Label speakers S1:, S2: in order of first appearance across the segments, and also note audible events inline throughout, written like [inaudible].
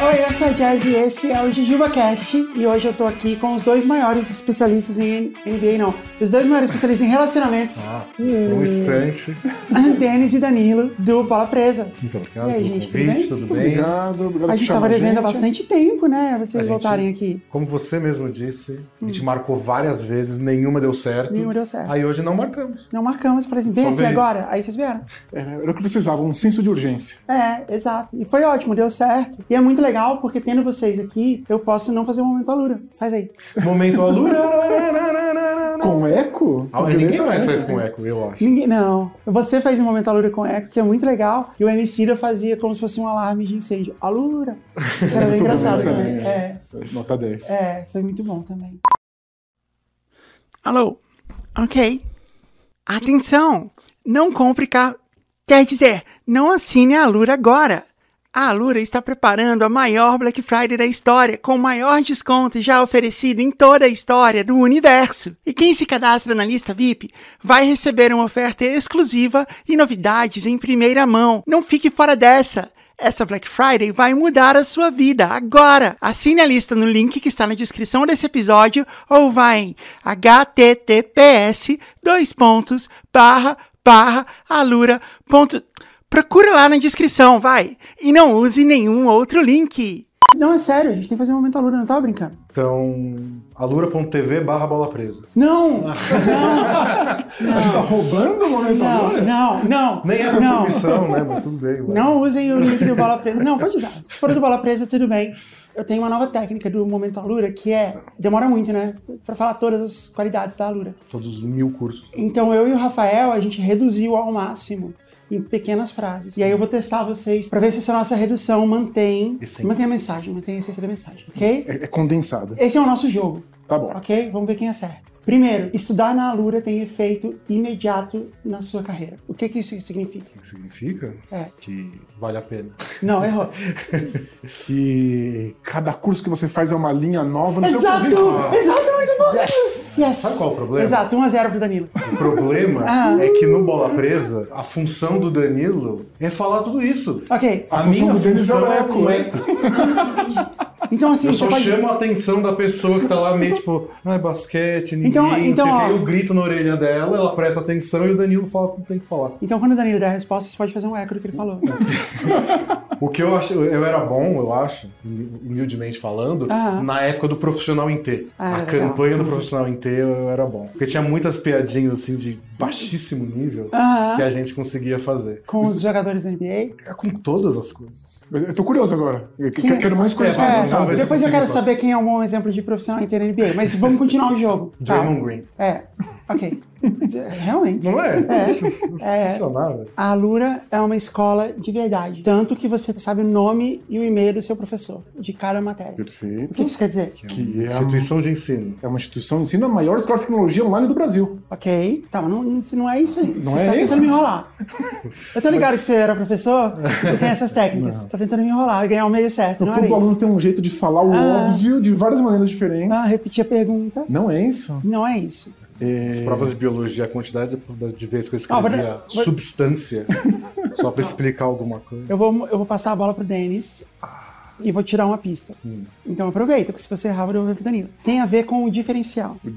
S1: Oi, eu sou a Jazz e esse é o Jujuba Cast e hoje eu tô aqui com os dois maiores especialistas em NBA, não, os dois maiores especialistas em relacionamentos,
S2: Ah,
S1: Hum.
S2: um instante.
S1: [laughs] Denis e Danilo, do Bola Presa.
S2: Muito obrigado
S1: E aí,
S2: pelo
S1: gente, tudo
S2: convite,
S1: bem?
S2: tudo
S1: Tudo
S2: bem?
S3: Obrigado, obrigado
S1: A
S3: por
S1: gente
S3: chamar
S1: tava devendo há
S3: gente.
S1: bastante tempo, né, vocês
S2: A gente-
S1: voltarem aqui.
S2: Como você mesmo disse, a gente marcou várias vezes, nenhuma deu certo.
S1: Nenhum Hum. deu certo.
S2: Aí hoje não marcamos.
S1: Não marcamos, eu falei assim, vem
S2: é Só
S1: aqui
S2: veio.
S1: agora, aí vocês vieram.
S3: É, era o que precisava, um senso de urgência.
S1: É, exato. E foi ótimo, deu certo. E é muito legal, porque tendo vocês aqui, eu posso não fazer o momento alura. Faz aí.
S2: Momento alura.
S1: [laughs]
S3: Com eco?
S2: Ah,
S3: Com né?
S2: Ninguém
S3: direito a
S2: mais
S3: eco.
S2: faz com eco, eu acho.
S1: Ninguém, não. Você faz um momento alura com eco, que é muito legal. E o MC da fazia como se fosse um alarme de incêndio. Alura!
S3: [laughs]
S1: Que era bem
S3: Muito bom
S1: engraçado
S3: isso
S1: também.
S3: também, né?
S1: É,
S3: Nota 10.
S1: é, foi muito bom também. Alô? Ok. Atenção! Não compre carro. Quer dizer, não assine a Alura agora. A Alura está preparando a maior Black Friday da história, com o maior desconto já oferecido em toda a história do universo. E quem se cadastra na lista VIP vai receber uma oferta exclusiva e novidades em primeira mão. Não fique fora dessa! Essa Black Friday vai mudar a sua vida agora! Assine a lista no link que está na descrição desse episódio ou vai em https dois pontos, barra, barra, alura, ponto... Procura lá na descrição, vai! E não use nenhum outro link! Não, é sério, a gente tem que fazer um momento alura, não tava brincando.
S2: Então, alura.tv barra bola presa.
S1: Não!
S3: A gente tá roubando o momento
S1: Não,
S3: agora?
S1: não, não!
S2: Nem é
S1: não.
S2: uma permissão, né? Mas tudo bem. vai.
S1: Não usem o link do Bola Presa. Não, pode usar. Se for do Bola Presa, tudo bem. Eu tenho uma nova técnica do Momento Alura, que é... Demora muito, né? Pra falar todas as qualidades da Alura.
S2: Todos os mil cursos.
S1: Então eu e o Rafael, a gente reduziu ao máximo em pequenas frases. E aí eu vou testar vocês pra ver se essa nossa redução mantém,
S2: Essência.
S1: mantém a mensagem, mantém a essência da mensagem, ok?
S3: É, é condensada.
S1: Esse é o nosso jogo,
S3: Tá bom.
S1: ok? Vamos ver quem acerta. Primeiro, estudar na Alura tem efeito imediato na sua carreira. O que, que isso significa?
S2: O que significa?
S1: É.
S2: Que vale a pena.
S1: Não, errou.
S3: Que cada curso que você faz é uma linha nova no
S1: Exato!
S3: seu currículo.
S1: Exato, muito bom! Yes!
S2: um. Sabe qual é o problema?
S1: Exato, 1x0 pro Danilo.
S2: O problema
S1: [laughs] Ah.
S2: é que no Bola Presa, a função do Danilo é falar tudo isso.
S1: Ok,
S3: A função do Denis é o eco,
S2: o
S3: né?
S1: então assim,
S2: Eu
S1: você
S2: só
S1: pode...
S2: chamo a atenção da pessoa que tá lá meio tipo, ah, é basquete, ninguém,
S1: Então,
S2: não sei
S1: então,
S2: o quê.
S1: ó.
S2: eu grito na orelha dela, ela presta atenção e o Danilo fala o que tem que falar.
S1: Então quando o Danilo der a resposta, você pode fazer um eco do que ele falou.
S2: O que eu acho, eu era bom, eu acho, humildemente falando,
S1: Aham.
S2: na época do profissional em T.
S1: Ah,
S2: a
S1: legal.
S2: campanha do profissional em T eu era bom. Porque tinha muitas piadinhas assim de baixíssimo nível
S1: Aham.
S2: que a gente conseguia fazer.
S1: com os jogadores da NBA.
S2: É com todas as coisas.
S3: Eu tô curioso agora. Eu que-
S1: Quem-
S3: quero mais coisas
S2: É,
S1: É,
S2: sabe,
S3: condensadas.
S1: depois eu
S2: sim,
S1: quero
S2: sim.
S1: saber quem é um bom exemplo de profissional inteiro na NBA, mas vamos continuar o jogo. Tá.
S2: Draymond Green.
S1: É, ok. É, Realmente.
S2: um. Não é?
S1: É. É.
S2: Funcionava.
S1: A Alura é uma escola de verdade, tanto que você sabe o nome e o e-mail do seu professor, de cada matéria. O
S3: Perfeito.
S1: que isso quer dizer?
S2: um
S3: Que é, a-
S2: Instituição de ensino.
S3: é uma instituição ensina a maior escola de tecnologia online do Brasil.
S1: Ok, tá, mas não, isso não é isso aí.
S3: Não
S1: você
S3: é
S1: tá
S3: isso?
S1: tentando me enrolar. Eu tô ligado que você era professor, você tem
S3: [laughs]
S1: essas técnicas. Tá tentando me enrolar, ganhar o meio certo, não era
S3: Todo
S1: isso.
S3: aluno tem um jeito de falar o
S1: Ah.
S3: óbvio de várias maneiras diferentes.
S1: Ah, repetir a pergunta.
S3: Não é isso?
S1: Não é isso.
S2: As provas de biologia, a quantidade de- de vezes que eu
S1: Ah, vou-
S2: escrevia
S1: vou-
S2: substância, [laughs] só pra explicar alguma coisa.
S1: Eu vou, eu vou passar a bola pro Denis e vou tirar uma pista.
S3: Hum.
S1: Então aproveita, porque se você errar, eu vou devolver pro Danilo. Tem a ver com o diferencial.
S3: O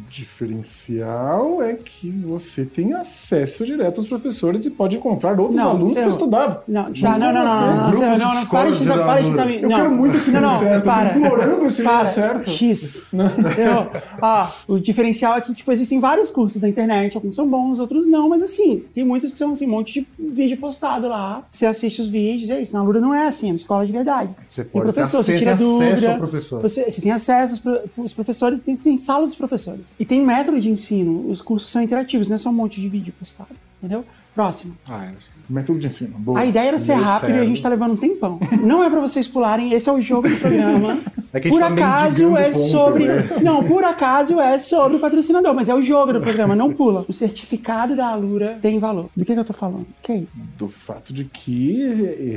S3: diferencial é que você tem acesso direto aos professores e pode encontrar outros
S1: Não,
S3: alunos
S1: seu-
S3: para estudar.
S1: Não,
S3: Junto
S1: tá, não, não,
S3: com
S1: não,
S3: você.
S1: não, não, não,
S2: grupo de
S3: é
S1: não, não, para de
S2: psicólogos
S1: tentar,
S2: da
S1: para de tentar
S2: Alura.
S1: me.
S3: Eu
S1: não,
S3: quero muito esse
S1: não,
S3: menino
S1: não,
S3: certo. eu tô
S1: Para.
S3: implorando esse menino
S1: Para. [laughs]
S3: certo.
S1: X. Errou. Ó, Ah, o diferencial é que, tipo, existem vários cursos na internet, alguns são bons, outros não, mas assim, tem muitos que são assim, um monte de vídeo postado lá. Você assiste os vídeos, é isso. Na Lura não é assim, é uma escola de verdade.
S2: Você
S1: Tem
S2: pode ter
S1: professor, você
S2: acesso-
S1: tira
S2: acesso
S1: dúvida.
S2: ao professor.
S1: Você, você tem acesso aos pro- os professores, tem, tem sala dos professores. E tem método de ensino. Os cursos são interativos, não é só um monte de vídeo postado. Entendeu? Próximo.
S2: Ah, é.
S3: [laughs] Método de ensino. Boa.
S1: A ideia era ser
S2: Meu
S1: rápido e a
S2: cérebro.
S1: gente tá levando um tempão. Não é pra vocês pularem, esse é o jogo do
S2: [laughs]
S1: programa.
S2: É que a
S1: por
S2: gente tá
S1: acaso
S2: mendigando
S1: é
S2: ponto,
S1: sobre.
S2: né?
S1: [laughs] Não, por acaso é sobre o patrocinador, mas é o jogo do programa, não pula. O certificado da Alura tem valor. Do que, que eu tô falando? Que é isso?
S3: Do fato de que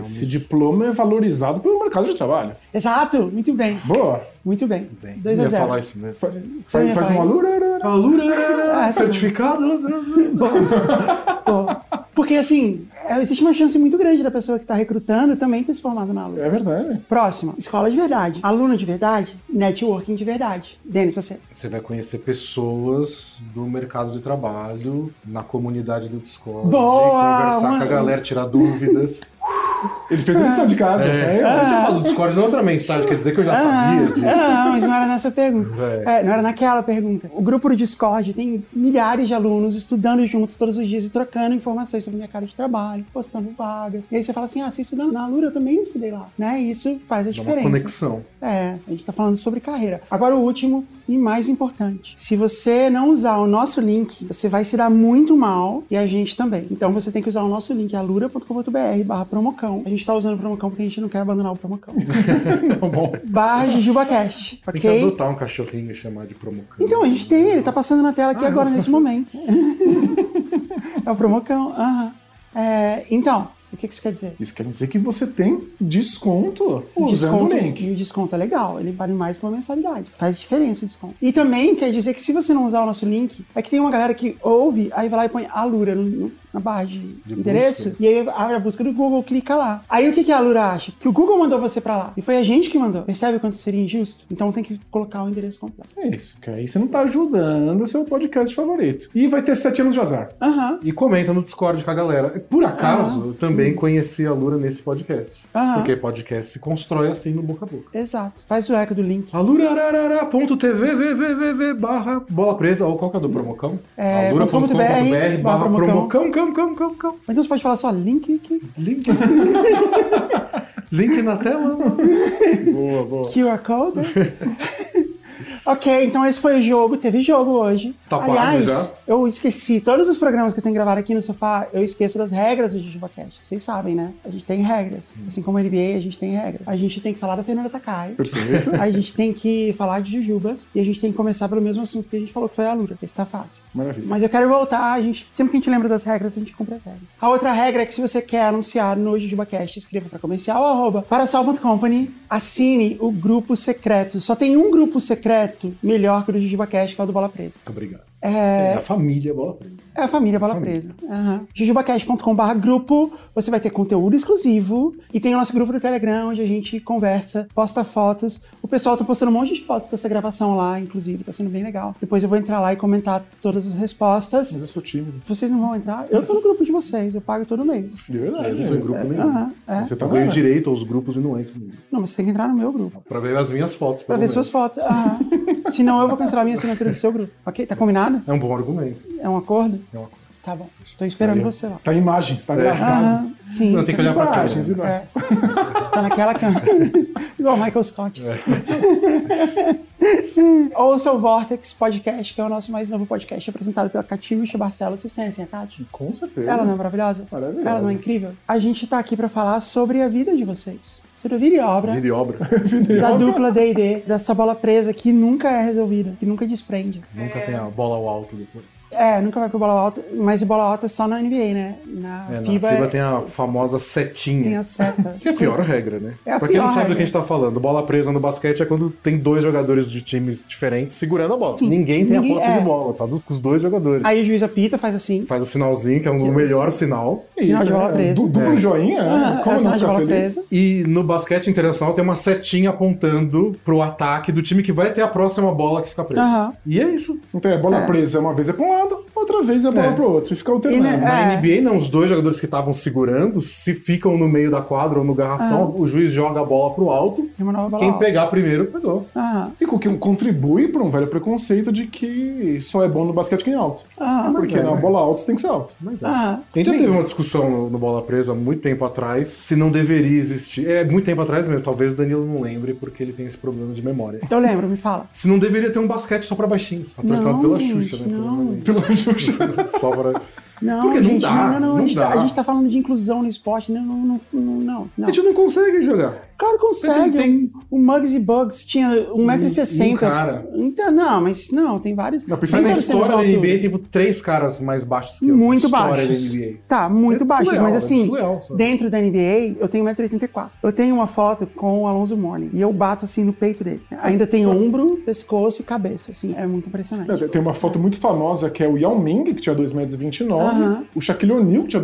S3: esse diploma é valorizado pelo mercado de trabalho.
S1: Exato, muito bem,
S3: Boa.
S1: muito bem.
S2: Bem,
S1: 2 a
S2: ia
S1: 0.
S2: falar isso mesmo. Ah,
S3: Fa-
S1: Você ia
S3: fa- Faz
S1: falar
S3: um
S1: isso?
S3: aluno.
S2: Alura,
S1: Ah,
S2: certificado.
S1: Pô. Porque, assim, é, existe uma chance muito grande da pessoa que está recrutando também ter se formado na Alura.
S3: É verdade.
S1: Próxima, escola de verdade, aluno de verdade, networking de verdade. Denis, você.
S2: Você vai conhecer pessoas do mercado de trabalho, na comunidade do Discord,
S1: Boa!
S2: conversar
S1: Uma-
S2: com a galera, tirar
S1: [laughs]
S2: dúvidas.
S3: Ele fez a lição de casa. É,
S2: A gente já falou do Discord, não é outra mensagem, quer dizer que eu já sabia disso.
S1: Ah, mas não era nessa pergunta.
S2: É.
S1: É, não era naquela pergunta. O grupo do Discord tem milhares de alunos estudando juntos todos os dias e trocando informações sobre o mercado de trabalho, postando vagas. E aí você fala assim, ah, você estudou na Alura, eu também estudei lá. Né? E isso faz a
S2: Dá uma
S1: diferença.
S2: conexão.
S1: É, a gente tá falando sobre carreira. Agora o último e mais importante. Se você não usar o nosso link, você vai se dar muito mal e a gente também. Então você tem que usar o nosso link, alura.com.br barra promocão. A gente tá usando o promocão porque a gente não quer abandonar o promocão.
S2: [laughs] Tá bom.
S1: barra JujubaCast,
S2: Tem que
S1: ok?
S2: adotar um cachorrinho e chamar de promocão.
S1: Então, a gente tem ele, tá passando na tela
S2: Ah,
S1: aqui agora, nesse momento. [laughs] é o promocão, aham. É, então, o que que isso quer dizer?
S3: Isso quer dizer que você tem desconto
S1: O
S3: usando o
S1: desconto-
S3: link.
S1: E o desconto é legal, ele vale mais que uma mensalidade. Faz diferença o desconto. E também quer dizer que se você não usar o nosso link, é que tem uma galera que ouve, aí vai lá e põe Alura no- no- na barra de,
S2: De
S1: endereço,
S2: busca.
S1: e aí abre a busca do Google, clica lá. Aí o que, que a Alura acha? Que o Google mandou você pra lá. E foi a gente que mandou. Percebe o quanto seria injusto? Então tem que colocar o endereço completo.
S3: É isso, cara. Aí você não tá ajudando o seu podcast favorito. E vai ter sete anos de azar.
S1: Aham,
S2: E comenta no Discord com a galera. Por
S1: Ah.
S2: acaso, eu
S1: Hum.
S2: também conheci a Lura nesse podcast.
S1: aham.
S2: Porque podcast se constrói assim no boca a boca.
S1: Exato. Faz o eco do link.
S2: Alurararara.tv vvvv barra bola presa ou qual que é do promocão?
S1: É,
S2: Alura.com.br
S1: .com.br
S2: barra
S1: barra
S2: promocão, cão, cão, cão, cão.
S1: Ou Então você pode falar só link que [laughs]
S2: Link. Link na tela.
S3: Boa, boa.
S1: QR Code. [laughs] ok, então esse foi o jogo. Teve jogo hoje.
S2: Tá pago
S1: Aliás,
S2: já?
S1: eu esqueci. Todos os programas que eu tenho gravado aqui no sofá, eu esqueço das regras do JujubaCast. Vocês sabem, né? A gente tem regras. Assim como a NBA, a gente tem regras. A gente tem que falar da Fernanda
S3: [laughs]
S1: Takai.
S2: [laughs]
S3: Perfeito.
S1: A gente tem que falar de jujubas e a gente tem que começar pelo mesmo assunto que a gente falou, que foi a Lura. Esse tá fácil.
S3: Maravilha.
S1: Mas eu quero voltar, a gente, sempre que a gente lembra das regras, a gente cumpre as regras. A outra regra é que se você quer anunciar no JujubaCast, escreva para comercial, arroba, para Company, assine o grupo secreto. Só tem um grupo secreto melhor que o do JujubaCast, que é o do Bola Presa.
S2: Muito obrigado.
S1: É,
S2: É da família bola presa.
S1: é a família Bola Presa. Aham. jujubacast.com.br grupo, você vai ter conteúdo exclusivo e tem o nosso grupo do Telegram, onde a gente conversa, posta fotos. O pessoal tá postando um monte de fotos dessa gravação lá, inclusive, tá sendo bem legal. Depois eu vou entrar lá e comentar todas as respostas.
S3: Mas eu sou tímido.
S1: Vocês não vão entrar? Eu tô no grupo de vocês, eu pago todo mês.
S3: De verdade. né?
S2: Eu É, não tô em grupo nenhum.
S1: Aham, é.
S3: Você tá
S2: Eu ganho
S3: ganhando dinheiro.
S2: direito aos grupos e não entro nele.
S1: Não, mas você tem que entrar no meu grupo.
S2: Pra ver as minhas fotos,
S1: Pra
S2: Ah, pelo
S1: ver
S2: menos.
S1: suas fotos.
S2: [laughs]
S1: Aham. Senão eu vou cancelar minha assinatura do seu grupo. Ok? Tá combinado?
S2: É um bom argumento.
S1: É um acordo?
S2: É um acordo.
S1: Tá bom. Tô esperando
S3: Valeu.
S1: você lá.
S3: Tá em imagens, tá
S2: É.
S3: gravado.
S1: Aham, sim.
S2: Não, tem que olhar pra cá.
S3: Imagens,
S2: né?
S3: imagens.
S1: Tá naquela
S2: [laughs]
S1: cama. Igual o Michael Scott.
S2: É.
S1: [laughs] Ouça o Vortex Podcast, que é o nosso mais novo podcast apresentado pela Catiúcha Barcelos. Vocês conhecem a Cati?
S3: Com certeza.
S1: Ela não é maravilhosa?
S3: Maravilhosa.
S1: Ela não é incrível? A gente tá aqui pra falar sobre a vida de vocês. Sobre a vida e obra
S2: Vida e
S1: [laughs]
S2: obra.
S1: da dupla D&D, dessa bola presa que nunca é resolvida, que nunca desprende.
S2: Nunca tem a bola ao alto depois.
S1: É, nunca vai pro bola alta, mas bola alta é só na NBA, né? Na
S2: É, na
S1: FIBA,
S2: FIBA tem a famosa setinha.
S1: tem a seta.
S2: Que é a pior regra, né?
S1: É a
S2: pra quem
S1: pior
S2: não sabe do que
S1: regra.
S2: a gente tá falando, bola presa no basquete é quando tem dois jogadores de times diferentes segurando a bola.
S1: Sim.
S2: Ninguém tem
S1: Ninguém-
S2: a posse
S1: é.
S2: de bola, tá? Do- Com os dois jogadores.
S1: Aí o juiz apita, faz assim.
S2: Faz o sinalzinho, que é um
S1: Que
S2: melhor sinal.
S3: É
S1: Sinal de bola
S3: né?
S1: presa.
S2: É.
S3: Du- Duplo joinha? né?
S1: Ah,
S3: Como
S1: é
S3: não
S1: sinal de
S3: ficar
S1: bola
S3: feliz?
S1: presa.
S2: E no basquete internacional tem uma setinha apontando pro ataque do time que vai ter a próxima bola que fica presa.
S1: Aham.
S2: E é isso.
S3: Então é bola presa, uma vez é pra um lado, outra vez é bola
S2: É.
S3: pro outro. E fica alternando.
S1: E, né,
S2: Na
S1: É.
S2: NBA, não, os dois jogadores que estavam segurando, se ficam no meio da quadra ou no garrafão, o juiz joga a bola pro alto.
S1: Tem uma nova bola
S2: Quem
S1: alta.
S2: pegar primeiro, pegou.
S1: Aham,
S3: E com que contribui para um velho preconceito de que só é bom no basquete quem é alto.
S1: aham,
S3: Porque
S2: é,
S3: na
S2: né?
S3: bola alta você tem que ser alto.
S2: Mas é.
S1: aham.
S2: A gente já teve uma discussão no, no Bola Presa há muito tempo atrás, se não deveria existir. É muito tempo atrás mesmo, talvez o Danilo não lembre, porque ele tem esse problema de memória.
S1: Eu lembro, me fala.
S2: Se não deveria ter um basquete só pra baixinhos. Apresentado
S1: Não,
S2: pela
S1: gente,
S2: Xuxa, né?
S1: não.
S2: Pela Xuxa.
S1: [laughs]
S2: só pra.
S1: Não,
S2: Porque não
S1: gente,
S2: dá,
S1: não, não, não.
S2: não
S1: a, gente tá,
S2: dá.
S1: a gente tá falando de inclusão no esporte, não, não, não, não, não,
S2: A
S1: não.
S2: gente não consegue jogar.
S1: cara consegue. um,
S2: Tem-
S1: O Muggsy Bugs tinha
S2: Um
S1: 1,60m.
S2: cara.
S1: Então, não, mas não, tem vários.
S2: Não, pensando na
S1: tem vários
S2: história da
S1: cenas de
S2: NBA,
S1: altura.
S2: tipo, três caras mais baixos que eu.
S1: Muito
S2: história
S1: baixos.
S2: da NBA.
S1: Tá, muito
S2: É
S1: baixos,
S2: surreal,
S1: mas
S2: É
S1: assim,
S2: surreal, sabe?
S1: Dentro da NBA, eu tenho 1,84m. Eu tenho uma foto com o Alonso Morning e eu bato assim no peito dele. Ainda tem ombro, pescoço e cabeça, assim. É muito impressionante.
S3: É, Tem uma foto muito famosa que é o Yao Ming, que tinha 2,29m,
S1: Aham.
S3: o Shaquille O'Neal, que tinha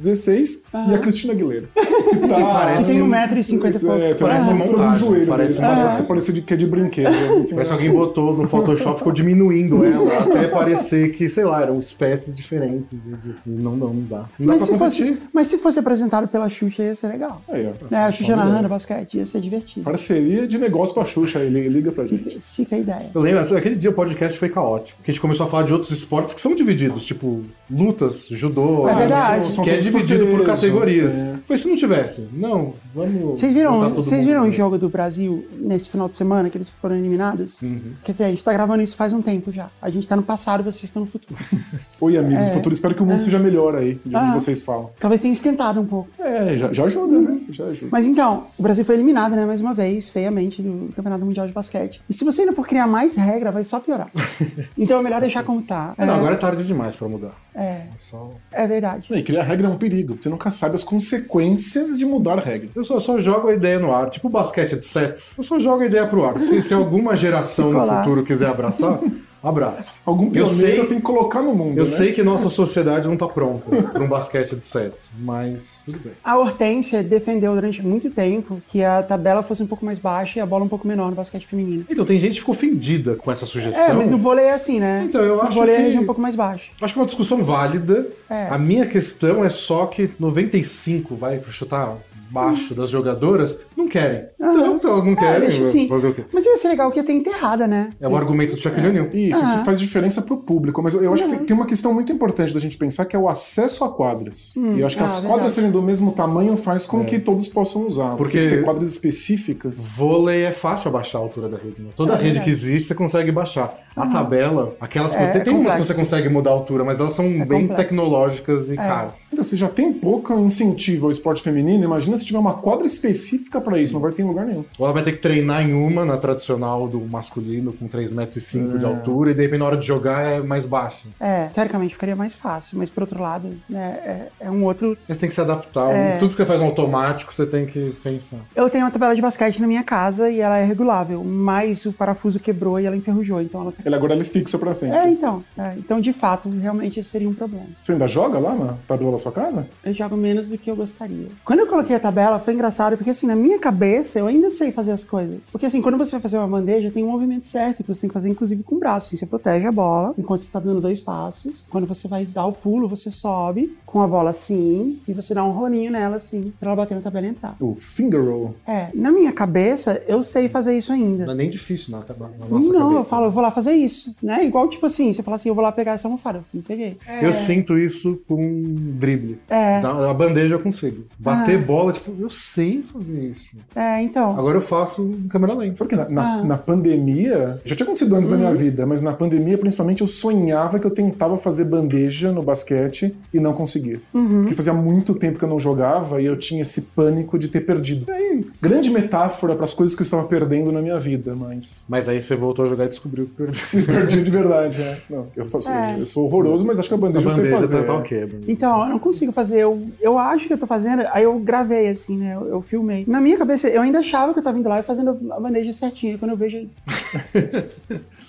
S3: 2,16m, e
S1: Aham.
S3: a
S1: [laughs]
S3: Cristina Aguilera. Que tá,
S1: Eu
S2: parece-
S1: tenho 1,50m e poucos.
S3: É, tem uma
S2: Parece
S1: Aham.
S3: foto do
S2: montagem,
S3: joelho
S2: parece
S3: dele,
S1: montagem.
S3: parece, parece de que é de brinquedo. é muito
S2: Parece que
S3: engraçado.
S2: alguém botou no Photoshop, ficou diminuindo ela, até parecer que, sei lá, eram espécies diferentes. De, de- não, não, não dá. Não dá
S1: Mas
S2: pra
S1: se,
S2: competir.
S1: fosse, mas se fosse apresentado pela Xuxa, ia ser legal.
S3: Aí, ó.
S1: É, a Xuxa
S3: Olha.
S1: narrando basquete, ia ser divertido.
S3: Parceria de negócio pra Xuxa, ele liga pra gente.
S1: Fica, fica a ideia.
S2: Eu lembro, assim, aquele dia o podcast foi caótico, porque a gente começou a falar de outros esportes que são divididos, tipo lutas, judô,
S1: É
S2: né,
S1: verdade.
S2: que
S3: São
S2: que é
S3: todos por
S2: dividido por
S3: peso,
S2: categorias.
S3: é.
S2: Mas se não tivesse, não, vamos.
S1: Vocês
S2: botar
S1: viram,
S2: todo
S1: vocês
S2: mundo. né?
S1: viram o jogo do Brasil nesse final de semana que eles foram eliminados?
S2: Uhum.
S1: Quer dizer, a gente tá gravando isso faz um tempo já. A gente tá no passado, vocês estão no futuro. [laughs]
S3: Oi, amigos do futuro, espero que o mundo seja melhor aí, de onde
S1: É. Ah.
S3: vocês falam.
S1: Talvez tenha esquentado um pouco.
S3: É, já, já ajuda, né? Já ajuda.
S1: Mas então, o Brasil foi eliminado, né, mais uma vez, feiamente, do Campeonato Mundial de Basquete. E se você ainda for criar mais regra, vai só piorar.
S2: [laughs]
S1: então é melhor deixar como tá. É,
S2: Não, agora é tarde demais pra mudar.
S1: é,
S2: Só-
S1: é verdade.
S3: E criar regra é um perigo, você nunca sabe as consequências de mudar regra.
S2: Eu só, só jogo a ideia no ar, tipo basquete de sets. Eu só jogo a ideia pro ar. Se, se alguma geração no
S1: Ficou lá.
S2: futuro
S1: [laughs]
S2: quiser abraçar, abraça.
S3: Algum
S2: Eu sei-
S3: pioneiro tem que colocar no mundo,
S2: Eu
S3: né?
S2: sei que nossa sociedade não tá pronta pra um basquete de sets, mas tudo bem.
S1: A Hortência defendeu durante muito tempo que a tabela fosse um pouco mais baixa e a bola um pouco menor no basquete feminino.
S2: Então, tem gente que ficou ofendida com essa sugestão.
S1: É, mas no vôlei é assim, né?
S2: Então, eu
S1: no
S2: acho
S1: vôlei é a
S2: que-
S1: região um pouco mais baixa.
S2: Acho que é uma discussão válida.
S1: É.
S2: A minha questão é só que 95 vai pra chutar baixo das jogadoras não querem. Então, se elas não querem,
S1: Hum. deixa assim.
S2: fazer o quê?
S1: Mas ia ser legal que ia ter enterrada, né?
S2: É o argumento do Shaquille O'Neal.
S3: Isso, isso
S1: Aham.
S3: faz diferença pro público, mas eu, eu acho
S1: Uhum.
S3: que tem uma questão muito importante da gente pensar que é o acesso a quadras. e eu acho que
S1: ah,
S3: as
S1: verdade.
S3: quadras serem do mesmo tamanho faz com que todos possam usar. Você
S2: É. Porque-
S3: tem que ter quadras específicas.
S2: Vôlei é fácil abaixar a altura da rede. né? Toda
S1: É
S2: rede
S1: verdade.
S2: que existe você consegue baixar. A tabela, aquelas que
S1: É,
S2: tem,
S1: é
S2: tem umas que
S1: complexo. É
S2: você consegue mudar a altura, mas elas são bem
S1: complexo. É.
S2: tecnológicas e caras.
S3: Então, se já tem pouco incentivo ao esporte feminino, imagina se tiver uma quadra específica pra isso, não vai ter em lugar nenhum.
S2: Ou ela vai ter que treinar em uma, na tradicional do masculino, com 3,5 metros
S1: Ah.
S2: de altura, e de repente na hora de jogar é mais baixa.
S1: É, teoricamente ficaria mais fácil, mas por outro lado, né, é, é um outro.
S2: Mas tem que se adaptar.
S1: É.
S2: Tudo que você faz no automático, você tem que pensar.
S1: Eu tenho uma tabela de basquete na minha casa e ela é regulável, mas o parafuso quebrou e ela enferrujou, então ela.
S3: Ele agora ele fixa pra sempre.
S1: É, então. é, então, de fato, realmente esse seria um problema.
S3: Você ainda joga lá na tabela da sua casa?
S1: Eu jogo menos do que eu gostaria. Quando eu coloquei a tabela, foi engraçado, porque assim, na minha cabeça, eu ainda sei fazer as coisas. Porque assim, quando você vai fazer uma bandeja, tem um movimento certo que você tem que fazer, inclusive com o braço. Assim, você protege a bola enquanto você tá dando dois passos. Quando você vai dar o pulo, você sobe com a bola assim, e você dá um rolinho nela assim, pra ela bater na tabela e entrar.
S3: O finger roll.
S1: É, na minha cabeça, eu sei fazer isso ainda.
S2: Não é nem difícil na, na nossa
S1: não,
S2: cabeça.
S1: eu falo, eu vou lá fazer isso, né? Igual, tipo assim, você fala assim, eu vou lá pegar essa almofada. Eu fui, peguei.
S2: Eu sinto isso com drible.
S1: É.
S2: Na, na bandeja eu consigo. Bater
S1: Ah.
S2: bola, tipo, eu sei fazer isso.
S1: É, então.
S2: Agora eu faço em câmera lenta.
S3: Sabe que na, na,
S1: Ah. Uhum.
S3: na pandemia, já tinha acontecido antes da minha vida, mas na pandemia, principalmente, eu sonhava que eu tentava fazer bandeja no basquete e não conseguia.
S1: Uhum.
S3: Porque fazia muito tempo que eu não jogava e eu tinha esse pânico de ter perdido. E aí, grande metáfora para as coisas que eu estava perdendo na minha vida, mas. [laughs]
S2: Mas aí você voltou a jogar e
S1: [laughs]
S2: descobriu que perdeu.
S3: Perdi de verdade, né? Não, eu, faço-
S1: É.
S3: eu sou horroroso, mas acho que a bandeja, eu sei fazer.
S2: tá ok. a bandeja.
S1: Então, eu não consigo fazer. Eu, eu acho que eu tô fazendo. Aí eu gravei, assim, né? Eu, eu filmei. Na minha cabeça, eu ainda achava que eu tava indo lá e fazendo a bandeja certinha. Quando eu vejo.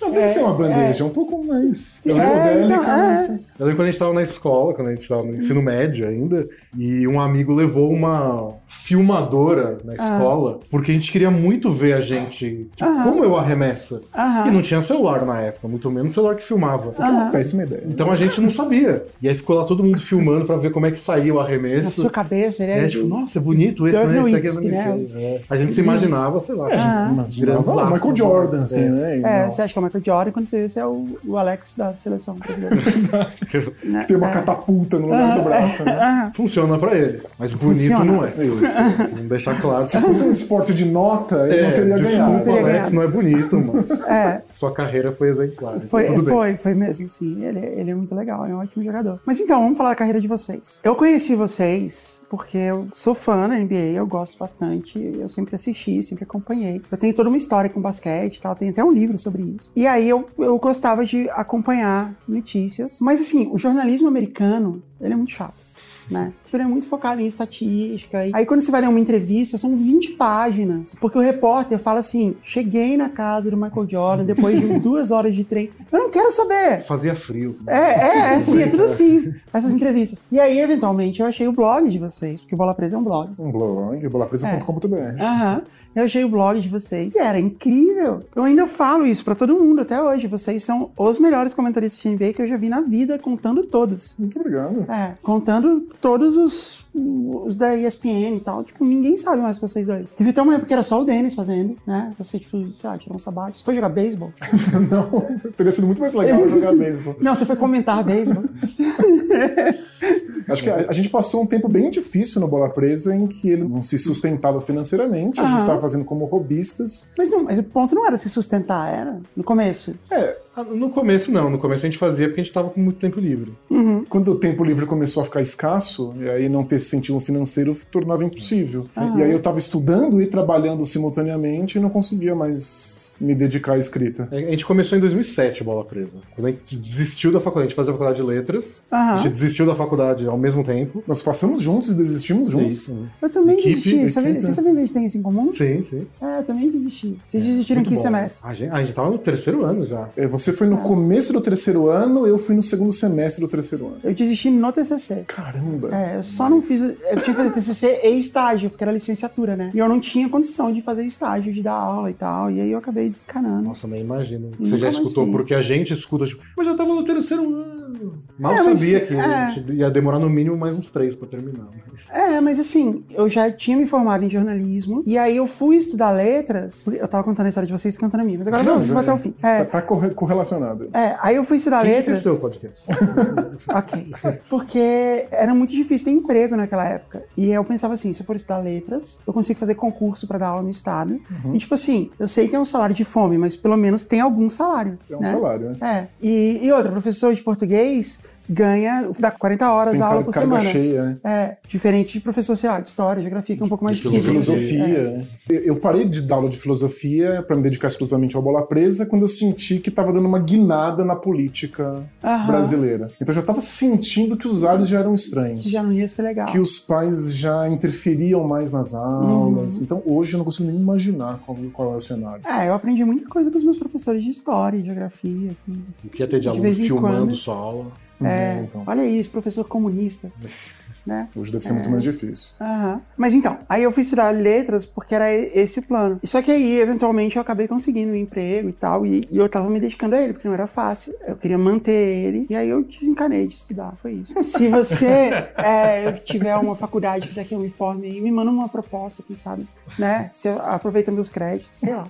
S3: Não, deve ser uma bandeja, um pouco mais
S1: É,
S3: psicodélica,
S1: então, é.
S3: mas-
S2: Eu lembro quando a gente tava na escola, quando a gente tava no ensino médio ainda, e um amigo levou uma filmadora
S1: Ah.
S2: na escola, porque a gente queria muito ver a gente, tipo,
S1: Aham.
S2: como eu arremessa. E
S1: Aham.
S2: não é tinha celular na época, muito menos celular que filmava.
S1: Aham.
S3: Péssima ideia.
S2: Então a gente não sabia. E aí ficou lá todo mundo filmando pra ver como é que saía o
S1: Na
S2: arremesso.
S1: sua cabeça, ele
S2: É,
S1: é.
S2: tipo, nossa, é bonito esse, né? Esse aqui é
S1: Dirk Nowitzki, né?
S2: bonito. É. A gente se imaginava, sei lá.
S3: É, a gente
S1: Ah.
S3: imaginava
S2: Grandes
S3: Michael
S2: astros,
S3: Jordan,
S2: né?
S3: assim, né? E
S1: É,
S3: não.
S1: você acha que é o Michael Jordan, quando você vê, você é o, o Alex da seleção. brasileira,
S2: tipo,
S1: né?
S3: Que tem uma
S1: É. Ah,
S3: catapulta no lugar do braço, né?
S1: Aham.
S2: [laughs] Funciona pra ele, mas bonito
S1: Funciona.
S2: não é. Isso, vamos deixar claro.
S3: Se fosse um esporte de nota, ele
S2: É,
S3: não teria
S2: desculpa,
S3: ganhado.
S1: Teria
S2: Alex,
S1: ganhado.
S2: não é bonito, mas
S1: É,
S2: sua carreira foi exemplar. então
S1: Foi,
S2: tudo bem.
S1: foi, foi mesmo, sim. Ele, ele é muito legal, é um ótimo jogador. Mas então, vamos falar da carreira de vocês. Eu conheci vocês porque eu sou fã da NBA, eu gosto bastante, eu sempre assisti, sempre acompanhei. Eu tenho toda uma história com basquete e tal, tem até um livro sobre isso. E aí eu, eu gostava de acompanhar notícias. Mas assim, o jornalismo americano, ele é muito chato né? Ele é muito focado em estatística. E Aí quando você vai ler uma entrevista, são 20 páginas. Porque o repórter fala assim: cheguei na casa do Michael Jordan depois [laughs] de duas horas de trem. Eu não quero saber!
S2: Fazia frio.
S1: É, é, é assim, é tudo assim, essas entrevistas. E aí, eventualmente, eu achei o blog de vocês, porque o Bola Presa é um blog.
S3: Um blog,
S1: É.
S3: bolapresa.com.br.
S1: Aham. Eu achei o blog de vocês. E era incrível. Eu ainda falo isso pra todo mundo até hoje. Vocês são os melhores comentaristas de NBA que eu já vi na vida, contando todos. [laughs]
S3: Muito obrigado.
S1: É, contando todos os, os da ESPN e tal, tipo, ninguém sabe mais que vocês dois. Teve até uma época que era só o Denis fazendo, né? Você, tipo, sei lá, tirou um sabático. Foi jogar beisebol?
S3: Não, teria sido muito mais
S1: É.
S3: legal jogar beisebol.
S1: Não, você foi comentar
S2: [laughs]
S1: beisebol.
S3: Acho que a, a gente passou um tempo bem difícil no Bola Presa em que ele não se sustentava financeiramente, a gente
S1: Aham.
S3: estava fazendo como robistas.
S1: Mas, não, mas o ponto não era se sustentar, era no começo.
S2: Ah, No começo, não. No começo a gente fazia porque a gente tava com muito tempo livre.
S3: Quando o tempo livre começou a ficar escasso, e aí não ter esse incentivo financeiro tornava impossível.
S1: Aham.
S3: E aí eu estava estudando e trabalhando simultaneamente e não conseguia mais me dedicar à escrita.
S2: A gente começou em 2007, o Bola Presa. Quando a gente desistiu da faculdade, a gente fazia a faculdade de letras, a
S1: Aham.
S2: gente desistiu da faculdade ao mesmo tempo.
S3: Nós passamos juntos e desistimos juntos.
S2: Sim,
S1: Eu também
S2: Equipe,
S1: desisti. Sabe-
S2: equipe. né?
S1: Vocês sabiam que a gente tem isso em comum?
S2: sim. sim.
S1: É, eu também desisti. Vocês desistiram em
S2: Muito
S1: que
S2: bom.
S1: semestre?
S2: A gente, a gente tava no terceiro ano já.
S3: É, Você foi no começo do terceiro ano, eu fui no segundo semestre do terceiro ano.
S1: Eu desisti no TCC.
S3: Caramba!
S1: É, eu só não fiz. Eu tinha que fazer TCC e estágio, porque era licenciatura, né? E eu não tinha condição de fazer estágio, de dar aula e tal. E aí eu acabei desencanando.
S2: Nossa, nem imagino. Você
S1: Nunca
S2: já
S1: mais
S2: escutou,
S1: fiz.
S2: porque a gente escuta, tipo, mas eu tava no terceiro ano. Mal
S1: É, mas-
S2: sabia que a
S1: é.
S2: gente ia demorar no mínimo mais uns três pra terminar.
S1: É, mas assim, eu já tinha me formado em jornalismo. E aí eu fui estudar letras. Eu tava contando a história de vocês cantando a minha, mas agora
S3: Não,
S1: vamos,
S3: mas
S1: vai
S3: é-
S1: até o fim.
S3: Tá,
S1: É.
S3: tá corre- correlacionado.
S1: É, aí eu fui estudar
S2: Quem que
S1: letras.
S2: cresceu o podcast?
S1: Ok. Porque era muito difícil ter emprego naquela época. E eu pensava assim, se eu for estudar letras, eu consigo fazer concurso pra dar aula no estado.
S3: Uhum.
S1: E tipo assim, eu sei que é um salário de fome, mas pelo menos tem algum salário.
S3: É um
S1: né?
S3: salário, né?
S1: É. E, e outra, professor de português ganha, dá 40 horas
S3: Tem
S1: aula
S3: car-
S1: por
S3: carga
S1: semana.
S3: cheia, né?
S1: É, diferente de professor, sei lá, de história, geografia, que é um pouco mais
S2: de
S3: De
S1: difícil.
S3: filosofia.
S1: É.
S3: né? Eu- Eu parei de dar aula de filosofia para me dedicar exclusivamente ao bola presa quando eu senti que estava dando uma guinada na política
S1: É. Aham.
S3: brasileira. Então eu já estava sentindo que os ares já eram
S1: Que
S3: estranhos.
S1: já não ia ser legal.
S3: Que os pais já interferiam mais nas aulas.
S1: Uhum.
S3: Então hoje eu não consigo nem imaginar qual, qual é o cenário.
S1: É, eu aprendi muita coisa com os meus professores de história, e geografia. que-
S2: O que ia ter de
S1: De
S2: aluno
S1: vez em
S2: filmando
S1: quando.
S2: sua aula?
S1: É,
S3: Uhum, então,
S1: olha isso, professor comunista. né?
S3: hoje deve ser
S1: É.
S3: muito mais difícil.
S1: Aham. Mas então, aí eu fui estudar letras porque era e- esse o plano. Só que aí, eventualmente, eu acabei conseguindo um emprego e tal, e, e eu tava me dedicando a ele, porque não era fácil. Eu queria manter ele, e aí eu desencanei de estudar, foi isso. Se
S3: [laughs]
S1: você é, eu tiver uma faculdade, quiser que eu me forme aí, me manda uma proposta, quem sabe, né? Você aproveita meus créditos, sei
S3: [laughs]
S1: lá.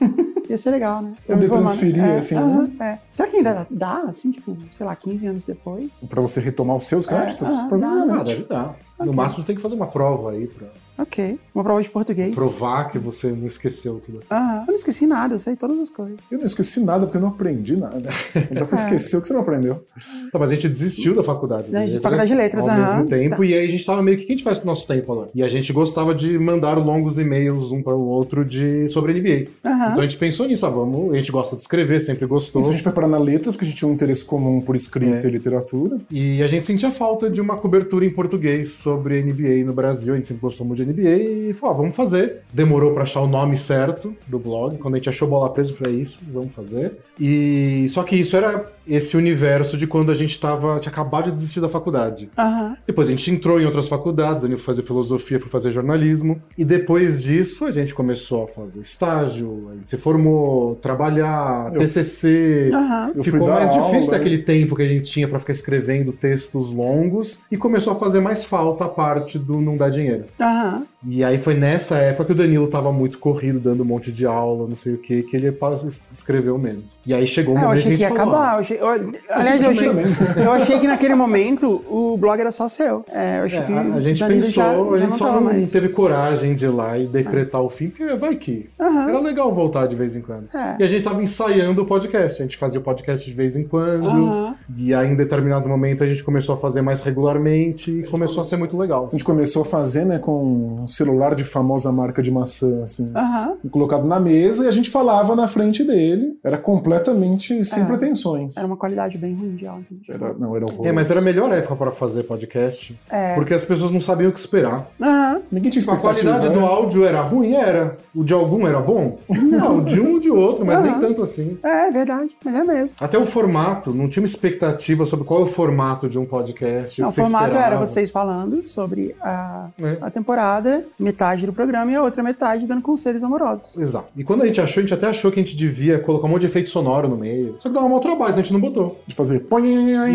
S1: Ia ser legal, né? me
S3: Poder
S1: formar-
S3: transferir,
S1: é,
S3: assim,
S1: aham, é. Será que ainda dá, assim, tipo, sei lá, 15 anos depois?
S3: Para você retomar os seus créditos?
S1: ah,
S2: Ah,
S3: Provavelmente.
S2: deve dar. No máximo você tem que fazer uma prova aí pra
S1: Ok. Uma prova de português.
S2: provar que você não esqueceu tudo.
S1: Aham. Eu não esqueci nada, eu sei todas as coisas.
S3: Eu não esqueci nada porque eu não aprendi nada. Não
S1: [laughs] É.
S3: dá pra esquecer o que você não aprendeu.
S2: Tá, mas a gente desistiu da faculdade. né?
S1: Da faculdade de letras,
S2: Ao
S1: aham. Tá.
S2: mesmo tempo, e aí a gente tava meio que, o que a gente faz com o nosso tempo, Alan? E a gente gostava de mandar longos e-mails um para o outro de, sobre NBA.
S1: Aham.
S2: Então a gente pensou nisso, ah, vamos, a gente gosta de escrever, sempre gostou.
S3: Isso a gente foi parar na letras, porque a gente tinha um interesse comum
S2: É.
S3: por escrita e literatura.
S2: E a gente sentia falta de uma cobertura em português sobre NBA no Brasil. A gente sempre gostou muito de NBA e falou, ah, vamos fazer. Demorou pra achar o nome certo do blog. Quando a gente achou bola presa, eu falei, "É isso, vamos fazer. E só que isso era esse universo de quando a gente tava, tinha acabado de desistir da faculdade.
S1: Aham.
S2: Depois a gente entrou em outras faculdades, eu fui fazer filosofia, fui fazer jornalismo. E depois disso a gente começou a fazer estágio, a gente se formou, trabalhar,
S3: Eu- Ah,
S2: TCC.
S1: Aham.
S3: Eu fui
S2: Ficou
S3: dar
S2: mais
S3: aula,
S2: difícil
S3: né?
S2: daquele tempo que a gente tinha pra ficar escrevendo textos longos e começou a fazer mais falta a parte do não dar dinheiro.
S1: Aham.
S2: E aí foi nessa época que o Danilo tava muito corrido, dando um monte de aula, não sei o que, que ele pa- es- escreveu menos. E aí chegou um
S1: Ah, eu
S2: momento que a
S1: achei
S2: gente
S1: que ia
S2: falou,
S1: acabar. eu achei- eu- aliás, eu
S3: gente
S1: achei,
S3: também.
S1: eu achei que naquele momento o blog era só seu. É, eu achei
S2: "Ah,
S1: que
S2: é, a, a gente
S1: já-
S2: pensou,
S1: já- já
S2: a gente
S1: não
S2: só
S1: tava
S2: não
S1: mais.
S2: teve coragem de ir lá e decretar o fim, porque vai que.
S1: Aham.
S2: Era legal voltar de vez em quando.
S1: É.
S2: E a gente tava ensaiando o podcast, a gente fazia o podcast de vez em quando.
S1: Aham.
S2: E aí, em determinado momento, a gente começou a fazer mais regularmente e começou a ser muito legal.
S3: A gente começou a fazer, né, com um celular de famosa marca de maçã, assim.
S1: Aham.
S3: Colocado na mesa e a gente falava na frente dele. Era completamente sem
S1: É.
S3: pretensões.
S1: Era uma qualidade bem ruim de áudio.
S3: Era- não, era horroroso.
S2: É, mas era a melhor época para fazer podcast,
S1: É.
S2: porque as pessoas não sabiam o que esperar.
S1: Aham.
S3: Ninguém tinha
S2: A
S3: expectativa.
S2: qualidade
S3: né?
S2: do áudio era ruim? Era. O de algum era bom? Não, o de um ou de outro, mas nem
S1: Aham.
S2: tanto assim.
S1: É, é verdade, mas é mesmo.
S2: Até o formato, não tinha uma expectativa sobre qual é o formato de um podcast.
S1: Não,
S2: o
S1: o
S2: que você
S1: formato era
S2: esperava.
S1: vocês falando sobre a,
S2: É.
S1: a temporada, metade do programa e a outra metade dando conselhos amorosos.
S2: Exato. E quando a gente achou, a gente até achou que a gente devia colocar um monte de efeito sonoro no meio. Só que dava mau trabalho, então a gente não botou.
S3: De fazer põe,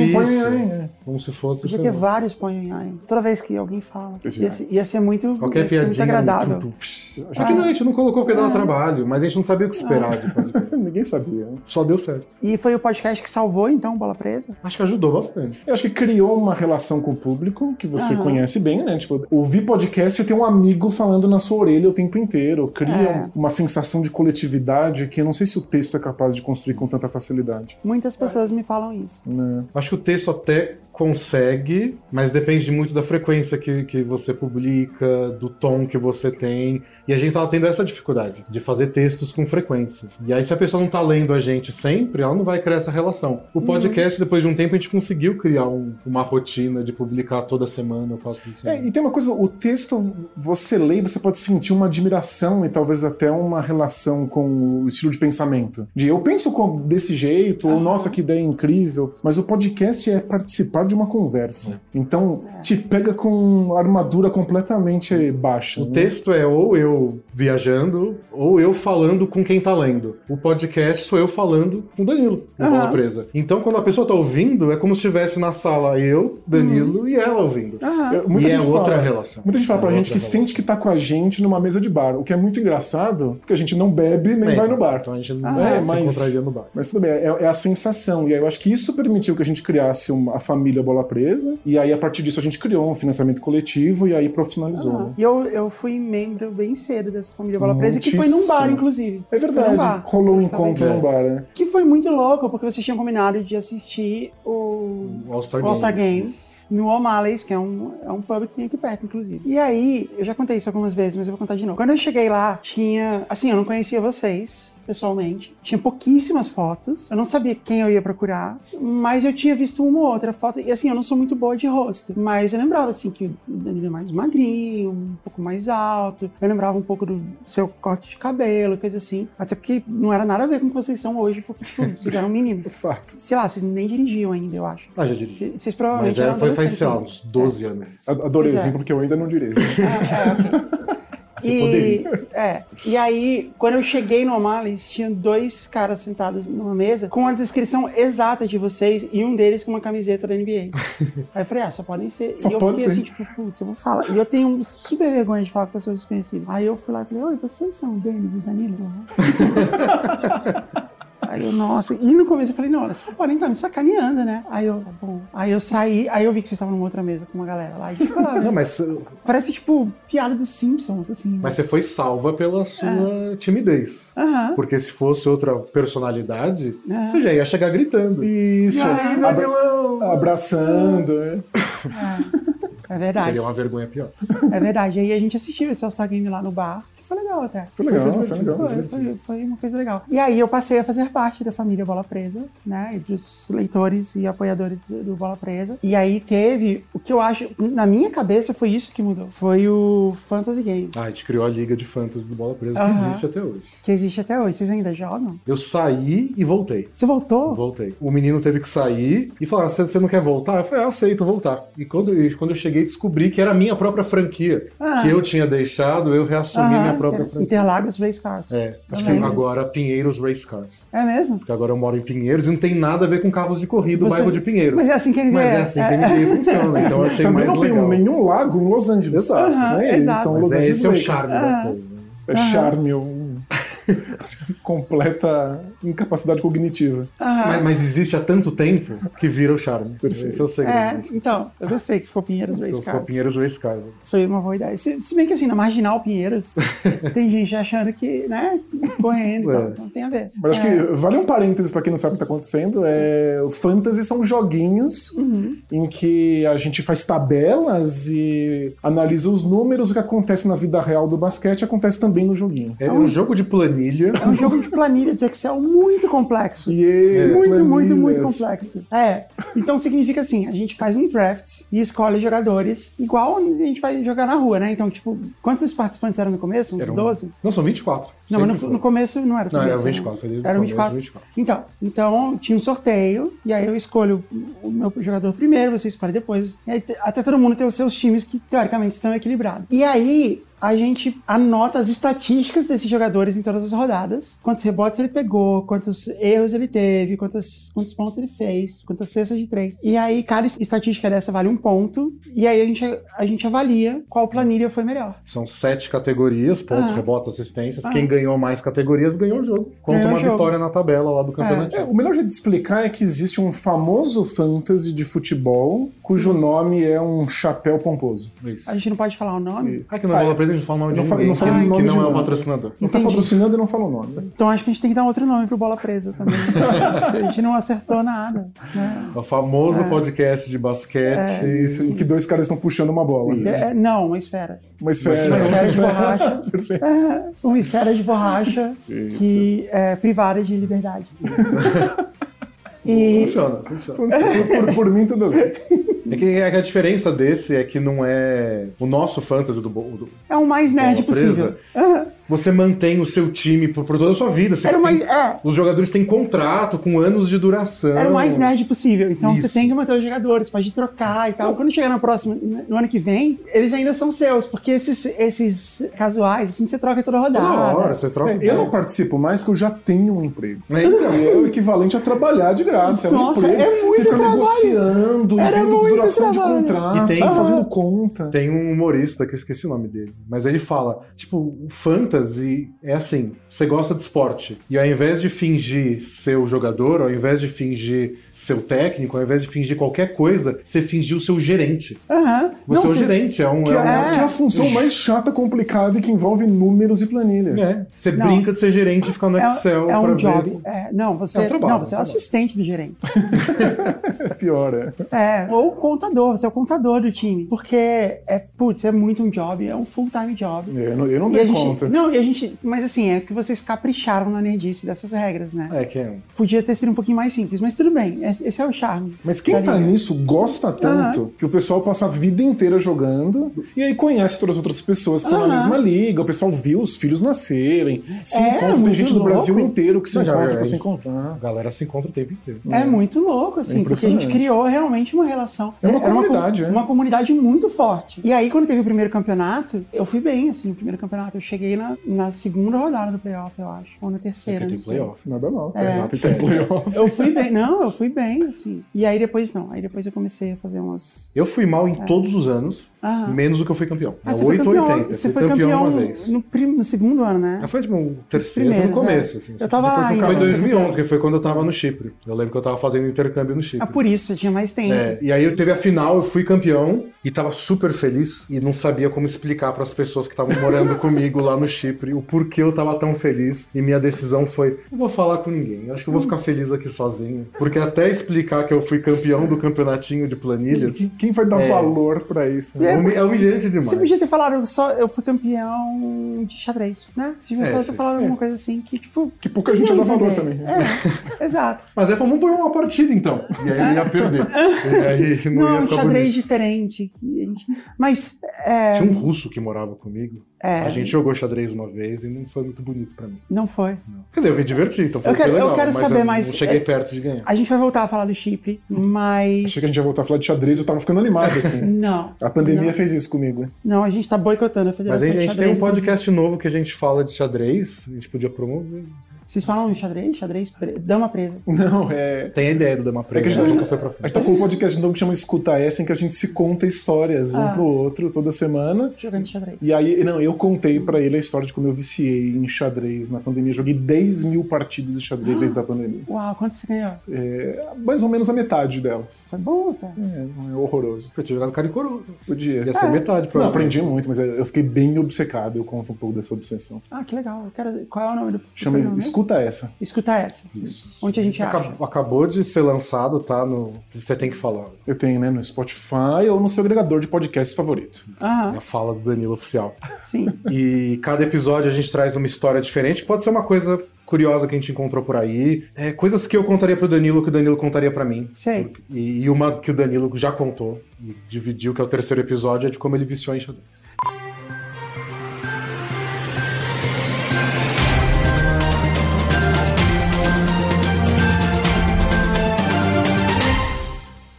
S2: Isso.
S3: põe,
S2: Como se fosse.
S1: Podia
S2: sei
S1: ter
S2: lá,
S1: vários ponhonhai. Toda vez que alguém fala.
S3: Esse
S1: Ia
S3: é.
S1: ser, ia ser muito,
S2: Qualquer
S1: ia ser assim, muito
S2: piadinha. é
S1: agradável. É.
S2: tum, tum, psh. A gente, não, a gente não colocou porque dava trabalho, mas a gente não sabia o que esperar de podcast.
S3: [laughs] Ninguém sabia. né?
S2: Só deu certo.
S1: E foi o podcast que salvou, então, Bola Presa?
S2: Acho que ajudou bastante.
S3: Eu acho que criou uma relação com o público que você
S1: Aham.
S3: conhece bem, né? Tipo, ouvir podcast e ter um amigo falando na sua orelha o tempo inteiro. Cria
S1: É.
S3: uma sensação de coletividade que eu não sei se o texto é capaz de construir com tanta facilidade.
S1: Muitas pessoas me falam isso.
S3: né?
S2: Acho que o texto até consegue, mas depende muito da frequência que, que você publica, do tom que você tem. E a gente tava tendo essa dificuldade de fazer textos com frequência. E aí, se a pessoa não tá lendo a gente sempre, ela não vai criar essa relação. O podcast, depois de um tempo, a gente conseguiu criar um- uma rotina de publicar toda semana, quase toda
S3: É,
S2: semana.
S3: e tem uma coisa, o texto você lê e você pode sentir uma admiração e talvez até uma relação com o estilo de pensamento. De eu penso com- desse jeito, ou nossa, que ideia incrível. Mas o podcast é participar de uma conversa.
S2: É.
S3: Então te pega com armadura completamente baixa.
S2: O
S3: né?
S2: texto é ou eu viajando, ou eu falando com quem tá lendo. O podcast sou eu falando com o Danilo, com
S1: Aham.
S2: bola presa. Então, quando a pessoa tá ouvindo, é como se estivesse na sala eu, Danilo e ela ouvindo.
S1: Aham.
S3: Eu- Uhum. Ah, muita
S2: e é
S3: gente
S2: outra
S3: fala,
S2: relação.
S3: Muita gente fala
S2: É
S3: pra gente
S2: outra
S3: que
S2: relação.
S3: sente que tá com a gente numa mesa de bar, o que é muito engraçado, porque a gente não bebe nem
S2: Bem,
S3: vai no bar.
S2: Então a gente não
S1: Ah,
S2: vai
S1: é,
S2: se
S3: mas-
S2: encontraria no bar.
S3: Mas tudo bem, é, é a sensação. E aí eu acho que isso permitiu que a gente criasse uma, a família Bola Presa. E aí, a partir disso, a gente criou um financiamento coletivo e aí profissionalizou.
S1: Aham.
S3: né?
S1: E eu, eu fui membro bem cedo dessa família Bola Presa, que foi num
S3: Muitíssimo.
S1: bar, inclusive.
S3: É
S1: Foi num
S3: verdade.
S1: bar.
S3: Rolou um encontro
S2: vendo?
S3: num bar, né?
S1: Que foi muito louco, porque vocês tinham combinado de assistir o
S2: O All-Star Game.
S1: All-Star Game no O'Malley's, que é um, é um pub que tem aqui perto, inclusive. E aí, eu já contei isso algumas vezes, mas eu vou contar de novo. Quando eu cheguei lá, tinha. Assim, eu não conhecia vocês pessoalmente. Tinha pouquíssimas fotos. Eu não sabia quem eu ia procurar, mas eu tinha visto uma ou outra foto. E assim, eu não sou muito boa de rosto, mas eu lembrava, assim, que o Danilo é mais magrinho, um pouco mais alto. Eu lembrava um pouco do seu corte de cabelo, coisa assim. Até porque não era nada a ver com o que vocês são hoje, porque, tipo, vocês eram meninos.
S3: Fato.
S1: Sei lá, vocês nem dirigiam ainda, eu acho.
S2: Ah, já dirigi.
S1: C- Vocês
S2: Mas
S1: provavelmente
S2: era,
S1: eram
S3: é
S2: foi faz, sei lá,
S1: adolescentes.
S2: uns 12 anos.
S3: A- Adorei,
S1: Pois é.
S3: assim, porque eu ainda não
S1: [laughs]
S3: direi.
S1: E, é, e aí, quando eu cheguei no O'Malley's, tinha dois caras sentados numa mesa com a descrição exata de vocês e um deles com uma camiseta da NBA.
S3: [laughs]
S1: aí eu falei, ah, só podem ser.
S3: Só
S1: e eu
S3: pode
S1: fiquei
S3: ser.
S1: assim, tipo, putz, eu vou falar. E eu tenho um super vergonha de falar com pessoas desconhecidas. Aí eu fui lá e falei, oi, vocês são o Denis e o
S3: [laughs]
S1: Danilo? Aí eu, nossa, e no começo eu falei, não, olha, vocês não podem estar me sacaneando, né? Aí eu, tá bom. Aí eu saí, aí eu vi que vocês estavam numa outra mesa com uma galera lá. E a gente foi lá, né?
S2: Não, mas,
S1: Parece, tipo, piada dos Simpsons, assim.
S2: mas você foi salva pela
S3: É.
S2: sua timidez.
S1: Aham.
S2: Porque se fosse outra personalidade,
S1: É.
S2: você já ia chegar gritando.
S3: Isso. Abra-
S2: Ah,
S3: abraçando, né?
S1: É verdade,
S2: Seria uma vergonha pior.
S1: é verdade. Aí a gente assistiu esse All-Star Game lá no bar, que foi legal até.
S3: Foi legal, foi,
S2: divertido,
S3: legal.
S1: Foi, foi, foi uma coisa legal. E aí eu passei a fazer parte da família Bola Presa, né? E dos leitores e apoiadores do, do Bola Presa. E aí teve o que eu acho, na minha cabeça foi isso que mudou. Foi o Fantasy Game,
S2: Ah, a gente criou a Liga de Fantasy do Bola Presa, que
S1: Aham.
S2: existe até hoje.
S1: que existe até hoje. Vocês ainda jogam?
S2: Eu saí e voltei.
S1: Você voltou?
S2: Voltei. O menino teve que sair e falaram: "Você- Você não quer voltar? Eu falei: ah, aceito voltar. E quando, e quando eu cheguei, descobri que era a minha própria franquia.
S1: Ah.
S2: Que eu tinha deixado, eu reassumi
S1: Aham.
S2: minha própria
S1: Inter-
S2: franquia.
S1: Interlagos Race Cars. É,
S2: É, acho
S1: Eu
S2: que
S1: lembro.
S2: agora Pinheiros Race Cars.
S1: mesmo?
S2: Porque agora eu moro em Pinheiros e não tem nada a ver com carros de corrida o
S1: Você-
S2: bairro de Pinheiros.
S1: Mas
S2: Mas
S1: é assim que ele
S2: é, assim que a NBA funciona. Então eu achei
S3: Assim, Também
S2: mais
S3: não tem um,
S2: legal.
S3: nenhum lago em Los Angeles.
S2: Exato.
S1: Aham,
S3: né? Eles
S1: exato.
S3: são
S2: Mas
S3: Los
S2: é,
S3: Angeles
S2: esse é o
S3: Lakers.
S2: charme
S1: Ah.
S2: da coisa. né?
S3: É charme, um- [laughs] completa incapacidade cognitiva.
S1: Aham.
S2: Mas, mas existe há tanto tempo que vira o charme.
S3: Perfeito.
S2: Esse é o segredo.
S1: É, então, eu gostei que ficou Pinheiros Race
S2: Eu
S1: Cars.
S2: com Pinheiros Race Cars.
S1: Foi uma boa ideia. Se, se bem que assim, na Marginal
S2: [laughs]
S1: Pinheiros, tem gente achando que, né, correndo, então,
S2: É.
S1: então tem a ver.
S3: Mas acho
S1: É.
S3: que vale um parênteses pra quem não sabe o que tá acontecendo. É, o Fantasy são joguinhos
S1: Uhum.
S3: em que a gente faz tabelas e analisa os números. O que acontece na vida real do basquete acontece também no joguinho.
S1: Então-
S2: É um jogo de planilha.
S1: É um jogo de planilha de Excel muito complexo.
S3: Yeah,
S1: Muito, muito,
S3: planilhas.
S1: muito complexo. É. Então significa assim, a gente faz um draft e escolhe jogadores, igual a gente vai jogar na rua, né? Então, tipo, quantos participantes eram no começo? Uns
S2: Eram-
S1: 12?
S2: Não, são 24.
S1: Não, mas
S2: Sempre
S1: no,
S2: foi.
S1: no começo não era
S2: Não, era
S1: começo, né?
S2: 24. Foi desde o
S1: Era
S2: começo,
S1: 24.
S2: 24.
S1: Então, então tinha um sorteio, e aí eu escolho o meu jogador primeiro, você escolhe depois. E aí, te- até todo mundo tem os seus times que, teoricamente, estão equilibrados. E aí, a gente anota as estatísticas desses jogadores em todas as rodadas. Quantos rebotes ele pegou, quantos erros ele teve, quantas, quantos pontos ele fez, quantas cestas de três. E aí, cada estatística dessa vale um ponto, e aí a gente, a gente avalia qual planilha foi melhor.
S2: São sete categorias, pontos,
S1: Ah.
S2: rebotes, assistências.
S1: Ah.
S2: Quem ganhou mais categorias ganhou o jogo. Conta
S1: Ganhou o
S2: uma
S1: jogo.
S2: vitória na tabela lá do campeonato.
S3: É, o melhor jeito de explicar é que existe um famoso fantasy de futebol cujo
S1: Hum.
S3: nome é um chapéu pomposo.
S2: É Isso.
S1: A gente não pode falar o nome,
S3: Isso.
S2: Ah, que não rola
S3: Ah,
S2: pra gente, não fala o nome de
S3: não fala-
S2: ninguém,
S3: não fala
S2: que-
S3: o nome
S2: que
S3: de
S2: não é o
S3: ninguém.
S2: patrocinador.
S3: Não tá
S1: Entendi.
S3: patrocinando e não fala o nome.
S1: Então acho que a gente tem que dar outro nome pro Bola Presa também. [laughs] a gente não acertou nada. né?
S2: É O famoso podcast de basquete.
S3: É Isso, em que dois caras estão puxando uma bola.
S1: É, não, uma esfera.
S3: Uma
S2: É,
S3: esfera.
S1: Uma esfera de borracha.
S2: [laughs]
S1: É, uma esfera de borracha que é privada de liberdade.
S2: [laughs]
S1: E
S2: Funciona, funciona.
S3: Por, por- por mim,
S1: [laughs]
S3: tudo bem.
S2: É que, é que a diferença desse é que não é o nosso fantasy do, bo- do-
S1: é o mais nerd
S2: Bola
S1: possível. Aham.
S2: Você mantém o seu time por, por toda a sua vida. Você
S1: Era o mais,
S2: tem-
S1: é,
S2: Os jogadores têm contrato com anos de duração.
S1: era o mais nerd possível. Então você
S2: Isso.
S1: tem que manter os jogadores, pode trocar e tal. Quando chegar na próxima, no ano que vem, eles ainda são seus, porque esses, esses casuais, assim, você troca toda rodada.
S2: Toda hora, você troca.
S1: É.
S3: Eu não participo mais porque eu já tenho um emprego.
S2: É,
S3: E é o equivalente a trabalhar de graça.
S1: Nossa,
S3: é um emprego.
S1: é muito
S3: Você fica
S1: trabalho.
S3: negociando,
S1: Era
S3: e vendo
S1: muito
S3: duração
S1: trabalho.
S3: de contrato,
S2: E tem-
S3: e fazendo
S1: Aham.
S3: conta.
S2: Tem um humorista que eu esqueci o nome dele, mas ele fala: tipo, o fantasy é assim, você gosta de esporte, e ao invés de fingir ser o jogador, ao invés de fingir ser o técnico, ao invés de fingir qualquer coisa, você fingiu ser o gerente.
S1: Aham.
S2: Você
S1: Não,
S2: é o
S1: você-
S2: gerente, é um.
S3: Que é,
S2: é um-
S3: a- que é a função mais chata, complicada e que envolve números e planilhas.
S2: é, Você
S1: Não.
S2: brinca de ser gerente e fica no
S1: É-
S2: Excel
S1: é
S2: pra
S1: um
S2: ver.
S1: job. É, não, você,
S2: É um trabalho,
S1: não, você é o
S2: é um trabalho.
S1: assistente do gerente.
S3: É pior, é.
S1: É, ou contador, você é o contador do time. Porque é, putz, é muito um job, é um full-time job.
S3: Eu não, eu não
S1: E a
S3: dei
S1: gente-
S3: conta.
S1: não, e a gente. Mas assim, é que vocês capricharam na nerdice dessas regras, né?
S2: É, que é.
S1: Podia ter sido um pouquinho mais simples, mas tudo bem, esse esse é o charme.
S3: Mas quem tá
S1: Carinha.
S3: nisso gosta tanto que o pessoal passa a vida inteira jogando e aí conhece todas as outras pessoas que estão
S1: Aham.
S3: na mesma liga. O pessoal viu os filhos nascerem, se
S1: É,
S3: encontra.
S1: muito
S3: Tem gente do
S1: louco.
S3: Brasil inteiro que se
S2: Não, já
S3: encontra
S2: é
S3: pra se
S2: isso.
S3: encontrar. Hum.
S2: A galera se encontra o tempo inteiro.
S1: É muito louco, assim, porque a gente
S3: impressionante.
S1: criou realmente uma relação.
S3: É uma
S1: Era co-
S3: comunidade, é.
S1: Uma comunidade muito forte. E aí, quando teve o primeiro campeonato, eu fui bem, assim, no primeiro campeonato. Eu cheguei na, na segunda rodada do playoff, eu acho, ou na terceira.
S2: Porque
S1: não
S2: tem
S1: sei.
S2: playoff.
S3: Nada mal, tá?
S1: É.
S3: Nada tem playoff.
S1: Eu fui bem, não, eu fui bem, assim. E aí depois não, aí depois eu comecei a fazer umas.
S2: Eu fui mal em todos os anos,
S1: É. Ah,
S2: menos o que eu fui campeão.
S1: ah
S2: É
S1: você foi
S2: 8
S1: campeão,
S2: 80.
S1: você
S2: Fui
S1: foi campeão,
S2: uma vez.
S1: No, prim- no segundo ano, né?
S2: Ah, Foi tipo um terceiro
S1: primeiros, é.
S2: no começo, assim.
S1: Eu tava
S3: Depois
S1: lá
S3: do
S1: ainda.
S2: Foi em
S3: Caramba.
S2: 2011, que foi quando eu tava no Chipre. Eu lembro que eu tava fazendo intercâmbio no Chipre.
S1: Ah, por isso, tinha mais tempo.
S2: É, e aí eu teve a final, eu fui campeão e tava super feliz e não sabia como explicar pras pessoas que estavam
S1: [laughs]
S2: morando comigo lá no Chipre o porquê eu tava tão feliz e minha decisão foi, não vou falar com ninguém, eu acho que eu vou ficar feliz aqui sozinho, porque até explicar que eu fui campeão do campeonatinho de planilhas
S3: Quem- Quem vai dar
S2: É.
S3: valor pra isso? né?
S1: É,
S2: é, humi- é humilhante demais.
S1: Você podia ter falado, eu, só, eu fui campeão de xadrez, né? Se você
S2: É,
S1: só
S2: sim.
S1: falar alguma coisa assim que, tipo.
S3: Que pouca gente
S1: e aí,
S3: dá valor
S1: velho?
S3: também.
S2: [laughs]
S1: É, exato.
S2: Mas é, vamos por uma partida então. E aí minha ia
S1: [laughs]
S2: perder. E aí não,
S1: Não, é
S2: ia
S1: um
S2: ficar
S1: xadrez
S2: bonito.
S1: diferente. E a gente- Mas é,
S2: Tinha um russo que morava comigo.
S1: é,
S2: A gente jogou xadrez uma vez e não foi muito bonito pra mim.
S1: não foi.
S2: Não. Quer dizer, eu me diverti, então foi
S1: Eu quero-
S2: foi legal.
S1: eu quero
S2: mas
S1: saber
S2: eu
S1: mais- é
S2: Não cheguei perto de ganhar.
S1: A gente vai voltar a falar do Chipre, mas.
S3: Achei que a gente ia voltar a falar de xadrez, eu tava ficando animado aqui.
S1: Não.
S3: A pandemia
S1: Não.
S3: fez isso comigo.
S1: Não, a gente tá boicotando a
S2: Mas
S1: Federação
S2: a gente, a
S1: de
S2: gente tem um
S1: Xadrez.
S2: podcast novo que a gente fala de xadrez, a gente podia promover.
S1: Vocês falam xadrez? Xadrez? Pre- Dama presa.
S3: Não, é.
S2: Tem a ideia do né? Dama Preta,
S3: É que a
S2: mas
S3: gente-
S2: nunca foi pra
S3: A gente
S2: frente.
S3: tá com um podcast novo que chama Escuta Essa, em que a gente se conta histórias um
S1: Ah.
S3: pro outro toda semana.
S1: Jogando xadrez.
S3: E aí, não, eu contei pra ele a história de como eu viciei em xadrez na pandemia. Eu Joguei 10 mil partidas de xadrez desde a pandemia. É,
S1: Uau, quanto você ganhou?
S3: Mais ou menos a metade delas.
S1: Foi bom, cara.
S3: É, não é horroroso.
S2: Eu tinha jogado cara e coroa.
S3: Podia.
S2: Ia ser
S1: É.
S2: metade,
S3: Não,
S2: provavelmente.
S3: aprendi muito, mas eu fiquei bem obcecado. Eu conto um pouco dessa obsessão.
S1: Ah, que legal. Eu quero... Qual é o nome do
S3: Chama
S1: programa mesmo?
S3: Escuta Essa.
S1: Escuta essa.
S2: Isso.
S1: Onde a gente acha?
S2: Acabou, acabou de ser lançado, tá? No... Você tem que falar.
S3: Eu tenho, né, no Spotify ou no seu agregador de podcast favorito.
S1: Aham,
S2: A fala do Danilo oficial.
S1: sim.
S2: E cada episódio a gente traz uma história diferente, que pode ser uma coisa curiosa que a gente encontrou por aí. É, coisas que eu contaria pro Danilo, que o Danilo contaria pra mim.
S1: Sei.
S2: E, e uma que o Danilo já contou e dividiu, que é o terceiro episódio, é de como ele viciou em xadrez.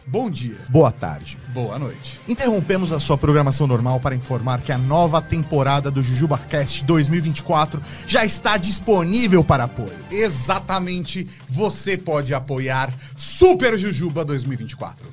S4: Bom dia,
S5: Boa tarde.
S4: boa noite.
S5: Interrompemos a sua programação normal para informar que a nova temporada do JujubaCast 2024 já está disponível para apoio.
S4: Exatamente, você pode apoiar Super Jujuba 2024.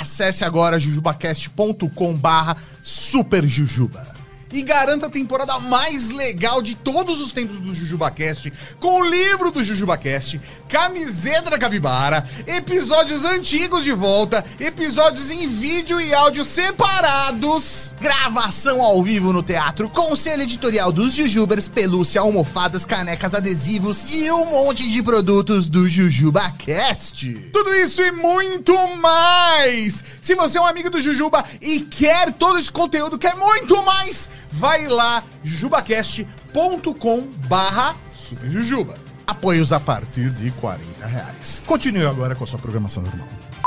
S5: Acesse agora jujubacast.com barra superjujuba.
S4: E garanta a temporada mais legal de todos os tempos do JujubaCast, com o livro do JujubaCast, camiseta da Capibara, episódios antigos de volta, episódios em vídeo e áudio separados.
S5: Gravação ao vivo no teatro, conselho editorial dos Jujubers, pelúcia, almofadas, canecas, adesivos e um monte de produtos do JujubaCast.
S4: Tudo isso e muito mais! Se você é um amigo do Jujuba e quer todo esse conteúdo, quer muito mais, vai lá, jujubacast.com barra superjujuba.
S5: Apoios a partir de 40 reais. Continue agora com a sua programação normal.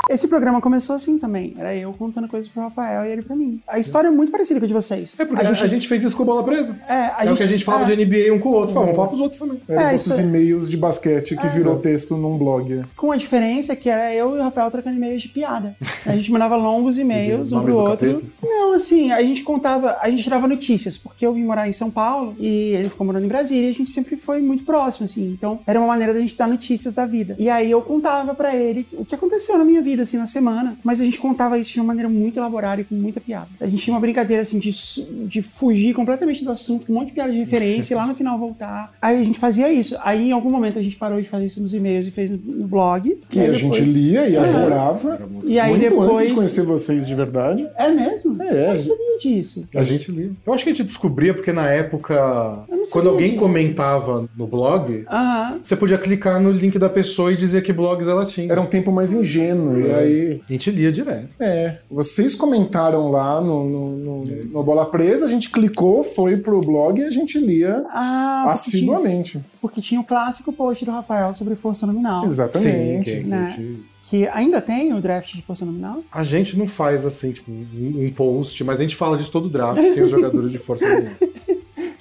S1: Esse programa começou assim também. Era eu contando coisas pro Rafael e ele pra mim. A história é muito parecida com a de vocês.
S2: É porque a gente, fez isso com bola presa.
S1: É, a
S2: é o que a gente fala de NBA um com o outro. Fala, vamos falar pros outros também.
S3: Eram
S1: É,
S3: nossos
S1: isso é-
S3: e-mails de basquete que virou texto num blog. é,
S1: Com a diferença que era eu e o Rafael trocando e-mails de piada.
S2: [laughs]
S1: A gente mandava longos e-mails
S2: De
S1: um
S2: nomes
S1: pro
S2: do
S1: outro.
S2: capeta?
S1: Não, assim, a gente contava, a gente tirava notícias, porque eu vim morar em São Paulo e ele ficou morando em Brasília e a gente sempre foi muito próximo, assim. Então, era uma maneira da gente dar notícias da vida. E aí eu contava pra ele o que aconteceu na minha vida, assim, na semana. Mas a gente contava isso de uma maneira muito elaborada e com muita piada. A gente tinha uma brincadeira, assim, de, su- de fugir completamente do assunto, com um monte de piada de referência, e lá no final voltar. Aí a gente fazia isso. Aí, em algum momento, a gente parou de fazer isso nos e-mails e fez no, no blog.
S3: Que
S1: E aí
S3: a gente
S1: depois- É.
S3: lia e adorava.
S1: E aí
S3: muito antes
S1: depois.
S3: de conhecer vocês de verdade.
S1: É mesmo?
S3: É,
S1: eu
S3: a
S1: não
S3: gente-
S1: sabia disso.
S2: A gente lia. Eu acho que a gente descobria porque na época,
S1: Eu não sabia
S2: quando alguém
S1: disso.
S2: comentava no blog,
S1: Aham.
S2: você podia clicar no link da pessoa e dizer que blogs ela tinha.
S3: Era um tempo mais ingênuo. E aí,
S2: A gente lia direto.
S3: é. Vocês comentaram lá no, no- no- no Bola Presa, a gente clicou, foi pro blog e a gente lia
S1: Ah, porque tinha,
S3: assiduamente.
S1: porque tinha o clássico post do Rafael sobre força nominal.
S3: Exatamente.
S2: Sim, que- que a
S1: Né?
S2: gente-
S1: Que ainda tem o draft de força nominal?
S2: A gente não faz assim, tipo, um um post, mas a gente fala disso todo o draft, tem os jogadores de força nenhuma.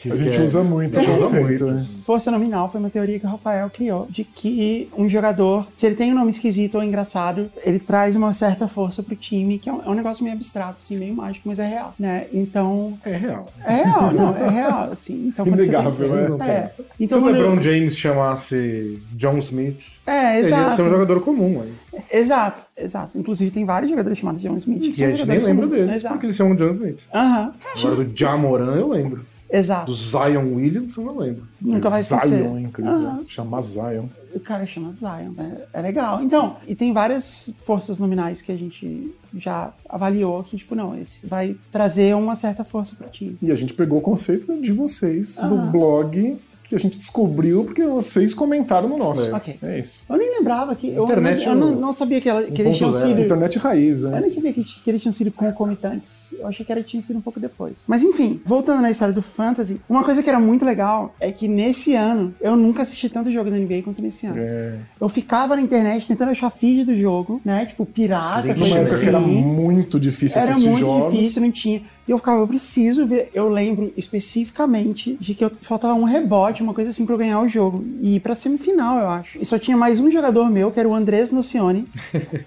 S3: A gente usa muito
S2: a
S3: o
S2: gente é. usa
S3: conceito.
S2: muito.
S3: né?
S1: Força nominal foi uma teoria que o Rafael criou de que um jogador, se ele tem um nome esquisito ou engraçado, ele traz uma certa força pro time, que é um, é um negócio meio abstrato, assim, meio mágico, mas é real, né? Então,
S2: É real.
S1: é real, não, é real, assim. Então, quando você tem-
S3: Inegável, né?
S1: É.
S2: Se
S1: Então,
S2: o
S1: quando eu-
S2: LeBron James chamasse John Smith,
S1: É,
S2: ele ia ser um
S1: exato.
S2: jogador comum. Aí.
S1: Exato, exato. Inclusive tem vários jogadores chamados John Smith que
S2: E
S1: são
S2: a gente nem
S1: jogadores
S2: lembra
S1: comuns.
S2: dele,
S1: um Exato.
S2: porque ele chama John Smith.
S1: Aham.
S2: Agora do Jamoran eu lembro.
S1: Exato.
S2: Do Zion Williams eu não lembro.
S1: Nunca vai
S3: Zion,
S1: esquecer. Ah.
S3: é incrível.
S1: Aham.
S3: Chamar Zion.
S1: O cara chama Zion. né? É, legal. Então, e tem várias forças nominais que a gente já avaliou que, tipo, não, esse vai trazer uma certa força pro time.
S3: E a gente pegou o conceito de vocês, do
S1: Aham.
S3: blog, que a gente descobriu porque vocês comentaram no nosso. É,
S1: Ok.
S3: isso.
S1: Eu nem lembrava que. Eu,
S2: Internet
S1: eu
S3: é
S1: não,
S2: um-
S1: não sabia que, ela- que eles tinham
S2: 1.0.
S1: sido.
S3: Internet raiz,
S1: Eu
S3: né?
S1: nem sabia que, que eles tinham sido concomitantes. Eu achei que era, tinha sido um pouco depois. Mas enfim, voltando na história do Fantasy, uma coisa que era muito legal é que nesse ano eu nunca assisti tanto jogo da NBA quanto nesse
S3: É.
S1: ano. Eu ficava na internet tentando achar feed do jogo, né? Tipo, pirata,
S2: Sleep
S1: coisa
S3: Numa época
S1: assim.
S3: que era muito difícil
S1: Era
S3: assistir
S1: muito
S3: jogos.
S1: difícil, não tinha. E eu ficava, eu preciso ver. Eu lembro especificamente de que eu faltava um rebote, uma coisa assim, pra eu ganhar o jogo. E ir pra semifinal, eu acho. E só tinha mais um jogador meu, que era o Andrés
S2: [laughs]
S1: Nocione,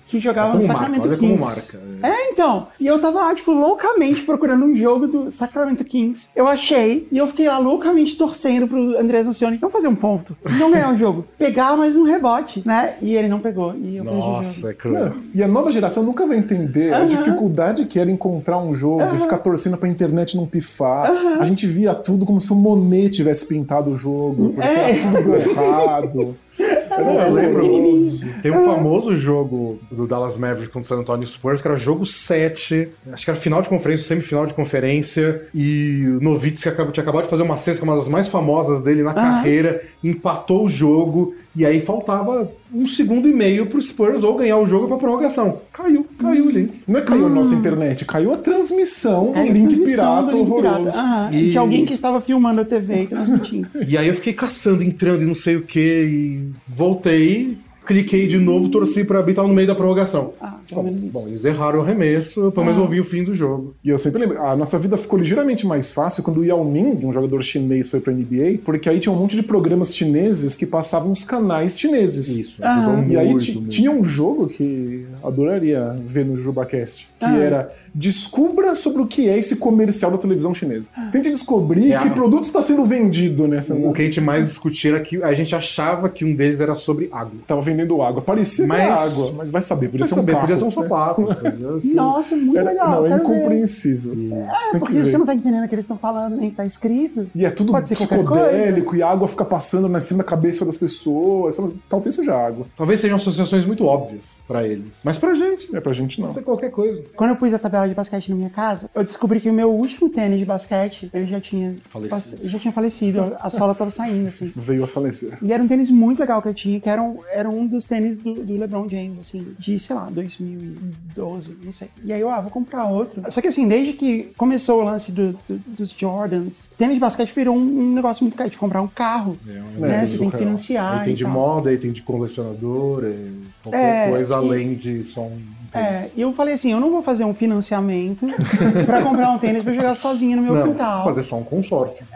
S1: que jogava no
S2: Como marca,
S1: Sacramento
S2: olha como
S1: Kings.
S2: marca.
S1: É, então. E eu tava lá, tipo, loucamente procurando um jogo do Sacramento Kings. Eu achei, e eu fiquei lá loucamente torcendo pro Andrés Nocione não fazer um ponto, não ganhar o jogo, pegar mais um rebote, né? E ele não pegou. E eu perdi o jogo.
S2: Nossa, é cruel.
S3: Não, E a nova geração nunca vai entender a
S1: Aham.
S3: dificuldade que era encontrar um jogo, e ficar torcendo pra internet não pifar. A gente via tudo como se o Monet tivesse pintado o jogo, porque
S1: É.
S3: era tudo errado.
S1: [laughs]
S3: Era
S2: Eu lembro,
S3: horroroso.
S2: tem um famoso jogo do Dallas Mavericks contra o San Antonio Spurs, que era jogo 7, acho que era final de conferência, semifinal de conferência, e o Novitz, que acabou- tinha acabado de fazer uma cesta, que é uma das mais famosas dele
S3: Ah.
S2: na carreira, empatou o jogo, e aí faltava um segundo e meio pro Spurs ou ganhar o jogo pra prorrogação. Caiu, caiu ali.
S3: Não é caiu a nossa internet, caiu a transmissão do
S1: Hum. Caiu
S3: link
S1: transmissão
S3: pirata
S1: do link
S3: horroroso.
S1: pirata. Aham,
S2: E-
S1: Que alguém que estava filmando a TV e
S3: [laughs]
S1: transmitindo.
S2: E aí eu fiquei caçando, entrando e não sei o que, e voltei, cliquei de novo, torci pra abrir, tava no meio da prorrogação.
S1: Ah, pelo
S2: Bom,
S1: menos isso. Ah.
S2: bom, eles erraram o arremesso, eu pelo menos ouvi o fim do jogo.
S3: E eu sempre lembro, a nossa vida ficou ligeiramente mais fácil quando o Yao Ming, um jogador chinês, foi pra NBA, porque aí tinha um monte de programas chineses que passavam os canais chineses. Ah.
S2: Isso,
S1: Aham.
S2: ajudou
S3: E aí
S2: muito,
S3: ti-
S2: muito.
S3: tinha um jogo que adoraria ver no Jubacast, que
S1: Ah.
S3: era descubra sobre o que é esse comercial da televisão chinesa.
S1: Ah.
S3: Tente descobrir
S2: É a-
S3: que produto está sendo vendido nessa.
S2: O que a gente mais discutia era que a gente achava que um deles era sobre água.
S3: Tava vendendo água. Parecia que era
S2: Mas-
S3: água, mas vai saber, podia
S2: Podia
S3: ser um
S2: saber,
S3: carro.
S2: podia ser um
S3: né?
S2: sapato. [laughs] coisa assim.
S1: Nossa, muito
S3: Era-
S1: legal.
S3: não, é
S1: quero ver.
S3: incompreensível.
S1: É,
S3: Tem que
S1: porque
S3: ver.
S1: você não tá entendendo o que eles estão falando, nem o que tá escrito.
S3: E é tudo
S1: Pode ser qualquer
S3: psicodélico, e a água fica passando na cima da cabeça das pessoas. Fala, assim, Talvez seja água.
S2: Talvez sejam associações muito óbvias pra eles. Mas pra gente,
S3: É pra gente não.
S2: pode ser qualquer coisa.
S1: Quando eu pus a tabela de basquete na minha casa, eu descobri que o meu último tênis de basquete, ele já tinha
S2: Falecido.
S1: pass- já tinha falecido. A sola tava saindo, assim.
S3: Veio a falecer.
S1: E era um tênis muito legal que eu tinha, que era um, era um dos tênis do, do LeBron James, assim, de, sei lá, 2012, não sei. E aí eu, ah, vou comprar outro. Só que assim, desde que começou o lance do- do- dos Jordans, tênis de basquete virou um, um negócio muito caro, de comprar um carro, né?
S3: é
S1: Você tem que
S3: surreal.
S1: financiar
S2: aí tem
S1: e
S2: de
S1: tal.
S2: moda, aí tem de colecionador, e qualquer
S1: É,
S2: coisa
S1: e-
S2: além de só um.
S1: É, e eu falei assim, eu não vou fazer um financiamento [laughs] pra comprar um tênis pra jogar sozinho no meu
S2: Não,
S1: quintal.
S2: fazer só um consórcio.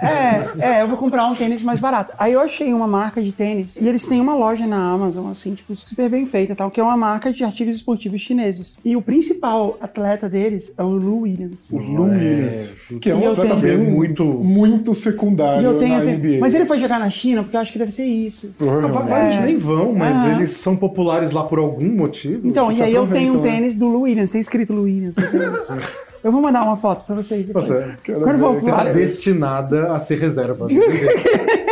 S1: É, é, eu vou comprar um tênis mais barato. Aí eu achei uma marca de tênis e eles têm uma loja na Amazon, assim, tipo, super bem feita e tal, que é uma marca de artigos esportivos chineses. E o principal atleta deles é o Lou Williams.
S3: O Lou
S2: É,
S3: Williams, que é
S1: e
S3: um
S1: eu
S3: atleta
S1: tenho-
S3: bem
S2: muito-
S3: muito secundário
S1: E eu tenho,
S3: na
S1: eu tenho-
S3: NBA.
S1: Mas ele foi jogar na China porque eu acho que deve ser isso.
S3: Provavelmente.
S2: Vários nem vão, mas
S1: Então, é. Aham.
S2: eles são populares lá por algum motivo.
S1: Então,
S3: Eles
S1: e aí eu tenho um
S3: aproveitam, né?
S1: tênis do Lou Williams, tem escrito Lou Williams. no
S2: [laughs]
S1: tênis. eu vou mandar uma foto pra
S2: Tá
S1: vocês depois.
S2: Você-
S3: é, quero
S1: Quando for
S3: ver,
S1: pro
S2: Tá
S1: ar-
S2: destinada a ser reserva.
S1: [laughs]
S2: né?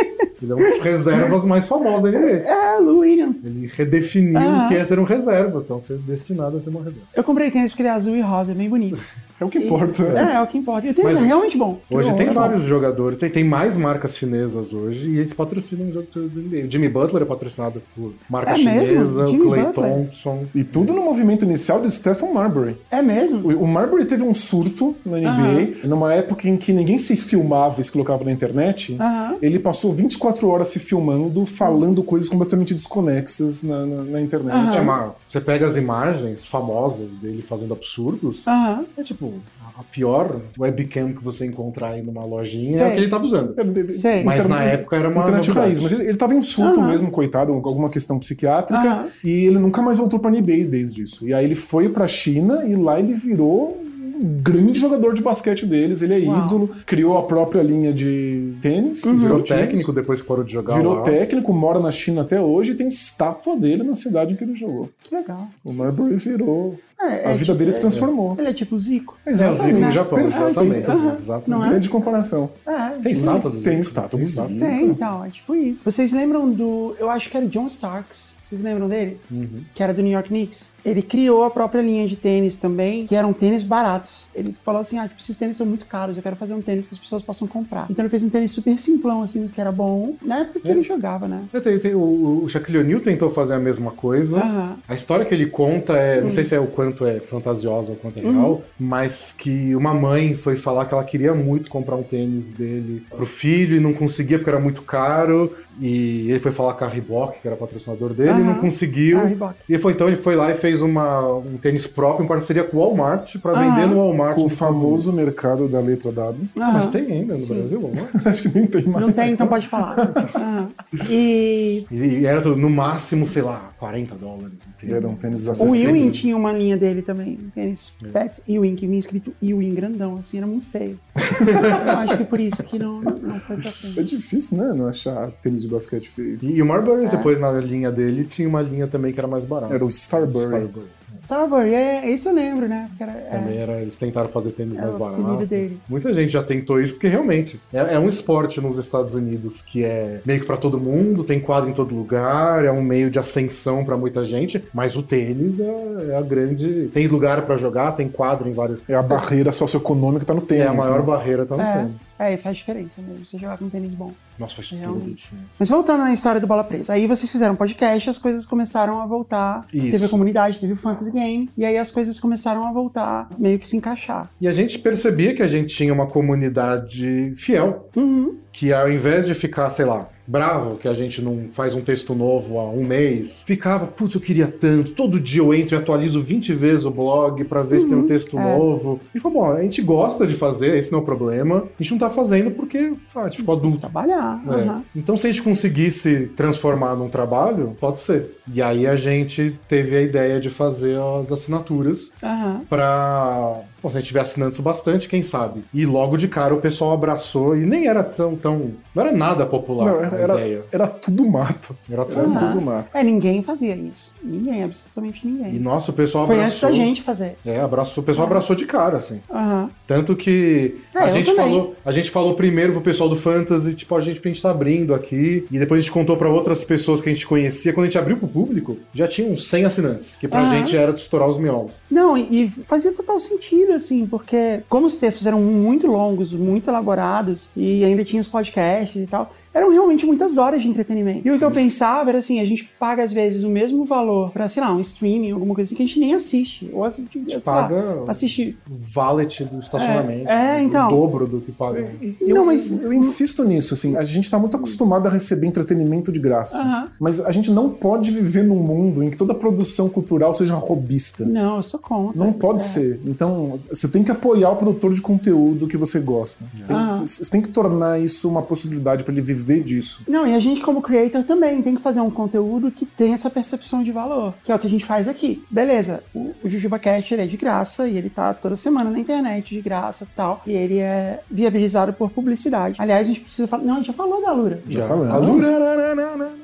S2: Ele é um dos reservas mais famosos da NBA.
S1: É, Lou Williams.
S2: Ele redefiniu
S1: Aham.
S2: o que é ser um reserva, então ser destinado a ser uma reserva.
S1: Eu comprei tênis porque ele é azul e rosa, é bem bonito.
S3: É o que importa. né?
S1: É, é o que importa. E o tênis
S2: Mas-
S1: é realmente bom.
S2: Hoje
S1: Bom,
S2: tem
S1: é bom.
S2: vários jogadores, tem, tem mais marcas chinesas hoje e eles patrocinam o jogo todo do NBA. O Jimmy Butler é patrocinado por marca
S1: É mesmo?
S2: chinesa,
S1: Jimmy
S2: o Clay
S1: Butler?
S2: Thompson.
S3: E tudo no movimento inicial de Stephen Marbury.
S1: É mesmo?
S3: O o Marbury teve um surto na NBA, numa época em que ninguém se filmava e se colocava na internet.
S1: Aham.
S3: Ele passou 24 horas se filmando,
S1: Hum.
S3: falando coisas completamente desconexas na, na- na internet.
S2: É uma- você pega as imagens famosas dele fazendo absurdos,
S1: Aham.
S2: é tipo a- a pior webcam que você encontrar aí numa lojinha é
S1: Sei.
S2: a que ele tava usando.
S1: Sei.
S2: Mas na época era uma
S3: é, internet
S2: novidade.
S3: raiz, mas ele, ele tava em surto
S1: Aham.
S3: mesmo, coitado, com alguma questão psiquiátrica,
S1: Aham.
S3: e ele nunca mais voltou pra NBA desde isso. E aí ele foi pra China e lá ele virou um grande jogador de basquete deles, ele é
S1: Uau.
S3: ídolo, criou a própria linha de tênis,
S2: Uhum. Virou
S3: esportivos,
S2: técnico depois que parou de jogar
S3: virou
S2: lá.
S3: técnico, mora na China até hoje e tem estátua dele na cidade em que ele jogou.
S1: Que legal.
S3: O Marbury virou,
S1: É,
S3: a
S1: é
S3: vida
S1: tipo-
S3: dele
S1: é-
S3: se transformou.
S1: Ele é tipo Zico.
S2: É, o Zico
S3: Exatamente.
S2: do Japão,
S3: Perfeito.
S2: exatamente.
S1: Aham.
S2: exatamente.
S1: Não é?
S3: Grande comparação.
S1: É.
S2: Tem
S1: tipo-
S2: estátua do
S3: Tem
S2: Zico?
S3: estátua do Zico.
S1: Tem, então, é tipo isso. Vocês lembram do. Eu acho que era John Starks. Vocês Vocês lembram dele?
S2: Uhum.
S1: Que era do New York Knicks. Ele criou a própria linha de tênis também, que eram tênis baratos. Ele falou assim: ah, tipo, esses tênis são muito caros, eu quero fazer um tênis que as pessoas possam comprar. Então ele fez um tênis super simplão, assim, mas que era bom. Na época
S3: É.
S1: que ele jogava, né?
S2: Eu tenho- tenho- o, o Shaquille O'Neal tentou fazer a mesma coisa.
S1: Aham.
S2: A história que ele conta é, não sei se é o quanto é fantasiosa ou quanto é real, mas que uma mãe foi falar que ela queria muito comprar um tênis dele pro filho e não conseguia porque era muito caro. E ele foi falar com a Reebok, que era patrocinador dele, e não
S1: Aham.
S2: conseguiu.
S1: Ah, Reebok.
S2: E foi então ele foi lá e fez uma, um tênis próprio em parceria com o Walmart pra
S1: Aham.
S2: vender no Walmart.
S3: Com o
S2: nos Estados
S3: famoso
S2: Unidos.
S3: mercado da letra W.
S1: Aham.
S2: Mas tem ainda no
S1: Sim.
S2: Brasil, Walmart.
S3: [laughs] Acho que nem tem mais.
S1: Não tem,
S3: [laughs]
S1: então pode falar. Ah, E
S2: E era no máximo, sei lá, 40 dólares. entendeu?
S3: Era um tênis
S2: é
S1: o
S3: acessível.
S1: Ewing tinha uma linha dele também, um tênis Pets Ewing, que vinha escrito Ewing grandão, assim, era muito
S2: [laughs]
S1: feio. Eu acho que por isso que não, não foi pra
S3: É
S1: frente.
S3: difícil, né? Não achar tênis de basquete feio.
S2: E o Marbury, depois na linha dele, tinha uma linha também que era mais barata.
S3: Era o Starbury.
S2: Starbury.
S1: Starbury, é, esse eu lembro, né? Porque era,
S2: Também
S1: é,
S2: era, eles tentaram fazer tênis
S1: Era
S2: mais
S1: o
S2: barato.
S1: apelido dele.
S2: Muita gente já tentou isso, porque realmente é, é um esporte nos Estados Unidos que é meio que pra todo mundo, tem quadro em todo lugar, é um meio de ascensão pra muita gente, mas o tênis é, é a grande. Tem lugar pra jogar, tem quadro em vários.
S3: É a barreira socioeconômica que tá no tênis.
S2: É a maior
S3: né?
S2: barreira, tá no tênis.
S1: é, é, e faz diferença mesmo, você jogar com um tênis bom.
S2: Nossa, faz tudo.
S1: Realmente.
S2: gente.
S1: Mas voltando na história do Bola Presa, aí vocês fizeram um podcast, as coisas começaram a voltar.
S2: Isso.
S1: Teve a comunidade, teve o Fantasy Game, e aí as coisas começaram a voltar, meio que se encaixar.
S2: E a gente percebia que a gente tinha uma comunidade fiel,
S1: Uhum.
S2: que ao invés de ficar, sei lá, bravo que a gente não faz um texto novo há um mês, ficava, putz, eu queria tanto, todo dia eu entro e atualizo 20 vezes o blog pra ver se
S1: Uhum,
S2: tem um texto
S1: é.
S2: novo. E foi bom, a gente gosta de fazer, esse não é o problema. A gente não tá fazendo porque ah, a gente ficou adulto.
S1: Trabalhar.
S2: É.
S1: aham.
S2: Então, se a gente conseguisse transformar num trabalho, pode ser. E aí a gente teve a ideia de fazer as assinaturas
S1: Aham.
S2: pra. Bom, se a gente tiver assinantes o bastante, quem sabe? E logo de cara o pessoal abraçou e nem era tão. tão não era nada popular
S3: Não,
S2: a
S3: era, era,
S2: ideia.
S3: era tudo mato.
S2: Era
S3: Era
S2: tão.
S1: Ah.
S3: tudo mato.
S1: É, ninguém fazia isso. Ninguém, absolutamente
S2: E
S1: ninguém.
S2: nossa, o pessoal
S1: Foi antes
S2: abraçou.
S1: da gente fazer.
S2: É, abraçou, o pessoal abraçou de cara, assim.
S1: Aham.
S2: Tanto que
S1: É,
S2: a,
S1: eu
S2: gente
S1: também.
S2: falou, a gente falou primeiro pro pessoal do Fantasy, tipo, a gente, a gente tá abrindo aqui. E depois a gente contou pra outras pessoas que a gente conhecia. Quando a gente abriu pro público, já tinha uns 100 assinantes, que pra
S1: Aham.
S2: gente era de estourar os miolos.
S1: Não, e, e fazia total sentido, assim, porque como os textos eram muito longos, muito elaborados, e ainda tinha os podcasts e tal, eram realmente muitas horas de entretenimento. E o que eu pensava era assim, a gente paga às vezes o mesmo valor pra, sei lá, um streaming, alguma coisa assim, que a gente nem assiste. Ou assiste, sei lá,
S2: Paga
S1: assiste.
S2: o valet do estacionamento.
S1: É, é, então.
S2: O dobro do que paga.
S3: Eu,
S1: Não, mas-
S3: eu insisto nisso, assim, a gente tá muito acostumado a receber entretenimento de graça.
S1: Aham.
S3: Mas a gente não pode viver num mundo em que toda produção cultural seja robista.
S1: Não, eu sou contra.
S3: Não pode
S1: É.
S3: ser. Então, você tem que apoiar o produtor de conteúdo que você gosta. Tem-
S1: Ah.
S3: Você tem que tornar isso uma possibilidade pra ele viver disso.
S1: Não, e a gente, como creator, também tem que fazer um conteúdo que tenha essa percepção de valor, que é o que a gente faz aqui. Beleza, o, o JujubaCast ele é de graça e ele tá toda semana na internet de graça e tal. E ele é viabilizado por publicidade. Aliás, a gente precisa falar. Não, a gente já falou da Lura.
S3: Já falamos.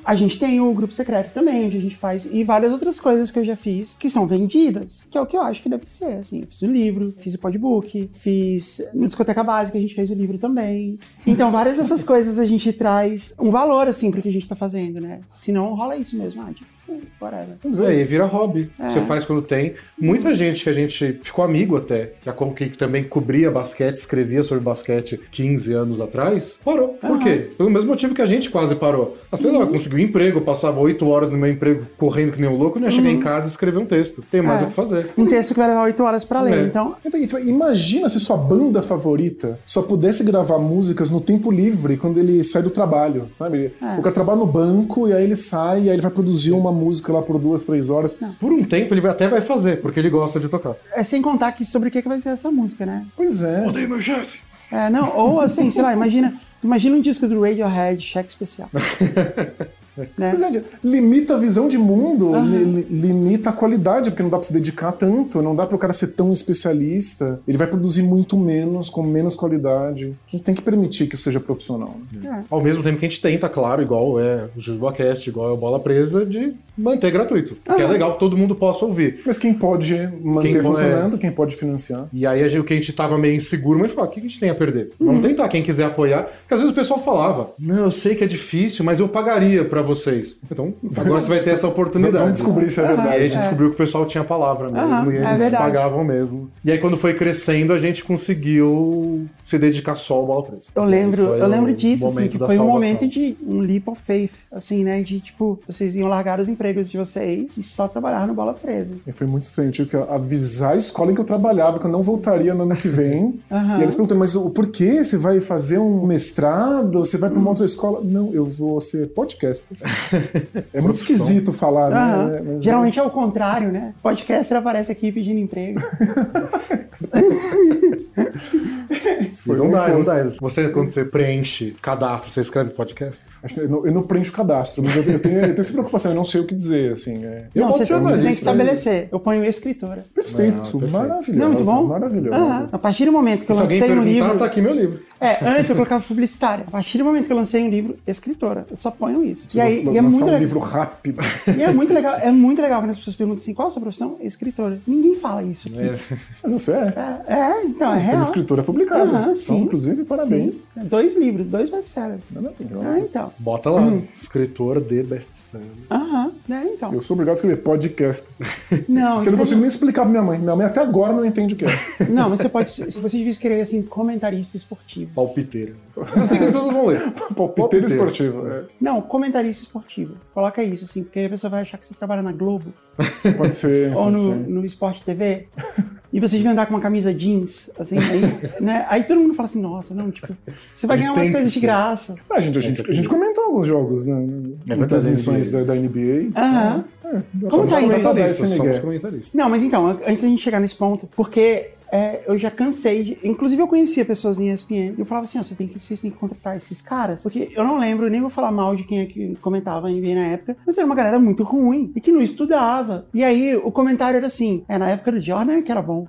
S1: A gente tem o grupo secreto também, onde a gente faz, e várias outras coisas que eu já fiz que são vendidas, que é o que eu acho que deve ser, assim. Eu fiz o livro, fiz o podbook, fiz. Na discoteca básica a gente fez o livro também. Então, várias dessas coisas a gente traz um valor, assim, pro que a gente tá fazendo, né? Senão rola isso mesmo. Ah, tipo, sim, whatever.
S2: Mas aí é, vira hobby.
S1: É.
S2: Você faz quando tem. Muita gente que a gente ficou amigo até, que, a- que também cobria basquete, escrevia sobre basquete 15 anos atrás, parou. Por
S1: Aham. Uhum.
S2: quê? Pelo mesmo motivo que a gente quase parou. Ah, sei lá, eu consegui um emprego, eu passava 8 horas no meu emprego correndo que nem um louco, né? Cheguei em casa e escrevi um texto. Tem mais
S1: Uhum. É.
S2: o que fazer.
S1: Um texto que vai levar oito horas pra ler.
S2: É.
S1: Então,
S3: Então, tipo, imagina se sua banda favorita só pudesse gravar músicas no tempo livre quando ele sai do trabalho, sabe?
S1: É.
S3: O cara trabalha no banco e aí ele sai e aí ele vai produzir uma música lá por duas, três horas.
S2: Por um tempo ele vai- até vai fazer, porque ele gosta de tocar.
S1: é sem contar que sobre o que, que vai ser essa música, né?
S3: Pois é.
S2: Odeio meu chefe!
S1: É, não, ou assim, sei lá, imagina. Imagina um disco do Radiohead, cheque especial. né?
S3: Pois é, limita a visão de mundo,
S1: Aham.
S3: li- li- limita a qualidade, porque não dá pra se dedicar tanto, não dá pro cara ser tão especialista. Ele vai produzir muito menos, com menos qualidade. A gente tem que permitir que isso seja profissional. né?
S1: É.
S2: Ao mesmo tempo que a gente tenta, claro, igual é o Jubacast, igual é o Bola Presa, de manter gratuito. Que é legal que todo mundo possa ouvir.
S3: Mas quem pode manter
S2: Quem pode-
S3: funcionando, quem pode financiar.
S2: E aí a gente, o que a gente tava meio inseguro, mas falou, "Ah, o que a gente tem a perder?
S1: Uhum.
S2: Vamos tentar, quem quiser apoiar. Porque às vezes o pessoal falava, não, eu sei que é difícil, mas eu pagaria pra vocês. Então, agora você vai ter essa oportunidade.
S3: Vamos descobrir se é
S2: E aí a
S3: verdade.
S2: gente descobriu que o pessoal tinha a palavra mesmo,
S1: Aham,
S2: e
S1: é
S2: eles
S1: verdade.
S2: pagavam mesmo. E aí quando foi crescendo, a gente conseguiu se dedicar só ao Bola 3.
S1: Eu lembro,
S2: Foi
S1: eu lembro
S2: o
S1: disso, assim,
S2: momento
S1: que
S2: da
S1: foi um
S2: salvação.
S1: momento de um leap of faith, assim, né? De tipo, vocês iam largar os empregos de vocês e só trabalhar no bola presa.
S3: E Foi muito estranho. Eu tive que avisar a escola em que eu trabalhava, que eu não voltaria no ano que vem.
S1: [laughs] Aham.
S3: E eles perguntam, mas o porquê? Você vai fazer um mestrado? Você vai para
S1: Hum.
S3: uma outra escola? Não, eu vou ser
S1: [laughs]
S3: podcaster. é muito
S2: Profissão.
S3: esquisito falar,
S1: Aham.
S3: né? Mas-
S1: Geralmente é o contrário, né? Podcaster aparece aqui pedindo emprego.
S2: Foi
S3: Foi
S2: não
S3: um
S2: dá, não
S3: imposto.
S2: dá. Você, quando você preenche cadastro, você escreve podcast?
S3: Acho que eu, não, eu não preencho o cadastro, mas eu, eu tenho, eu tenho essa preocupação, eu não sei o que dizer, assim. É
S2: Eu
S1: não,
S2: gosto
S1: você,
S2: de chamar
S1: você tem que
S2: disso, né?
S1: estabelecer. Eu ponho escritora.
S3: perfeito,
S2: Não, perfeito.
S3: maravilhoso.
S1: Não, muito bom?
S3: Maravilhoso.
S1: Aham. A partir do momento que eu
S2: Se alguém
S1: lancei um
S2: perguntar,
S1: livro.
S2: tá aqui meu livro.
S1: É, antes eu colocava publicitária. A partir do momento que eu lancei um livro, escritora. Eu só ponho isso.
S3: Preciso
S1: e aí
S3: lan-
S1: e é
S3: lançar
S1: muito
S3: um
S1: legal.
S3: livro rápido.
S1: E é muito legal, é muito legal quando as pessoas perguntam assim: qual a sua profissão? Escritora. Ninguém fala isso aqui.
S3: Mas você é.
S1: É, é, então, é
S3: Você é uma
S1: real.
S3: escritora publicada.
S1: Aham,
S3: então,
S1: sim.
S3: inclusive, parabéns.
S1: Sim. Dois livros, dois best-sellers.
S3: Maravilhosa.
S1: Ah, então.
S2: Bota lá, escritor de best-seller.
S1: Aham, né, então.
S3: Eu sou obrigado a escrever podcast.
S1: Não,
S3: Eu não
S1: escreve-
S3: consigo nem explicar pra minha mãe. Minha mãe até agora não entende o que é.
S1: [laughs] não, mas você pode. se Você devia escrever assim, comentarista esportivo.
S2: Palpiteiro. É assim que as pessoas vão ler.
S3: Palpiteiro esportivo.
S1: [laughs]
S3: é.
S1: Não, comentarista esportivo. Coloca isso, assim, porque aí a pessoa vai achar que você trabalha na Globo
S3: Pode
S1: ou
S3: ser. É, pode
S1: no,
S3: ser.
S1: no Esporte TV. E você devia andar com uma camisa jeans, assim, aí, né? Aí todo mundo fala assim, nossa, não, tipo, você vai ganhar umas
S2: Tem que
S1: coisas de
S2: ser.
S1: graça.
S3: Ah, gente, a, gente, a gente comentou alguns jogos, né? em
S2: É verdade,
S3: transmissões
S2: NBA.
S3: da, da NBA.
S1: Aham.
S3: É,
S1: Como tá
S3: dá pra-
S1: indo
S3: dá pra
S1: isso?
S3: dar esse
S2: Somos
S3: migué.
S2: comentaristas.
S1: Não, mas então, antes da gente chegar nesse ponto, porque é, eu já cansei. de- inclusive, eu conhecia pessoas em ESPN e eu falava assim: ó, você tem que, vocês têm que contratar esses caras. Porque eu não lembro, nem vou falar mal de quem é que comentava a NBA na época, mas era uma galera muito ruim e que não estudava. E aí o comentário era assim: é na época do Jordan é que era
S2: [laughs]
S1: bom.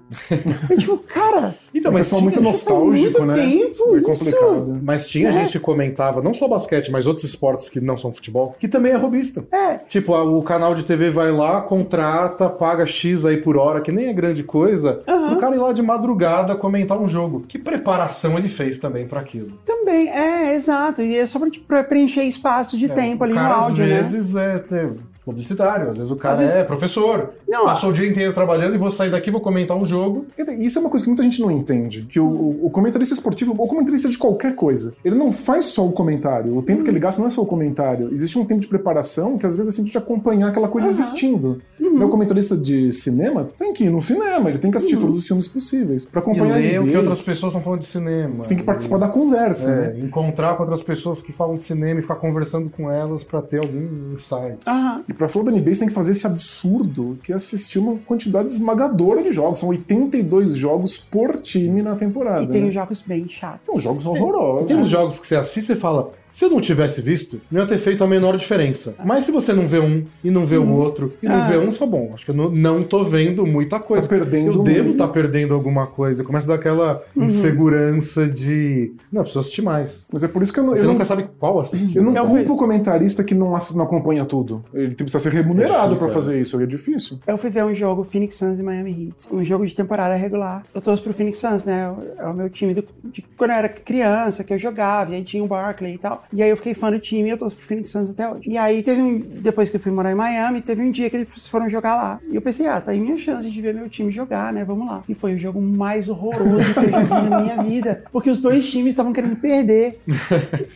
S1: eu, tipo, cara.
S2: Então,
S3: um
S2: mas
S3: pessoal
S2: tinha-
S3: muito
S1: já faz muito
S3: nostálgico, né?
S1: tempo
S3: é
S1: isso.
S3: complicado.
S2: Mas tinha gente que comentava, não só basquete, mas outros esportes que não são futebol, que também é robista.
S1: É.
S2: Tipo, a- o canal de TV vai lá, contrata, paga X aí por hora, que nem é grande coisa,
S1: Aham.
S2: pro cara ir lá de madrugada comentar um jogo. Que preparação ele fez também pra aquilo.
S1: Também, é, exato. E é só pra, tipo, pra preencher espaço de
S2: É,
S1: tempo
S2: o
S1: ali no
S2: cara,
S1: áudio,
S2: Às
S1: né?
S2: vezes é ter publicitário, às vezes o cara
S1: Às vezes-
S2: é professor.
S1: Não,
S2: Passou o dia inteiro trabalhando e vou sair daqui, vou comentar um jogo.
S3: Isso é uma coisa que muita gente não entende. Que o, o- o comentarista esportivo, ou comentarista de qualquer coisa, ele não faz só o comentário. O tempo que ele gasta não é só o comentário. Existe um tempo de preparação que às vezes é simples de acompanhar aquela coisa
S1: Aham. Uhum.
S3: existindo. Meu comentarista de cinema tem que ir no cinema, ele tem
S1: Uhum.
S3: que assistir todos os filmes possíveis. Pra
S2: E
S3: acompanhar
S2: ler o que
S3: NBA,
S2: outras pessoas estão falando de cinema.
S3: Você tem que
S2: E-
S3: participar da conversa, né?
S2: É, encontrar com outras pessoas que falam de cinema e ficar conversando com elas pra ter algum insight.
S1: Aham.
S3: E pra falar da NBA, você tem que fazer esse absurdo que é assistir uma quantidade esmagadora de jogos. São 82 jogos por time na temporada.
S1: E tem É.
S3: né?
S1: os jogos bem chatos.
S3: Então, jogos
S2: Tem uns
S3: horrorosos.
S2: jogos que você assiste e fala, se eu não tivesse visto, não ia ter feito a menor diferença. Mas se você não vê um, e não vê
S3: Hum.
S2: o outro, e não
S1: Ah.
S2: vê um, você fala, bom, acho que eu não, não tô vendo muita coisa.
S3: tá perdendo
S2: Eu devo
S3: muito. né?" Uhum.
S2: estar perdendo alguma coisa. Começa a dar aquela insegurança de, não, eu preciso assistir mais.
S3: Mas é por isso que eu não.
S2: Você
S3: Eu não
S2: nunca sabe qual assistir. né?
S3: eu não
S1: Eu
S3: culpo
S1: vi-
S3: o comentarista que não, ass- não acompanha tudo. Ele precisa ser remunerado
S2: É difícil,
S3: pra
S2: é.
S3: fazer isso, é difícil.
S1: Eu fui ver um jogo Phoenix Suns e Miami Heat. Um jogo de temporada regular. Eu torço pro Phoenix Suns, né? É o meu time do, de quando eu era criança, que eu jogava, e aí tinha o Barkley e tal. E aí eu fiquei fã do time e eu torço pro Phoenix Suns até hoje. E aí teve um. Depois que eu fui morar em Miami, teve um dia que eles foram jogar lá. E eu pensei, ah, tá aí minha chance de ver meu time jogar, né? Vamos lá. E foi o jogo mais horroroso que eu já vi na minha vida. Porque os dois times estavam querendo
S2: [laughs]
S1: perder.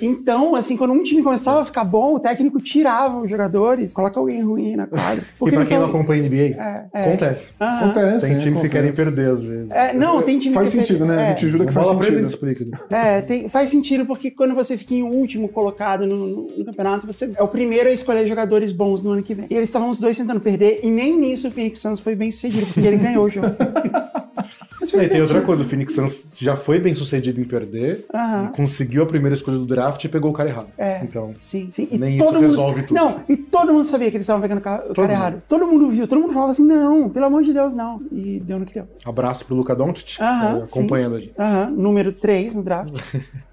S1: Então, assim, quando um time começava a ficar bom, o técnico tirava os jogadores, coloca alguém ruim aí na quadra.
S2: E
S1: Porque
S2: pra
S1: eles
S2: quem não
S1: são-
S2: acompanha NBA,
S1: É, é.
S2: acontece.
S1: Aham.
S3: Acontece.
S2: Tem times que querem
S3: É, acontece.
S2: perder às vezes.
S1: É, não, tem time
S3: Faz
S1: que prefere-
S3: sentido, né?
S1: É,
S3: A gente jura que faz
S2: Bola presa, a gente
S3: sentido.
S2: explica. né?
S1: é, tem- faz sentido porque quando você fica em último colocado no, no- no campeonato, você é o primeiro a escolher jogadores bons no ano que vem. E eles estavam os dois tentando perder e nem nisso o Phoenix Suns foi bem sucedido porque ele ganhou o
S2: [laughs]
S1: jogo. Mas foi
S2: E tem
S1: divertido.
S2: outra coisa, o Phoenix Suns já foi bem sucedido em perder,
S1: Aham.
S2: e conseguiu a primeira escolha do draft e pegou o cara errado.
S1: É.
S2: Então,
S1: Sim, sim. E
S2: Nem
S1: todo
S2: isso
S1: mundo...
S2: resolve tudo.
S1: Não, e todo mundo sabia que eles estavam pegando o ca- o cara,
S2: mundo.
S1: errado. Todo mundo viu, todo mundo falava assim, não, pelo amor de Deus, não. E deu no que deu.
S2: abraço pro Luca Doncic,
S1: Aham,
S2: tá acompanhando a gente.
S1: Aham, número 3 no
S2: [laughs]
S1: draft.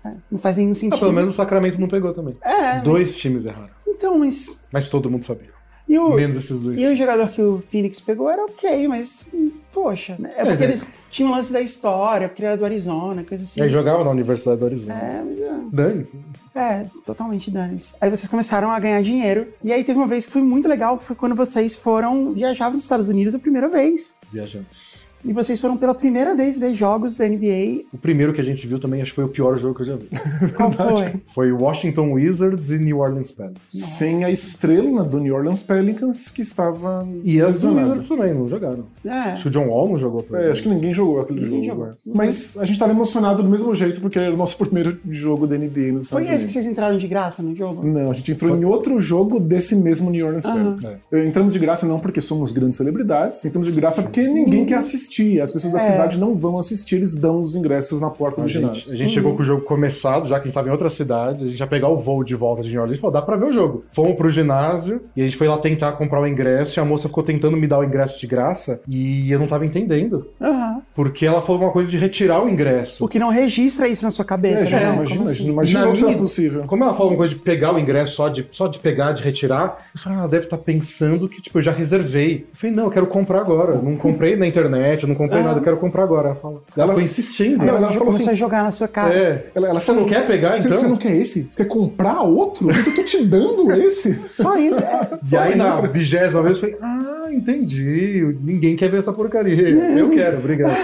S1: É, não faz nenhum sentido.
S2: Ah, pelo menos o Sacramento não pegou também.
S1: É, mas-
S2: Dois times erraram,
S1: Então, mas
S2: mas todo mundo sabia.
S1: E o,
S2: Menos esses dois.
S1: e o jogador que o Phoenix pegou era ok, mas, hum, poxa, né? é porque
S2: né?
S1: eles tinham um lance da história, porque ele era do Arizona, coisa assim.
S2: É, jogava na Universidade do Arizona.
S1: É, mas, ah,
S2: Dane.
S1: é, totalmente dane-se. Aí vocês começaram a ganhar dinheiro. E aí teve uma vez que foi muito legal, que foi quando vocês foram viajar para os Estados Unidos a primeira vez.
S2: Viajamos.
S1: E vocês foram pela primeira vez ver jogos da
S3: [laughs]
S1: NBA.
S3: É
S2: O primeiro que a gente viu também, acho que foi o pior jogo que eu já
S1: [laughs]
S2: vi.
S1: Qual foi?
S2: Foi Washington Wizards e New Orleans Pelicans.
S3: Sem a estrela do New Orleans Pelicans que estava
S2: E as do
S3: lesionada.
S2: Wizards também, não jogaram.
S1: É.
S2: Acho que o John Wall não jogou também.
S3: É, acho que ninguém jogou aquele
S1: Ninguém
S3: jogo.
S1: jogou.
S3: né? Mas a gente estava emocionado do mesmo jeito, porque era o nosso [laughs] primeiro jogo da NBA nos
S1: Foi esse que
S3: Estados Unidos. Hum.
S1: vocês entraram de graça no jogo?
S3: Não, a gente entrou em outro jogo desse mesmo New Orleans
S1: Aham.
S3: Pelicans. É. Entramos de graça não porque somos grandes celebridades, entramos de graça porque ninguém quer assistir. As pessoas da
S1: É.
S3: cidade não vão assistir, eles dão os ingressos na porta
S2: A
S3: do
S2: gente, a
S3: ginásio.
S2: gente chegou com o jogo começado, já que a gente tava em outra cidade, a gente ia pegar o voo de volta de New Orleans e falou, dá pra ver o jogo. Fomos pro ginásio e a gente foi lá tentar comprar o ingresso e a moça ficou tentando me dar o ingresso de graça e eu não tava entendendo.
S1: Aham.
S2: Porque ela falou uma coisa de retirar o ingresso.
S1: O que não registra isso na sua cabeça,
S3: É,
S1: né?
S3: Ju,
S1: Como
S3: imagina,
S1: assim?
S3: Ju, imagina
S2: Na
S3: que será
S2: minha-
S3: possível.
S2: Como ela falou uma coisa de pegar o ingresso só de, só de pegar, de retirar, eu falei, ah, ela deve estar pensando que, tipo, eu já reservei. Eu falei, não, eu quero comprar agora. Eu Não comprei na internet, eu não comprei nada, eu quero comprar agora. Ela, fala. ela ficou insistindo.
S1: Aí
S3: Ah. Ela-
S1: ela
S3: ela falou
S1: começou
S3: assim-
S1: a tipo, jogar na sua cara.
S2: é.
S3: Ela, ela
S2: Você não quer pegar,
S3: você,
S2: então?
S3: Você não quer esse? Você quer comprar outro? Mas eu tô te dando esse.
S1: Só entra. é.
S2: E aí, na vigésima vez, eu falei, ah, entendi. Ninguém quer ver essa porcaria. Eu quero, obrigado.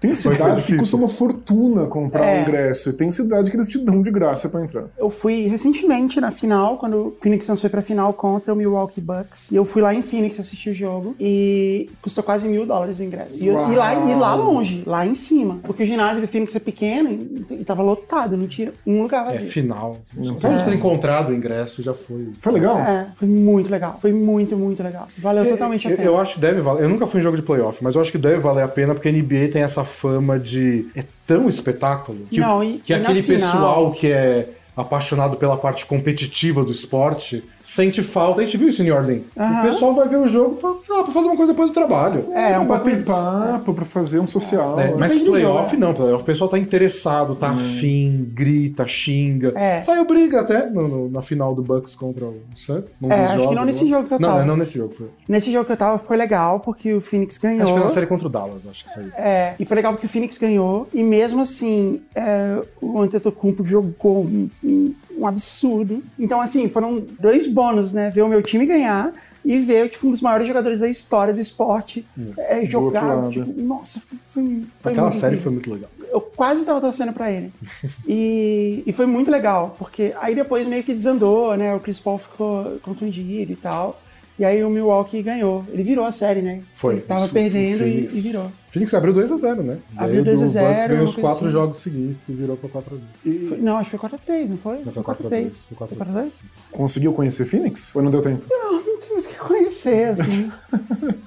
S3: Tem cidades que
S2: difícil.
S3: custam uma fortuna comprar
S1: É.
S3: o ingresso, e tem cidade que eles te dão de graça pra entrar.
S1: Eu fui recentemente na final, quando o Phoenix Suns foi pra final contra o Milwaukee Bucks. E eu fui lá em Phoenix assistir o jogo. E custou quase mil dólares o ingresso. E, eu- e lá, e lá longe, lá em cima. Porque o ginásio do Phoenix é pequeno e, e tava lotado, não tinha um lugar
S2: É
S1: vazio.
S2: final. Só de ter encontrado o ingresso já foi.
S3: Foi legal?
S1: É, foi muito legal. Foi muito, muito legal. Valeu É, totalmente a
S2: eu,
S1: pena.
S2: eu acho que deve valer. Eu nunca fui em jogo de playoff, mas eu acho que deve valer a pena porque a NBA tem essa fama de. É tão espetáculo que,
S1: Não, e-
S2: que
S1: e na
S2: aquele
S1: final-
S2: pessoal que é apaixonado pela parte competitiva do esporte sente falta. A gente viu isso em New Orleans.
S1: Aham.
S2: O pessoal vai ver o jogo pra, sei lá, pra fazer uma coisa depois do trabalho.
S1: É, é um pouco
S3: bater
S1: isso.
S3: papo pra fazer um social.
S2: É,
S3: né?
S2: mas
S1: Depende do
S2: playoff
S1: jogo.
S2: não, playoff o pessoal tá interessado, tá afim, grita, xinga.
S1: É.
S2: Saiu briga até no- no- na final do Bucks contra o Suns. num
S1: É,
S2: dos
S1: acho que
S2: jogos,
S1: não nesse
S2: né?
S1: jogo que eu
S2: não,
S1: tava.
S2: Não, não nesse jogo. Foi.
S1: Nesse jogo que eu tava foi legal, porque o Phoenix ganhou.
S2: Acho que foi na série contra o Dallas, acho que saiu.
S1: É, e foi legal porque o Phoenix ganhou. E mesmo assim, é, o Antetokounmpo jogou um, um- um absurdo. Então, assim, foram dois bônus, né? Ver o meu time ganhar e ver, tipo, um dos maiores jogadores da história do esporte
S2: Hum.
S1: é,
S3: outro
S1: jogar.
S3: lado.
S1: Tipo, nossa, foi, foi, foi
S2: Aquela
S1: muito
S2: série
S1: incrível
S2: foi muito legal.
S1: eu quase tava torcendo pra ele. E, e foi muito legal, porque aí depois meio que desandou, né? O Chris Paul ficou contundido e tal. E aí o Milwaukee ganhou. Ele virou a série, né?
S2: Foi.
S1: Ele tava
S2: Isso,
S1: perdendo
S2: o
S1: e,
S2: Phoenix-
S1: e virou.
S2: Phoenix abriu 2x0, né? E
S1: Abriu
S2: aí o
S1: 2x0,
S2: Bucks ganhou
S1: uma
S2: os
S1: coisa
S2: quatro
S1: assim.
S2: jogos seguintes e virou pra 4x2.
S1: Foi- não, acho que foi 4x3, não foi?
S2: Não, foi 4x3, foi 4x3.
S1: 4x3?
S3: Conseguiu conhecer Phoenix? Ou não deu tempo?
S1: Não temos que conhecer,
S2: [laughs]
S1: assim.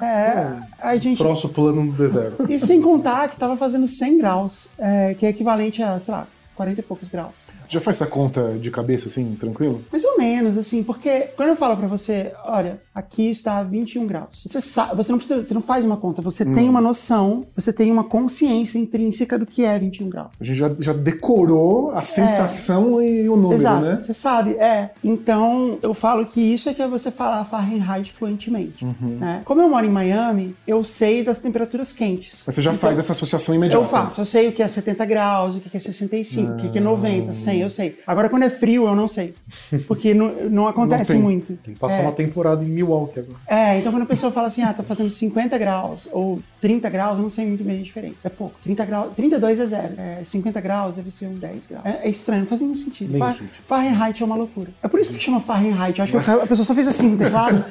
S1: É, a gente.
S2: Troço plano no deserto.
S1: E sem contar que tava fazendo 100 graus, é, que é equivalente a, sei lá, 40 e poucos graus.
S3: Já faz essa conta de cabeça, assim, tranquilo?
S1: Mais ou menos, assim, porque quando eu falo pra você, olha, aqui está 21 graus. Você sabe, você não precisa, você não faz uma conta, você tem uma noção, você tem uma consciência intrínseca do que é 21 graus.
S3: A gente já, já decorou a sensação e o
S1: É.
S3: número,
S1: Exato,
S3: né?
S1: você sabe, é. Então, eu falo que isso é que é você falar Fahrenheit fluentemente,
S3: Uhum.
S1: né? Como eu moro em Miami, eu sei das temperaturas quentes.
S3: Mas você já
S1: Então,
S3: faz essa associação imediata.
S1: Eu faço, eu sei o que é 70 graus, o que é 65, o que é 90, 100, eu sei. Agora, quando é frio, eu não sei. Porque não, não acontece
S3: tem.
S1: muito.
S2: Tem que passar
S1: É.
S2: uma temporada em Milwaukee agora.
S1: É, então quando a pessoa fala assim, ah, tá fazendo 50 graus ou 30 graus, eu não sei muito bem a diferença. É pouco. 30 graus, 32 é zero. É, 50 graus deve ser um 10 graus. É, é estranho, não faz nenhum sentido.
S2: Nenhum
S1: Fa-
S2: sentido.
S1: Fahrenheit é uma loucura. É por isso que chama Fahrenheit. Eu acho que a pessoa só fez assim no
S2: [laughs]
S1: teclado.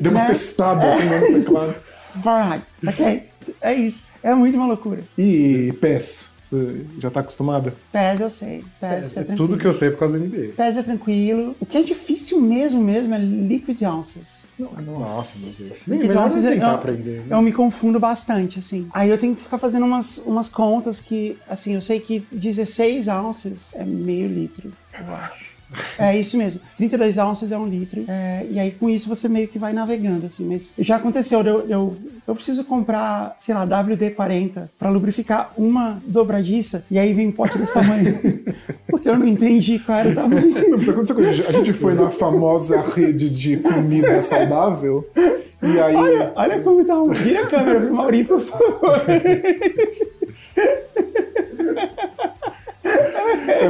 S3: Deu uma
S1: Né?
S3: testada, assim, no teclado.
S1: Fahrenheit. Ok. É isso. É muito uma loucura.
S3: E PES? Você já tá acostumada?
S1: PES eu sei. PES é,
S2: É
S1: tranquilo.
S2: tudo que eu sei por causa da NBA.
S1: PES é tranquilo. O que é difícil mesmo, mesmo, é Liquid Ounces.
S2: Nossa, meu Deus.
S1: Liquid
S2: Nem melhor
S1: Ounces
S2: nem
S1: é-
S2: tentar
S1: eu-
S2: aprender. né?
S1: Eu me confundo bastante, assim. Aí eu tenho que ficar fazendo umas, umas contas que, assim, eu sei que 16 ounces é meio litro, eu acho. É isso mesmo. 32 onças é um litro. é, e aí com isso você meio que vai navegando, assim. Mas já aconteceu, de eu, eu, eu preciso comprar, sei lá, WD-40 para lubrificar uma dobradiça e aí vem um pote desse
S2: [laughs]
S1: tamanho. Porque eu não entendi qual era o tamanho.
S3: Não, mas aconteceu com a gente. A gente foi na famosa rede de comida saudável. E aí.
S1: Olha, olha como tá. um- Vira a câmera pro Maurinho, por
S2: [laughs]
S1: favor.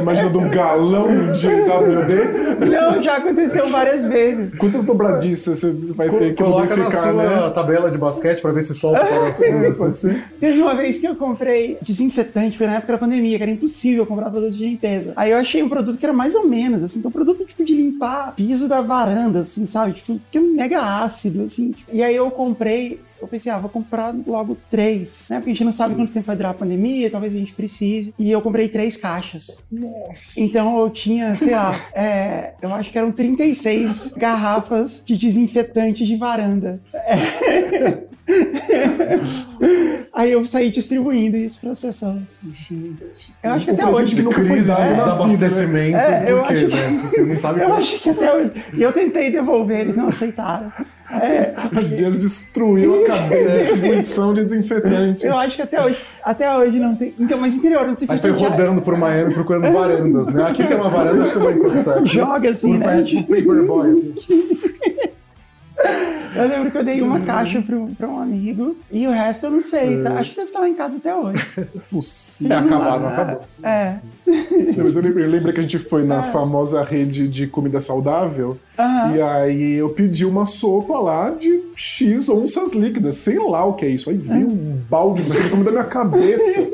S3: Imagina de um galão de WD.
S1: Não, já aconteceu várias vezes.
S3: Quantas dobradiças você vai ter É que
S2: Coloca na
S3: lubrificar,
S2: sua
S3: né?
S2: tabela de basquete pra ver se solta o parafuso.
S3: É, Pode ser.
S1: [laughs] Teve uma vez que eu comprei desinfetante, foi na época da pandemia, que era impossível comprar produto de limpeza. Aí eu achei um produto que era mais ou menos, assim, que é um produto tipo de limpar piso da varanda, assim, sabe? Tipo, que é um mega ácido, assim. tipo. E aí eu comprei. Eu pensei, ah, vou comprar logo três, né? Porque a gente não sabe quanto tempo vai durar a pandemia, talvez a gente precise. E eu comprei três caixas. Então eu tinha, sei lá, é, eu acho que eram 36 garrafas de desinfetante de varanda. É. [laughs] Aí eu saí distribuindo isso para as pessoas. Eu acho que
S3: Um
S1: até
S3: presente
S1: hoje.
S3: que nunca foi
S2: Crise,
S3: dado
S1: é,
S3: na vida, né?
S2: desabastecimento.
S1: É, eu
S2: por quê,
S1: acho que-
S2: né? Porque não sabe
S1: [laughs] Eu acho que até hoje. E eu tentei devolver, eles não aceitaram. É,
S3: A Jazz destruiu a cadeia de distribuição de desinfetante.
S1: eu acho que até hoje. Até hoje não tem. Então, mas interior, não se
S2: Mas foi
S1: fica-
S2: rodando por Miami procurando varandas, né? Aqui tem uma varanda, acho que eu vou encostar.
S1: [laughs] Joga assim, né?
S3: um
S2: Vai, tipo paperboy, assim.
S1: Eu lembro que eu dei uma caixa para um amigo e o resto eu não sei.
S2: É.
S1: tá? Acho que deve estar lá em casa até hoje.
S3: é Possível.
S2: acabar, não acabou.
S1: É.
S3: Não, mas eu lembro, eu lembro que a gente foi na famosa rede de comida saudável
S1: Aham.
S3: e aí eu pedi uma sopa lá de X onças líquidas, sei lá o que é isso. Aí veio um balde de sopa tomando da minha
S1: [laughs]
S3: cabeça.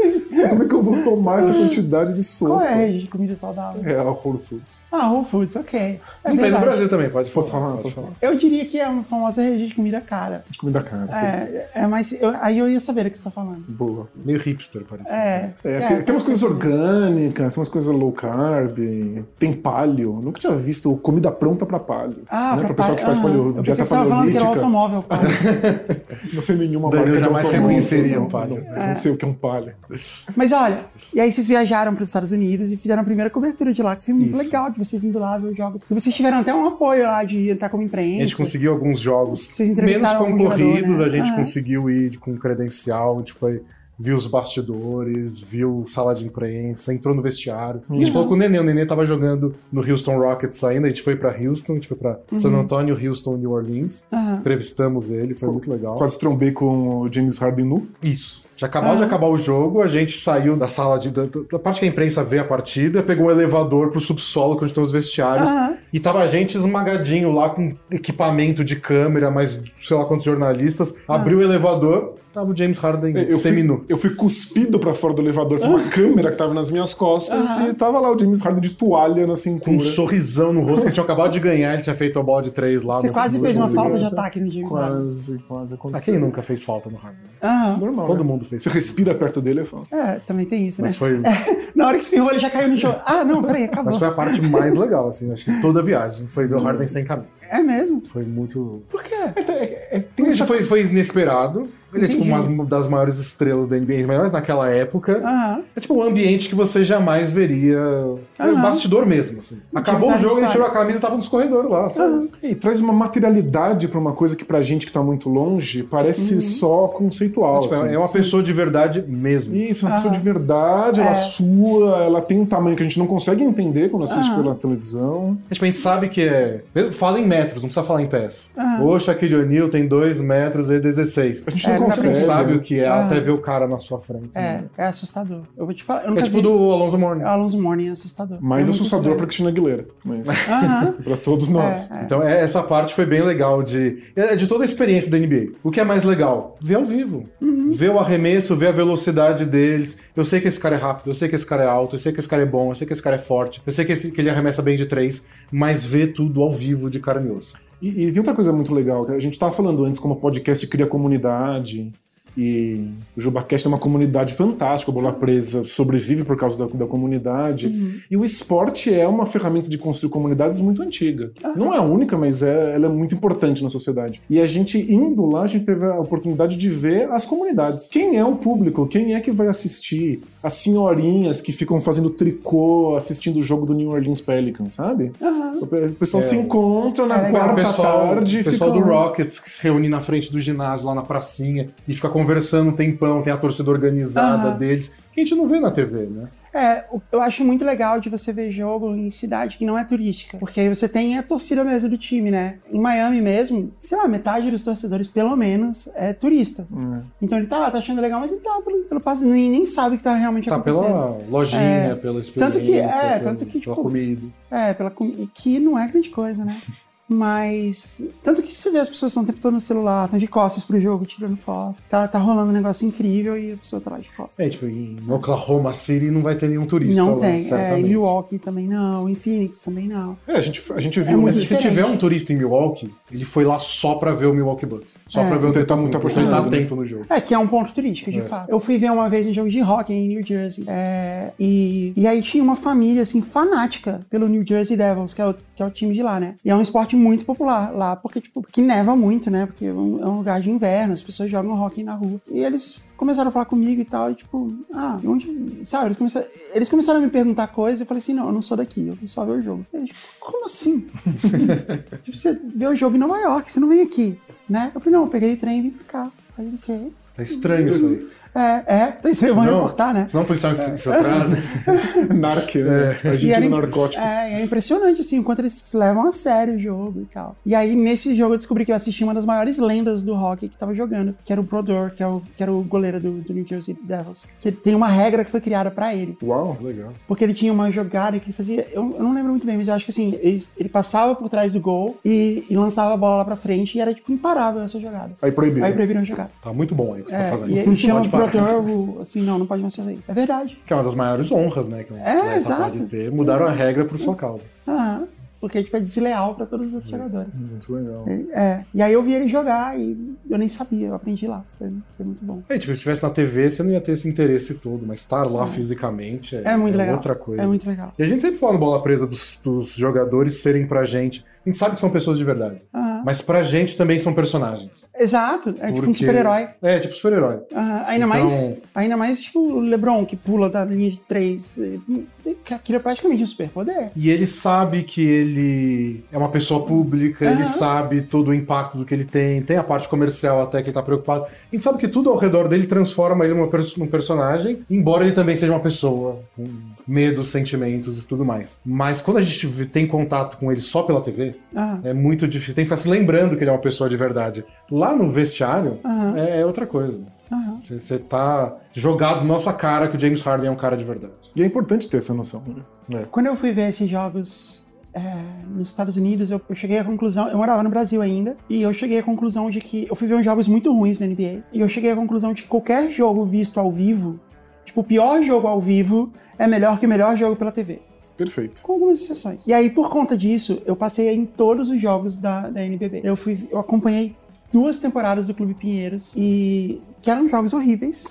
S3: Como é que eu vou tomar essa quantidade de
S1: Qual
S3: sopa?
S1: é a rede de comida saudável?
S3: É, a Whole Foods.
S1: Ah, Whole Foods, ok. É
S2: Não tem no
S1: verdade.
S2: Brasil também, pode
S3: Posso falar?
S2: pode
S3: Posso falar?
S1: Eu diria que é uma famosa rede de comida cara.
S3: De comida cara.
S1: É, é mas eu- aí eu ia saber o que você tá falando.
S3: Boa.
S2: Meio hipster, parece.
S1: É.
S3: É,
S1: é,
S2: um
S3: tem- tem umas coisas orgânicas, tem umas coisas low carb, tem palio. Eu Nunca tinha visto comida pronta pra palio.
S1: Ah,
S3: né?
S1: pra
S3: Pra pessoal que
S2: tá
S1: palha-
S3: faz
S1: aham.
S3: palio,
S1: Eu pensei
S3: dieta
S1: que você tava falando que era o
S3: paleolítica.
S1: automóvel. palha.
S2: [laughs]
S3: Não sei nenhuma
S2: Daniel
S3: marca de
S2: jamais
S3: automóvel,
S2: reconheceria
S3: não-
S2: um palio.
S3: Não, não sei o que é um palio.
S1: Mas olha, e aí vocês viajaram para os Estados Unidos e fizeram a primeira cobertura de lá, que foi muito
S2: Isso.
S1: legal de vocês indo lá ver os jogos. E vocês tiveram até um apoio lá de entrar como
S2: A
S1: imprensa.
S2: gente conseguiu alguns jogos
S1: Vocês
S2: menos
S1: entrevistaram algum
S2: concorridos,
S1: jogador, né?
S2: a gente
S1: Ah.
S2: conseguiu ir com um credencial, a gente foi, viu os bastidores, viu sala de imprensa, entrou no vestiário. A
S1: Uhum.
S2: gente falou com o Nenê, o Nenê tava jogando no Houston Rockets ainda, a gente foi pra Houston, a gente foi pra
S1: Uhum.
S2: San Antonio, Houston, New Orleans.
S1: Aham.
S2: Entrevistamos ele, foi muito legal.
S3: Quase trombei com o James Harden nu.
S2: Isso. Já acabou de acabar o jogo, a gente saiu da sala de. Da, da parte que a imprensa vê a partida, pegou um elevador pro subsolo que onde estão os vestiários.
S1: Aham.
S2: E tava a gente esmagadinho lá com equipamento de câmera, mas sei lá quantos jornalistas.
S1: Ah.
S2: Abriu o elevador, tava o James Harden
S3: Eu fui,
S2: seminu.
S3: eu fui cuspido pra fora do elevador com uma câmera que tava nas minhas costas e tava lá o James Harden de toalha na
S2: Com um
S3: cintura.
S2: sorrisão no rosto, que tinha acabado de ganhar, ele tinha feito a bola de três lá.
S1: Você
S2: no-
S1: quase
S2: no-
S1: fez uma
S2: no-
S1: falta de ataque no James Harden.
S3: Quase, quase
S2: Ah,
S3: aconteceu.
S2: quem nunca fez falta no Harden?
S1: Aham.
S3: Normal,
S2: Todo
S3: né?
S2: mundo fez.
S3: Você respira perto dele e fala.
S1: É, também tem isso, [laughs] né?
S2: Mas foi,
S1: Na hora que espirrou, ele já caiu no chão. Ah, não, peraí, acabou.
S2: mas foi a parte mais legal, assim, acho que toda a viagem. Foi ver o Harden sem camisa.
S1: É mesmo?
S2: Foi
S1: Por
S2: muito.
S3: [laughs]
S1: quê?
S2: Tem esse- foi, foi inesperado. Ele é tipo
S1: Entendi.
S2: uma das maiores estrelas da NBA, mas naquela época.
S1: Aham.
S2: É tipo um ambiente que você jamais veria. É um
S1: Aham.
S2: bastidor mesmo, assim. Acabou o
S1: sabe
S2: jogo, ele
S1: história.
S2: tirou a camisa e tava nos corredores lá. só isso.
S3: ah, E traz uma materialidade pra uma coisa que pra gente que tá muito longe parece só conceitual.
S2: Tipo,
S3: assim.
S2: é uma pessoa de verdade mesmo.
S3: Isso, é uma pessoa de verdade, ela
S1: É.
S3: sua, ela tem um tamanho que a gente não consegue entender quando assiste
S1: Aham.
S3: pela televisão.
S2: É, tipo, a gente sabe que é. Fala em metros, não precisa falar em pés. O Shaquille O'Neal tem 2 metros e 16.
S3: A gente
S1: É,
S3: não
S1: não dá pra
S2: Você
S3: consegue. né?
S2: não sabe o que é
S1: Ah.
S2: até ver o cara na sua frente. né?
S1: É, é assustador. Eu vou te falar. Eu
S2: É
S1: nunca
S2: tipo
S1: vi...
S2: do Alonso Mourning.
S1: Alonso Morning é assustador.
S3: Mais
S1: É muito
S3: assustador pra
S1: estranho.
S3: Cristina Aguilera, mas
S1: Aham.
S3: pra todos nós.
S1: É, é.
S2: Então, é, essa parte foi bem legal de, é de toda a experiência da NBA. O que é mais legal? Ver ao vivo.
S1: Uhum.
S2: Ver o arremesso, ver a velocidade deles. Eu sei que esse cara é rápido, eu sei que esse cara é alto, eu sei que esse cara é bom, eu sei que esse cara é forte, eu sei que, esse- que ele arremessa bem de três, mas ver tudo ao vivo de carne e osso.
S3: E, e tem outra coisa muito legal, que a gente tava falando antes como o podcast cria comunidade. E o Jubacast é uma comunidade fantástica, a Bola Presa sobrevive por causa da, da comunidade. E o esporte é uma ferramenta de construir comunidades muito antiga. Não é a única, mas é, ela é muito importante na sociedade. E a gente indo lá, a gente teve a oportunidade de ver as comunidades. Quem é o público? Quem é que vai assistir? As senhorinhas que ficam fazendo tricô, assistindo o jogo do New Orleans Pelicans, sabe? O pe- o pessoal se encontra na
S2: É,
S3: quarta
S2: o pessoal,
S3: tarde
S2: o pessoal
S3: fica um-
S2: do Rockets que se reúne na frente do ginásio, lá na pracinha, e fica conversando um tempão, tem a torcida organizada
S1: Aham.
S2: deles, que a gente não vê na TV, né?
S1: É, o- eu acho muito legal de você ver jogo em cidade que não é turística. Porque aí você tem a torcida mesmo do time, né? Em Miami mesmo, sei lá, metade dos torcedores, pelo menos, é turista. Então ele tá lá, tá achando legal, mas ele tá pelo, pelo passe, nem, nem sabe o que tá realmente
S2: Tá
S1: acontecendo.
S2: pela lojinha,
S1: É,
S2: pela experiência,
S1: tanto que- é,
S2: pela-
S1: tanto que, tipo,
S2: pela comida.
S1: É, pela com- e que não é grande coisa, né? Mas. Tanto que se vê as pessoas estão o tempo todo no celular, estão de costas pro jogo, tirando foto. Tá, tá rolando um negócio incrível e a pessoa tá lá de costas.
S2: É, tipo, em Oklahoma City não vai ter nenhum turista
S1: não
S2: lá,
S1: tem. É, em
S2: certamente.
S1: Milwaukee também não, em Phoenix também não.
S3: É, a gente, a gente
S2: É
S3: viu
S2: muito se
S3: né?
S1: diferente.
S2: tiver um turista em Milwaukee, ele foi lá só pra ver o Milwaukee Bucks. Só
S1: É.
S2: pra ver o
S3: Ele tá
S2: Tatum
S3: muito
S2: Tuca, Ele tá
S3: apaixonado, né?
S2: atento no jogo.
S1: É, que é um ponto turístico, de fato. Eu fui ver uma vez um jogo de hockey em New Jersey. é, e, e aí tinha uma família, assim, fanática pelo New Jersey Devils, que é, o, que é o time de lá, né? E é um esporte muito popular lá, porque, tipo, que neva muito, né? Porque é um, é um lugar de inverno, as pessoas jogam hockey na rua. E eles começaram a falar comigo e tal, e tipo, ah, de onde. Sabe, eles começaram, eles começaram a me perguntar coisas e eu falei assim: não, eu não sou daqui, eu vim só ver o jogo. Eles, tipo, como assim? tipo, você vê o jogo em Nova York, você não vem aqui, né? Eu falei, não, eu peguei o trem e vim pra cá. Aí eles, "É,
S2: Tá estranho isso aí.
S1: é, é. Então eles vão
S2: Não.
S1: reportar, né?
S2: Senão o policial infiltrado, né?
S3: [laughs] Narc, né? A gente
S1: É. E era
S3: viu
S1: in-
S2: Tipo
S3: narcóticos.
S1: É, é impressionante, assim, o quanto eles levam a sério o jogo e tal. E aí, nesse jogo, eu descobri que eu assisti uma das maiores lendas do hockey que tava jogando, que era o Brodeur, que, é o- que era o goleiro do, do New Jersey Devils. Que ele tem uma regra que foi criada pra ele.
S3: Uau.
S2: Legal.
S1: Porque ele tinha uma jogada que ele fazia. Eu, eu não lembro muito bem, mas eu acho que assim, ele, ele passava por trás do gol e, e lançava a bola lá pra frente e era tipo imparável essa jogada.
S3: Aí é proibido.
S1: Aí é proibiram a jogada.
S2: Tá muito bom aí o que você tá
S1: É,
S2: fazendo.
S1: e ele chama
S2: Pode
S1: o
S2: parar.
S1: Brodeur, o- assim, não, não pode mais fazer isso. É verdade.
S2: Que é uma das maiores honras, né? Que um
S1: É,
S2: atleta
S1: exato.
S2: pode ter. Mudaram a regra por sua causa.
S1: Aham. Porque, tipo, é desleal pra todos os
S2: Uhum.
S1: outros jogadores.
S3: Muito legal.
S1: É. E aí eu vi ele jogar e eu nem sabia, eu aprendi lá. Foi, foi muito bom.
S2: É, tipo, se estivesse na TV, você não ia ter esse interesse todo, mas estar lá fisicamente é,
S1: É muito
S2: é
S1: legal.
S2: outra coisa.
S1: É muito legal.
S2: E a gente sempre fala no Bola Presa dos, dos jogadores serem pra gente. A gente sabe que são pessoas de verdade.
S1: Aham.
S2: Mas pra gente também são personagens.
S1: Exato, é tipo
S2: Porque-
S1: um super-herói.
S2: É, tipo super-herói.
S1: Aham. ainda
S2: Então-
S1: mais, ainda mais tipo o LeBron que pula da linha de três, eh, que aquilo é praticamente um superpoder.
S2: E ele sabe que ele é uma pessoa pública, ele
S1: Aham.
S2: sabe todo o impacto do que ele tem, tem a parte comercial até que ele tá preocupado. A gente sabe que tudo ao redor dele transforma ele numa pers- num personagem, embora ele também seja uma pessoa com medos, sentimentos e tudo mais. Mas quando a gente vê- tem contato com ele só pela TV,
S1: Aham.
S2: é muito difícil. Tem que ficar se lembrando que ele é uma pessoa de verdade. Lá no vestiário,
S1: Aham.
S2: é, é outra coisa.
S1: Aham.
S2: Você- Você tá jogado na nossa cara que o James Harden é um cara de verdade.
S3: E é importante ter essa noção. né?
S1: Quando eu fui ver esses jogos é, nos Estados Unidos, eu, eu cheguei à conclusão. Eu morava no Brasil ainda, e eu cheguei à conclusão de que. Eu fui ver uns jogos muito ruins na NBA, e eu cheguei à conclusão de que qualquer jogo visto ao vivo, tipo, o pior jogo ao vivo é melhor que o melhor jogo pela TV.
S3: Perfeito.
S1: Com algumas exceções. E aí, por conta disso, eu passei em todos os jogos da, da NBB. Eu, fui, eu acompanhei duas temporadas do Clube Pinheiros, e. que eram jogos horríveis.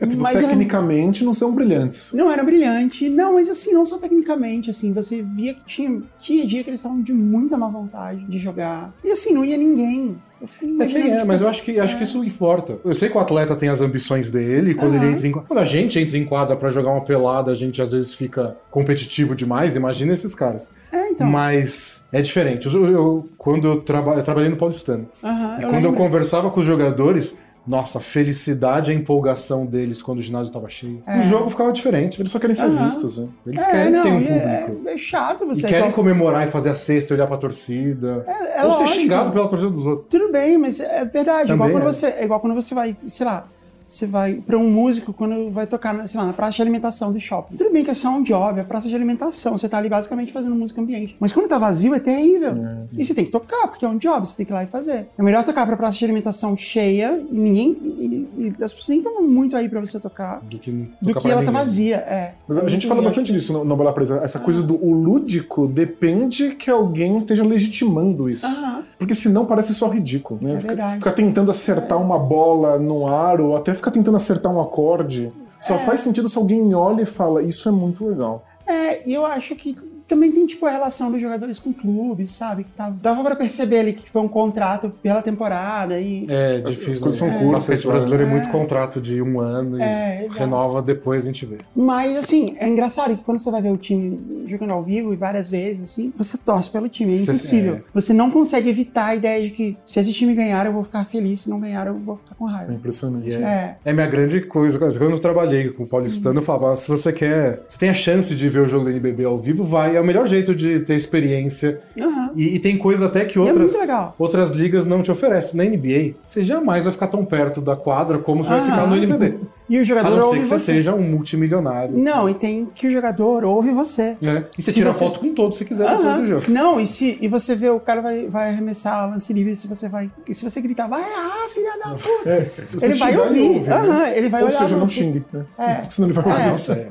S3: É, tipo,
S1: Mas era-
S3: tecnicamente não são brilhantes.
S1: Não era brilhante, não, mas assim, não só tecnicamente, assim, você via que tinha, tinha dia que eles estavam de muita má vontade de jogar. E assim, não ia ninguém. Eu fiquei
S2: É quem
S1: imaginando,
S2: é,
S1: tipo,
S2: mas eu acho que, acho que isso importa. Eu sei que o atleta tem as ambições dele, quando ele
S1: Aham.
S2: entra em quadra. Quando a gente entra em quadra pra jogar uma pelada, a gente às vezes fica competitivo demais, imagina esses caras.
S1: É, então.
S2: Mas é diferente. Eu, eu- quando eu, traba, eu trabalhei no Paulistano,
S1: Aham,
S2: e
S1: eu
S2: é quando eu
S1: lembro.
S2: conversava com os jogadores, nossa, a felicidade, a empolgação deles quando o ginásio tava cheio. O jogo ficava diferente.
S3: Eles só querem ser
S1: Aham.
S3: vistos, né?
S2: Eles
S1: é,
S2: querem
S1: não,
S2: ter um
S1: e é,
S2: público.
S1: é chato
S2: E
S1: você.
S2: querem comemorar e fazer a cesta, olhar pra torcida.
S1: É, é
S2: Ou ser
S1: lógico.
S2: xingado pela torcida dos outros.
S1: Tudo bem, mas é verdade.
S2: Também
S1: igual quando
S2: é.
S1: Você, é igual quando você vai, sei lá, Você vai para um músico quando vai tocar, na- sei lá, na praça de alimentação do shopping. Tudo bem que é só um job, é praça de alimentação. Você tá ali basicamente fazendo música ambiente. Mas quando tá vazio é terrível. E você tem que tocar, porque é um job, você tem que ir lá e fazer. É melhor tocar pra praça de alimentação cheia e ninguém. E, e as pessoas nem estão muito aí pra você tocar.
S2: Do que,
S1: Do que
S2: tocar pra
S1: ela tá
S2: ninguém.
S1: vazia, é.
S3: Mas a gente fala
S1: Eu acho
S3: bastante disso no, no Bola Presa. Essa coisa do o lúdico depende que alguém esteja legitimando isso.
S1: Aham.
S3: Porque senão parece só ridículo, né?
S1: É
S3: ficar
S1: verdade.
S3: tentando acertar uma bola no ar ou até ficar tentando acertar um acorde. Só faz sentido se alguém olha e fala, isso é muito legal.
S1: É, e eu acho que também tem, tipo, a relação dos jogadores com o clube, sabe? Que tá, dava pra perceber ali que, tipo, é um contrato pela temporada e...
S2: É,
S3: As-
S2: difícil.
S3: as coisas são
S2: né?
S3: curtas,
S2: Basquete
S3: né?
S2: brasileiro é
S1: É.
S2: muito contrato de um ano e
S1: É, exato.
S2: renova depois a gente vê.
S1: Mas, assim, é engraçado que quando você vai ver o time jogando ao vivo e várias vezes, assim, você torce pelo time, é
S2: Você-
S1: impossível.
S2: é.
S1: Você não consegue evitar a ideia de que se esse time ganhar, eu vou ficar feliz, se não ganhar, eu vou ficar com
S3: É
S1: raiva.
S3: impressionante.
S2: Yeah.
S1: É,
S2: É minha grande coisa. Quando eu trabalhei com o Paulistano, eu falava: se você quer, se tem a chance de ver o jogo do NBB ao vivo, vai. É o melhor jeito de ter experiência.
S1: aham.
S2: E, e tem coisa até que
S1: é
S2: outras,
S1: muito legal.
S2: outras ligas não te oferecem. Na NBA, você jamais vai ficar tão perto da quadra como você vai
S1: Aham.
S2: ficar no NBB.
S1: E o
S2: A
S1: jogador
S2: não ser
S1: ouve
S2: que você,
S1: você.
S2: seja um multimilionário.
S1: Não, e tem que o jogador ouve você.
S2: né? E você
S1: Se
S2: tira
S1: você-
S2: foto com todos se quiser depois
S1: Aham.
S2: do é jogo.
S1: Não, e se e você vê o cara vai, vai arremessar lance livre, se você vai. E se você gritar, vai ah, filha da puta!
S3: É, se- se você
S1: ele vai
S3: xingar,
S1: ouvir.
S3: ouve, né?
S1: Aham, ele vai
S3: Ou
S1: olhar
S3: seja,
S1: pra
S3: não
S1: você.
S3: xingue, né?
S1: É.
S3: [laughs] Senão ele vai
S1: É.
S3: ouvir.
S2: Nossa, é.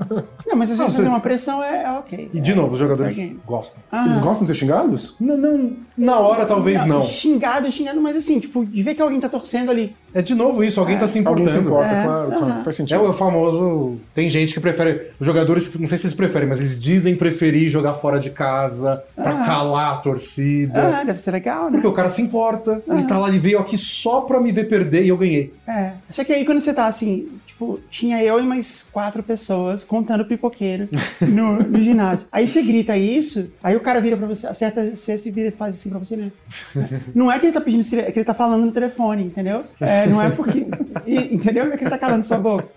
S1: Não, mas às vezes
S2: Ah,
S1: fazer
S2: você-
S1: uma pressão é, é ok.
S2: E de novo, os jogadores
S1: Fair game. Ah.
S2: gostam.
S1: Aham.
S3: Eles gostam de ser xingados?
S2: Não, não, na hora talvez não.
S1: Xingado, xingado, mas assim, tipo, de ver que alguém tá torcendo ali.
S2: É de novo isso, alguém tá se importando.
S3: Alguém se importa,
S1: É.
S3: claro, claro.
S1: Aham.
S3: Faz sentido.
S2: É o famoso. Tem gente que prefere. Os jogadores, não sei se eles preferem, mas eles dizem preferir jogar fora de casa pra
S1: Ah.
S2: calar a torcida.
S1: Ah, deve ser legal, né?
S2: Porque o cara se importa. Ele tá lá, ele veio aqui só pra me ver perder e eu ganhei.
S1: É. Só que aí quando você tá assim, tipo, tinha eu e mais quatro pessoas contando pipoqueiro no, no ginásio. Aí você grita isso, aí o cara vira pra você, acerta a cesta e vira, faz assim pra você, né? Não é que ele tá pedindo, cire- é que ele tá falando no telefone, entendeu? É, não é porque. e- Entendeu? Não é que ele tá calando sua boca.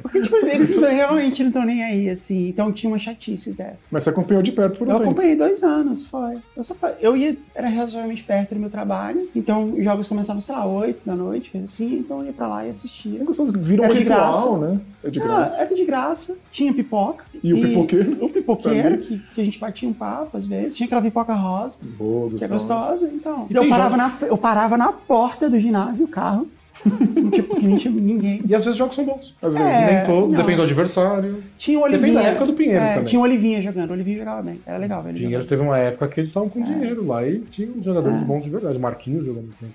S1: Porque, tipo, eles não tão- realmente não estão nem aí, assim. Então tinha uma chatice dessa.
S3: Mas você acompanhou de perto por um
S1: Eu
S3: tempo.
S1: acompanhei dois anos, foi. Eu, só, eu ia, era razoavelmente perto do meu trabalho, então os jogos começavam, sei lá, 8 da noite, coisa assim, então eu ia pra lá e
S3: É
S1: assistia.
S3: gostoso, vira um
S1: É de
S3: ritual,
S1: graça.
S3: né? É de
S1: Ah,
S3: graça.
S1: era de graça, tinha pipoca.
S3: E o pipoqueiro?
S1: O pipoqueiro,
S3: Também.
S1: que, que a gente batia um papo às vezes. Tinha aquela pipoca rosa,
S3: Boa,
S1: que é
S3: gostoso.
S1: gostosa, então.
S2: E
S1: Então eu
S2: tem
S1: parava, na,
S2: jogos-
S1: eu parava na porta do ginásio, o carro. tipo, que não tinha ninguém.
S2: E às vezes os jogos são bons.
S3: Às vezes,
S1: É.
S3: né?
S2: Nem todos,
S1: não.
S2: depende do adversário.
S1: Tinha o
S2: Depende
S1: Olivinha.
S2: da época do Pinheiros
S1: é,
S2: também.
S1: Tinha o Olivinha jogando, o Olivinha jogava bem. Era legal, velho.
S2: Dinheiro teve uma época que eles estavam
S1: É.
S2: com dinheiro lá e tinha uns jogadores
S1: Ah.
S2: bons de verdade. Marquinhos jogando bem.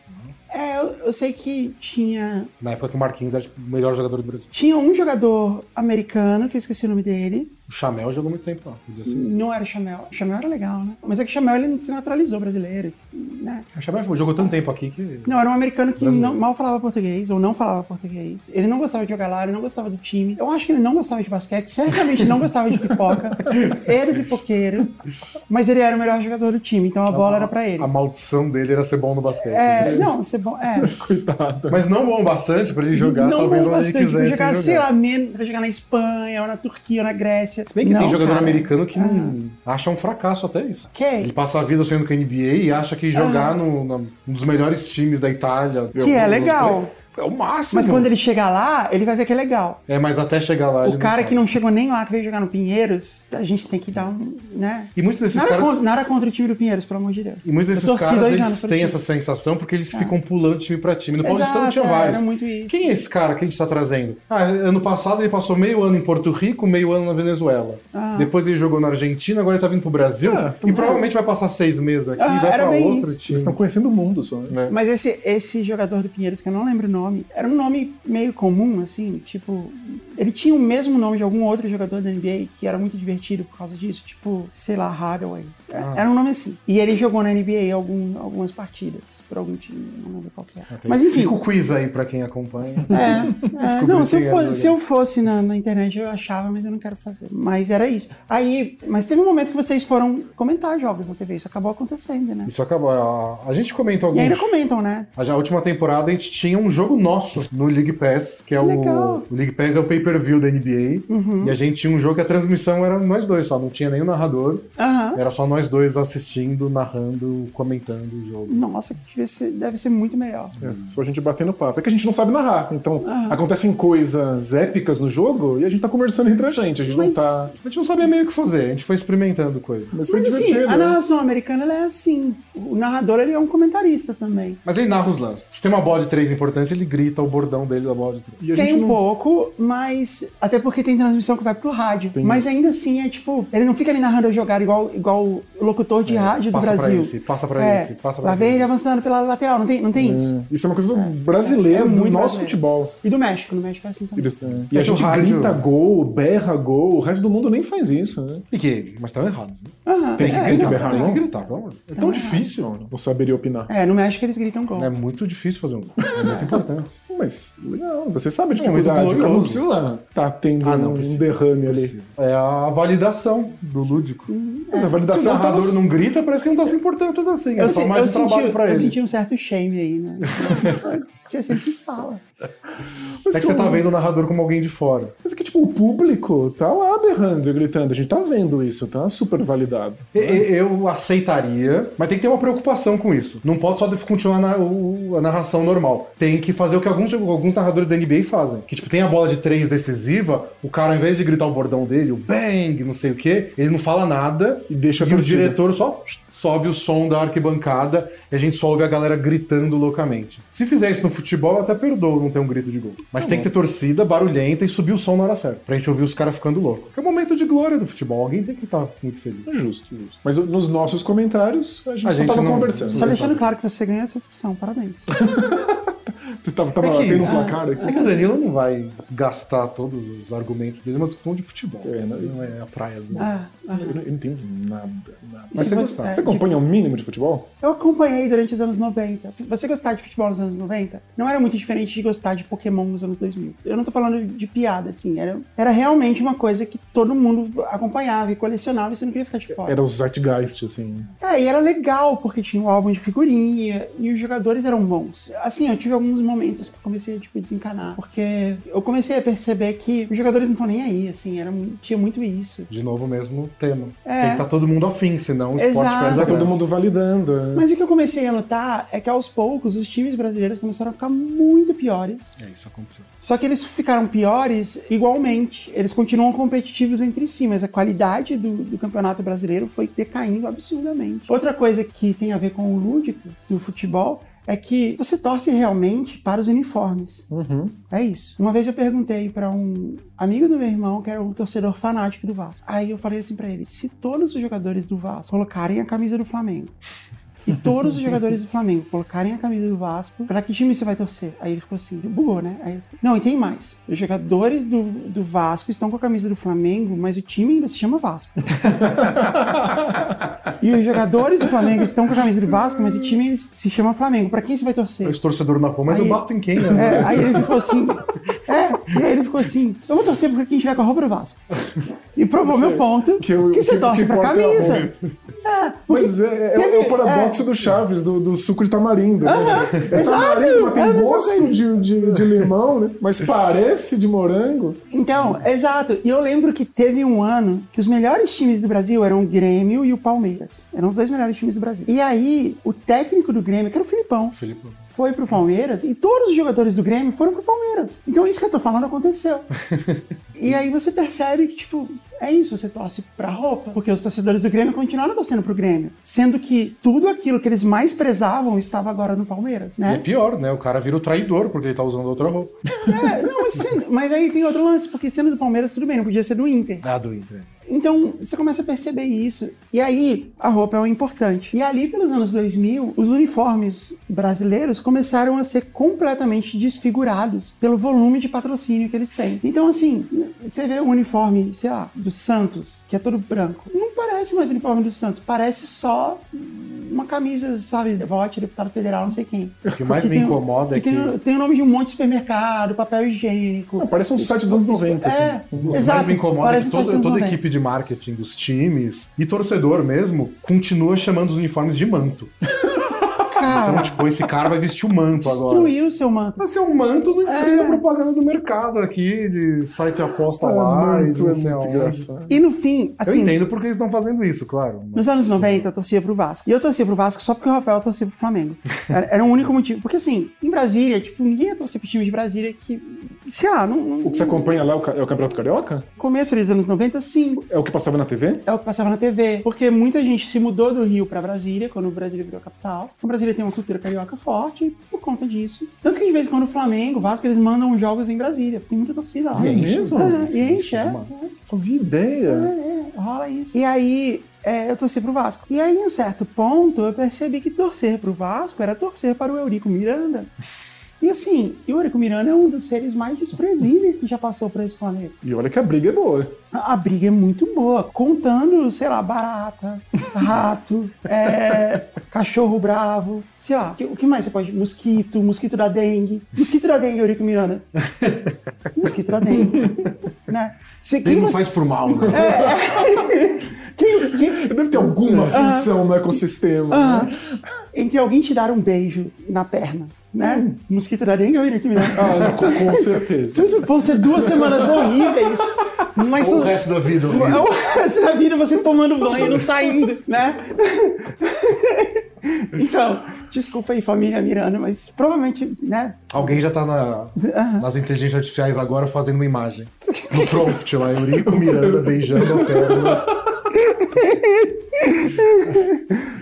S1: É, eu- eu sei que tinha
S2: Na época que o Marquinhos era tipo, o melhor jogador do Brasil.
S1: Tinha um jogador americano, que eu esqueci o nome dele.
S2: O Chamel jogou muito tempo lá. assim. podia ser.
S1: Não era o Chamel. O Chamel era legal, né? Mas é que o Chamel ele se naturalizou brasileiro, né?
S2: O Chamel jogou tanto tempo aqui que.
S1: Não, era um americano que
S2: Brasileiro.
S1: não- mal falava português, ou não falava português. Ele não gostava de jogar lá, ele não gostava do time. Eu acho que ele não gostava de basquete, certamente não gostava de
S2: [laughs]
S1: pipoca. Era pipoqueiro, mas ele era o melhor jogador do time,
S2: Ah,
S1: então a bola era pra ele.
S2: A maldição dele era ser bom no basquete. né?
S1: É, não, ser bom. É.
S3: Coitado.
S2: Mas não bom bastante pra ele jogar,
S1: não
S2: talvez
S1: bom
S2: onde ele
S1: bastante pra
S2: quisesse
S1: jogar,
S2: jogar.
S1: sei lá, menos pra jogar na Espanha, ou na Turquia, ou na Grécia.
S2: Se bem que
S1: Não,
S2: tem jogador
S1: cara. Ah.
S2: americano que não acha um fracasso até isso. Ele
S1: Que, é Ah.
S2: passa a vida sonhando com a NBA e acha que jogar no, na- um dos melhores times da Itália...
S1: que é
S2: eu-
S1: legal.
S2: É o máximo.
S1: Mas quando ele chegar lá, ele vai ver que é legal.
S2: É, mas até chegar lá... ele tá.
S1: O cara
S2: sabe.
S1: que não chegou nem lá, que veio jogar no Pinheiros, a gente tem que dar um. né?
S2: E muitos desses
S1: Nada,
S2: caras...
S1: contra, nada contra o time do Pinheiros, pelo amor de Deus.
S2: E muitos
S1: Eu
S2: desses
S1: torci
S2: caras,
S1: dois
S2: eles
S1: anos pelo
S2: têm
S1: time. Ah.
S2: essa sensação porque eles ficam pulando de time pra time. No Paulistano
S1: Exato,
S2: tinha
S1: é,
S2: vários.
S1: Era muito isso.
S2: Quem é esse cara que a gente tá trazendo? Ah, ano passado ele passou meio ano em Porto Rico, meio ano na Venezuela.
S1: Ah. então é.
S2: Depois ele jogou na Argentina, agora ele tá vindo pro Brasil.
S3: Ah,
S2: e provavelmente vai passar seis meses aqui
S1: Ah,
S2: e vai
S1: era
S2: pra
S1: bem
S2: outro
S1: isso.
S2: time.
S3: Eles estão conhecendo o mundo só. né?
S2: né?
S1: Mas esse, esse jogador do Pinheiros, que eu não lembro o nome, era um nome meio comum, assim, tipo. Ele tinha o mesmo nome de algum outro jogador da NBA que era muito divertido por causa disso, tipo, sei lá, Hardaway. É,
S2: Ah.
S1: Era um nome assim. E ele jogou na NBA algum- algumas partidas, por algum time, não lembro qual que era.
S2: Ah, Tem-
S1: Mas enfim.
S2: Fica o quiz aí pra
S1: [laughs]
S2: quem acompanha.
S1: É, é,
S2: Descobri
S1: não, se
S2: quem
S1: eu fosse,
S2: era o jogador.
S1: se eu fosse na, na internet eu achava, mas eu não quero fazer. Mas era isso. Aí, mas teve um momento que vocês foram comentar jogos na TV, isso acabou acontecendo, né?
S2: Isso acabou. A, a gente
S1: E
S2: comentou alguns.
S1: ainda comentam, né?
S2: A, a última temporada a gente tinha um jogo nosso no League Pass, que é
S1: Que legal. Uhum.
S2: o. O League Pass é o pay per pay-per-view da NBA. E a gente tinha um jogo que a transmissão era nós dois só, não tinha nenhum narrador.
S1: Aham.
S2: Era só nós dois assistindo, narrando, comentando o jogo.
S1: Nossa, que deve ser, deve ser muito melhor.
S3: É, só a gente batendo papo. É que a gente não sabe narrar. Então,
S1: Ah.
S3: acontecem coisas épicas no jogo e a gente tá conversando entre a gente. A gente
S1: Mas-
S3: não tá.
S2: A gente não sabia meio o que fazer, a gente foi experimentando coisa.
S3: Mas foi
S1: Mas, assim,
S3: divertido.
S1: a
S3: né?
S1: narração americana ela é assim. O narrador ele é um comentarista também.
S2: Mas ele narra os lances. Se tem uma bola de três importante, ele grita o bordão dele da bola de três.
S3: E a
S1: Tem
S3: gente
S1: um
S3: não-
S1: pouco, mas. Até porque tem transmissão que vai pro rádio.
S3: Tem.
S1: Mas ainda assim é tipo. Ele não fica ali narrando a jogada igual, igual o locutor de rádio do
S2: É, passa pra
S1: Brasil. É,
S2: esse, passa pra esse, passa pra
S1: lá vem
S2: esse. Hum.
S1: ele avançando pela lateral, não tem, não tem isso?
S3: É, Isso é uma coisa do brasileira,
S1: É
S3: do
S1: muito
S3: nosso
S1: brasileiro.
S3: futebol.
S1: E do México, no México é assim também.
S3: Eles- é. E a
S2: É que o
S3: gente
S2: rádio-
S3: grita gol, berra gol, o resto do mundo nem faz isso, né?
S2: E que? Mas estão errados. né?
S1: Aham,
S3: Tem que,
S1: é,
S3: tem que
S1: não.
S3: berrar,
S2: Tem que
S3: não?
S2: gritar, pelo amor de Deus. É tão difícil, mano.
S3: Não saberia opinar.
S1: É, no México eles gritam gol.
S2: É muito difícil fazer um gol. É muito importante.
S3: Mas, legal, você sabe a
S2: É,
S3: dificuldade.
S2: muito
S3: o cara não
S2: glorioso.
S3: precisa tá tendo
S2: Ah, não,
S3: um
S2: precisa,
S3: derrame
S2: [laughs]
S3: ali.
S2: Precisa. É a validação do lúdico.
S3: Mas
S1: É,
S3: a
S2: Se o
S3: validação tá
S2: narrador
S3: nos-
S2: não grita, parece que não tá se importando tanto assim.
S1: Eu,
S2: é só
S1: se-
S2: mais
S1: eu
S2: um trabalho
S1: senti,
S2: pra
S1: eu
S2: ele.
S1: senti um certo shame aí,
S2: [laughs]
S1: né? Você sempre fala.
S3: Mas
S2: É que você
S3: o-
S2: tá vendo o narrador como alguém de fora.
S3: Mas é que, tipo, o público tá lá berrando e gritando. A gente tá vendo isso, tá super validado.
S2: E- e- Eu aceitaria, mas tem que ter uma preocupação com isso. Não pode só continuar na- o- a narração normal. Tem que fazer o que alguns, alguns narradores da NBA fazem. Que, tipo, tem a bola de três decisiva, o cara, ao invés de gritar o bordão dele, o bang, não sei o quê, ele não fala nada.
S3: E deixa a
S2: E o
S3: é torcida.
S2: diretor só sobe o som da arquibancada e a gente só ouve a galera gritando loucamente. Se fizer isso no futebol, eu até perdoa não ter um grito de gol. Mas tem que ter torcida barulhenta e subir o som na hora certa. Pra gente ouvir os caras ficando louco. Porque é o momento de glória do futebol. Alguém tem que estar muito feliz.
S3: Justo, justo. Mas o- nos nossos comentários, a gente
S2: A
S3: só
S2: gente
S3: tava
S2: não-
S3: conversando.
S1: Só deixando claro que você ganhou essa discussão, parabéns.
S3: Tava, tava
S2: É que-
S3: tendo um
S2: ah,
S3: placar
S2: É
S3: aqui.
S2: que o Danilo não vai gastar todos os argumentos dele numa discussão de futebol.
S3: É, né?
S2: Não é a praia do.
S1: Ah, ah.
S3: Eu, não- eu não entendo nada, nada.
S2: Mas
S1: se
S2: você
S1: você-
S2: gostar.
S1: é.
S3: Você acompanha o mínimo de futebol?
S1: Eu acompanhei durante os anos 90. Você gostar de futebol nos anos 90 não era muito diferente de gostar de Pokémon nos anos 2000. Eu não tô falando de piada, assim. Era, era realmente uma coisa que todo mundo acompanhava e colecionava e você não queria ficar de fora.
S3: Era o Zeitgeist, assim.
S1: É, e era legal, porque tinha um álbum de figurinha e os jogadores eram bons. Assim, eu tive alguns momentos que eu comecei a tipo, desencanar, porque eu comecei a perceber que os jogadores não estão nem aí, assim, era, mu- tinha muito isso.
S2: De novo, o mesmo tema.
S1: É.
S2: Tem que estar todo mundo afim, senão o esporte
S1: Exato.
S2: perde a
S3: Tá todo
S2: graça.
S3: mundo validando. é.
S1: Ah, Mas o que eu comecei a notar é que aos poucos os times brasileiros começaram a ficar muito piores.
S2: É, isso aconteceu.
S1: Só que eles ficaram piores igualmente. Eles continuam competitivos entre si, mas a qualidade do, do campeonato brasileiro foi decaindo absurdamente. Outra coisa que tem a ver com o lúdico do futebol é que você torce realmente para os uniformes.
S3: Uhum.
S1: É isso. Uma vez eu perguntei para um amigo do meu irmão, que era um torcedor fanático do Vasco. Aí eu falei assim para ele: se todos os jogadores do Vasco colocarem a camisa do Flamengo. E todos os jogadores do Flamengo colocarem a camisa do Vasco, pra que time você vai torcer? Aí ele ficou assim, bugou, né? Aí ele falou, não, e tem mais. Os jogadores do, do Vasco estão com a camisa do Flamengo, mas o time ainda se chama Vasco. e os jogadores do Flamengo estão com a camisa do Vasco, mas o time ainda se chama Flamengo. Pra quem você vai torcer?
S2: Esse torcedor na rua, mas
S1: Aí-
S2: eu bato em quem, né?
S1: É, aí ele ficou assim. É, e aí ele ficou assim: eu vou torcer pra quem tiver com a roupa do Vasco. E provou meu ponto que,
S3: que eu-
S1: você
S3: que-
S1: torce
S3: que
S1: pra
S3: importa é a
S1: camisa. É, porque-
S3: Mas é, é-
S1: Teve-
S3: é o paradoxo do Chaves, do, do suco de tamarindo. né? É
S1: exato,
S3: tamarindo, mas
S1: é a
S3: tem
S1: mesma
S3: gosto
S1: coisa.
S3: de, de, de limão, né? Mas parece de morango.
S1: Então, exato. E eu lembro que teve um ano que os melhores times do Brasil eram o Grêmio e o Palmeiras. Eram os dois melhores times do Brasil. E aí, o técnico do Grêmio, que era o Filipão,
S2: Felipe.
S1: foi pro Palmeiras e todos os jogadores do Grêmio foram pro Palmeiras. Então isso que eu tô falando aconteceu. e aí você percebe que, tipo, é isso, você torce pra roupa, porque os torcedores do Grêmio continuaram torcendo pro Grêmio. Sendo que tudo aquilo que eles mais prezavam estava agora no Palmeiras,
S2: E é [laughs]
S1: né?
S2: pior, né? O cara vira o traidor porque ele tá usando outra roupa.
S1: É, não, mas, sendo- mas aí tem outro lance, porque sendo do Palmeiras, tudo bem, não podia ser do Inter.
S2: Ah, do Inter.
S1: Então, você começa a perceber isso. E aí, a roupa é o importante. E ali, pelos anos 2000, os uniformes brasileiros começaram a ser completamente desfigurados pelo volume de patrocínio que eles têm. Então, assim, você vê o uniforme, sei lá, do Santos, que é todo branco. Não parece mais o uniforme do Santos, parece só uma camisa, sabe, vote, deputado federal, não sei quem.
S2: O que mais
S1: Que
S2: me
S1: tem-
S2: incomoda é
S1: Que
S2: que.
S1: tem, tem o nome de um monte de supermercado, papel higiênico.
S3: Ah, parece um site dos anos 90, assim.
S1: É,
S2: O que
S1: exato.
S2: Um mais me incomoda é
S1: parece
S2: que
S1: um site dos
S2: toda,
S1: anos
S2: toda a
S1: 90.
S2: equipe de marketing dos times e torcedor mesmo continua chamando os uniformes de manto. Então,
S1: Cara,
S2: tipo, esse cara vai vestir o manto tipo, agora.
S1: destruiu o seu manto.
S2: Vai ser um manto do enfim, a propaganda do mercado aqui, de site aposta lá.
S3: muito,
S2: e não
S3: é
S2: sei
S3: muito
S2: aonde.
S3: engraçado.
S1: E no fim,
S2: Eu
S1: assim,
S2: entendo porque eles estão fazendo isso, claro. mas-
S1: Nos anos 90, eu torcia pro Vasco. E eu torcia pro Vasco só porque o Rafael torcia pro Flamengo. Era, era o único motivo. Porque, assim, em Brasília, tipo, ninguém ia torcer pro time de Brasília que, sei lá, não, não-
S3: O que você acompanha lá é o ca- é o Campeonato Carioca?
S1: no começo ali dos anos 90, sim.
S3: É o que passava na TV?
S1: É o que passava na TV. Porque muita gente se mudou do Rio pra Brasília, quando o Brasília virou capital. Então, O Brasília tem uma cultura carioca forte por conta disso. Tanto que, de vez em quando, o Flamengo, o Vasco, eles mandam jogos em Brasília. Tem muita torcida lá.
S3: Ah, é mesmo?
S1: É, e enche, é.
S3: Fazia ideia.
S1: rola isso. E aí, é, eu torci pro Vasco. E aí, em um certo ponto, eu percebi que torcer pro Vasco era torcer para o Eurico Miranda. E assim, e o Eurico Miranda é um dos seres mais desprezíveis que já passou por esse planeta.
S3: E olha que a briga é boa.
S1: A a briga é muito boa, contando, sei lá, barata, rato, é, cachorro bravo, sei lá, o que- o que mais você pode? Mosquito, mosquito da dengue. Mosquito da dengue, Eurico Miranda. Mosquito da dengue. Né? Se,
S2: Ele
S1: quem
S2: não
S1: você-
S2: faz por mal, né?
S1: [laughs] quem- quem,
S3: Deve ter alguma função no ecossistema.
S1: Ah,
S3: né?
S1: entre alguém te dar um beijo na perna, né?
S2: Hum.
S1: Mosquito da dengue, eu iria que me dá.
S3: Ah, com, com certeza.
S1: Tudo- Vão ser duas semanas horríveis, mas
S2: O
S1: são-
S2: resto da vida. né?
S1: é o resto da vida você tomando banho e não saindo, né? Então, desculpa aí, família Miranda, mas provavelmente, né?
S2: Alguém já tá na- nas inteligências artificiais agora fazendo uma imagem. No prompt lá, Eurico Miranda beijando a perna.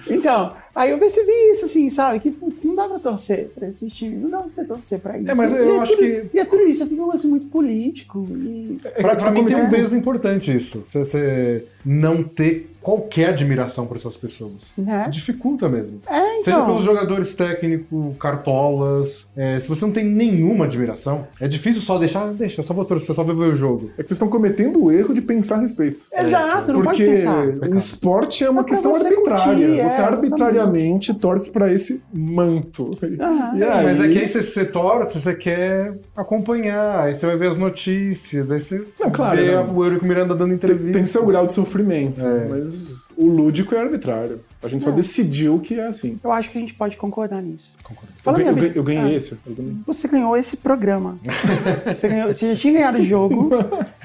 S1: Então, aí eu percebi isso, assim, sabe? Que putz, não dá pra torcer pra esses times, não dá pra você torcer pra isso.
S2: É, mas
S1: E
S2: eu acho
S1: tudo-
S2: que-
S1: E é tudo isso, é tudo um lance muito político. E... né?
S2: Pra,
S3: que
S2: pra
S3: você
S2: mim tem um
S1: comentando.
S2: peso importante isso. Você, você não ter qualquer admiração por essas pessoas.
S1: Né?
S2: Dificulta mesmo.
S1: É, então.
S2: Seja pelos jogadores técnicos, cartolas. é, se você não tem nenhuma admiração, é difícil só deixar. "Ah, Deixa, só vou torcer, só vou ver o jogo.
S3: É que vocês estão cometendo o erro de pensar a respeito.
S1: Exato, É, não pode
S3: Porque
S1: pensar.
S3: o esporte é uma
S1: É pra
S3: questão
S1: você
S3: arbitrária.
S1: curtir, é,
S3: você arbitrariamente torce pra esse manto.
S1: Aham.
S3: E aí,
S2: Mas é que aí você, você torce, você quer acompanhar, aí você vai ver as notícias, aí você
S3: Não, claro,
S2: vê
S3: não.
S2: o Eurico Miranda dando
S3: tem,
S2: entrevista.
S3: tem seu grau de sofrimento. Mas o lúdico é arbitrário. A gente só decidiu que é assim.
S1: Eu acho que a gente pode concordar nisso.
S3: Eu,
S1: Fala aí,
S3: gan- eu gan-
S1: amigo.
S3: eu ganhei
S1: Ah.
S3: esse. Eu ganhei.
S1: Você ganhou esse programa. Você, ganhou- você já tinha ganhado o jogo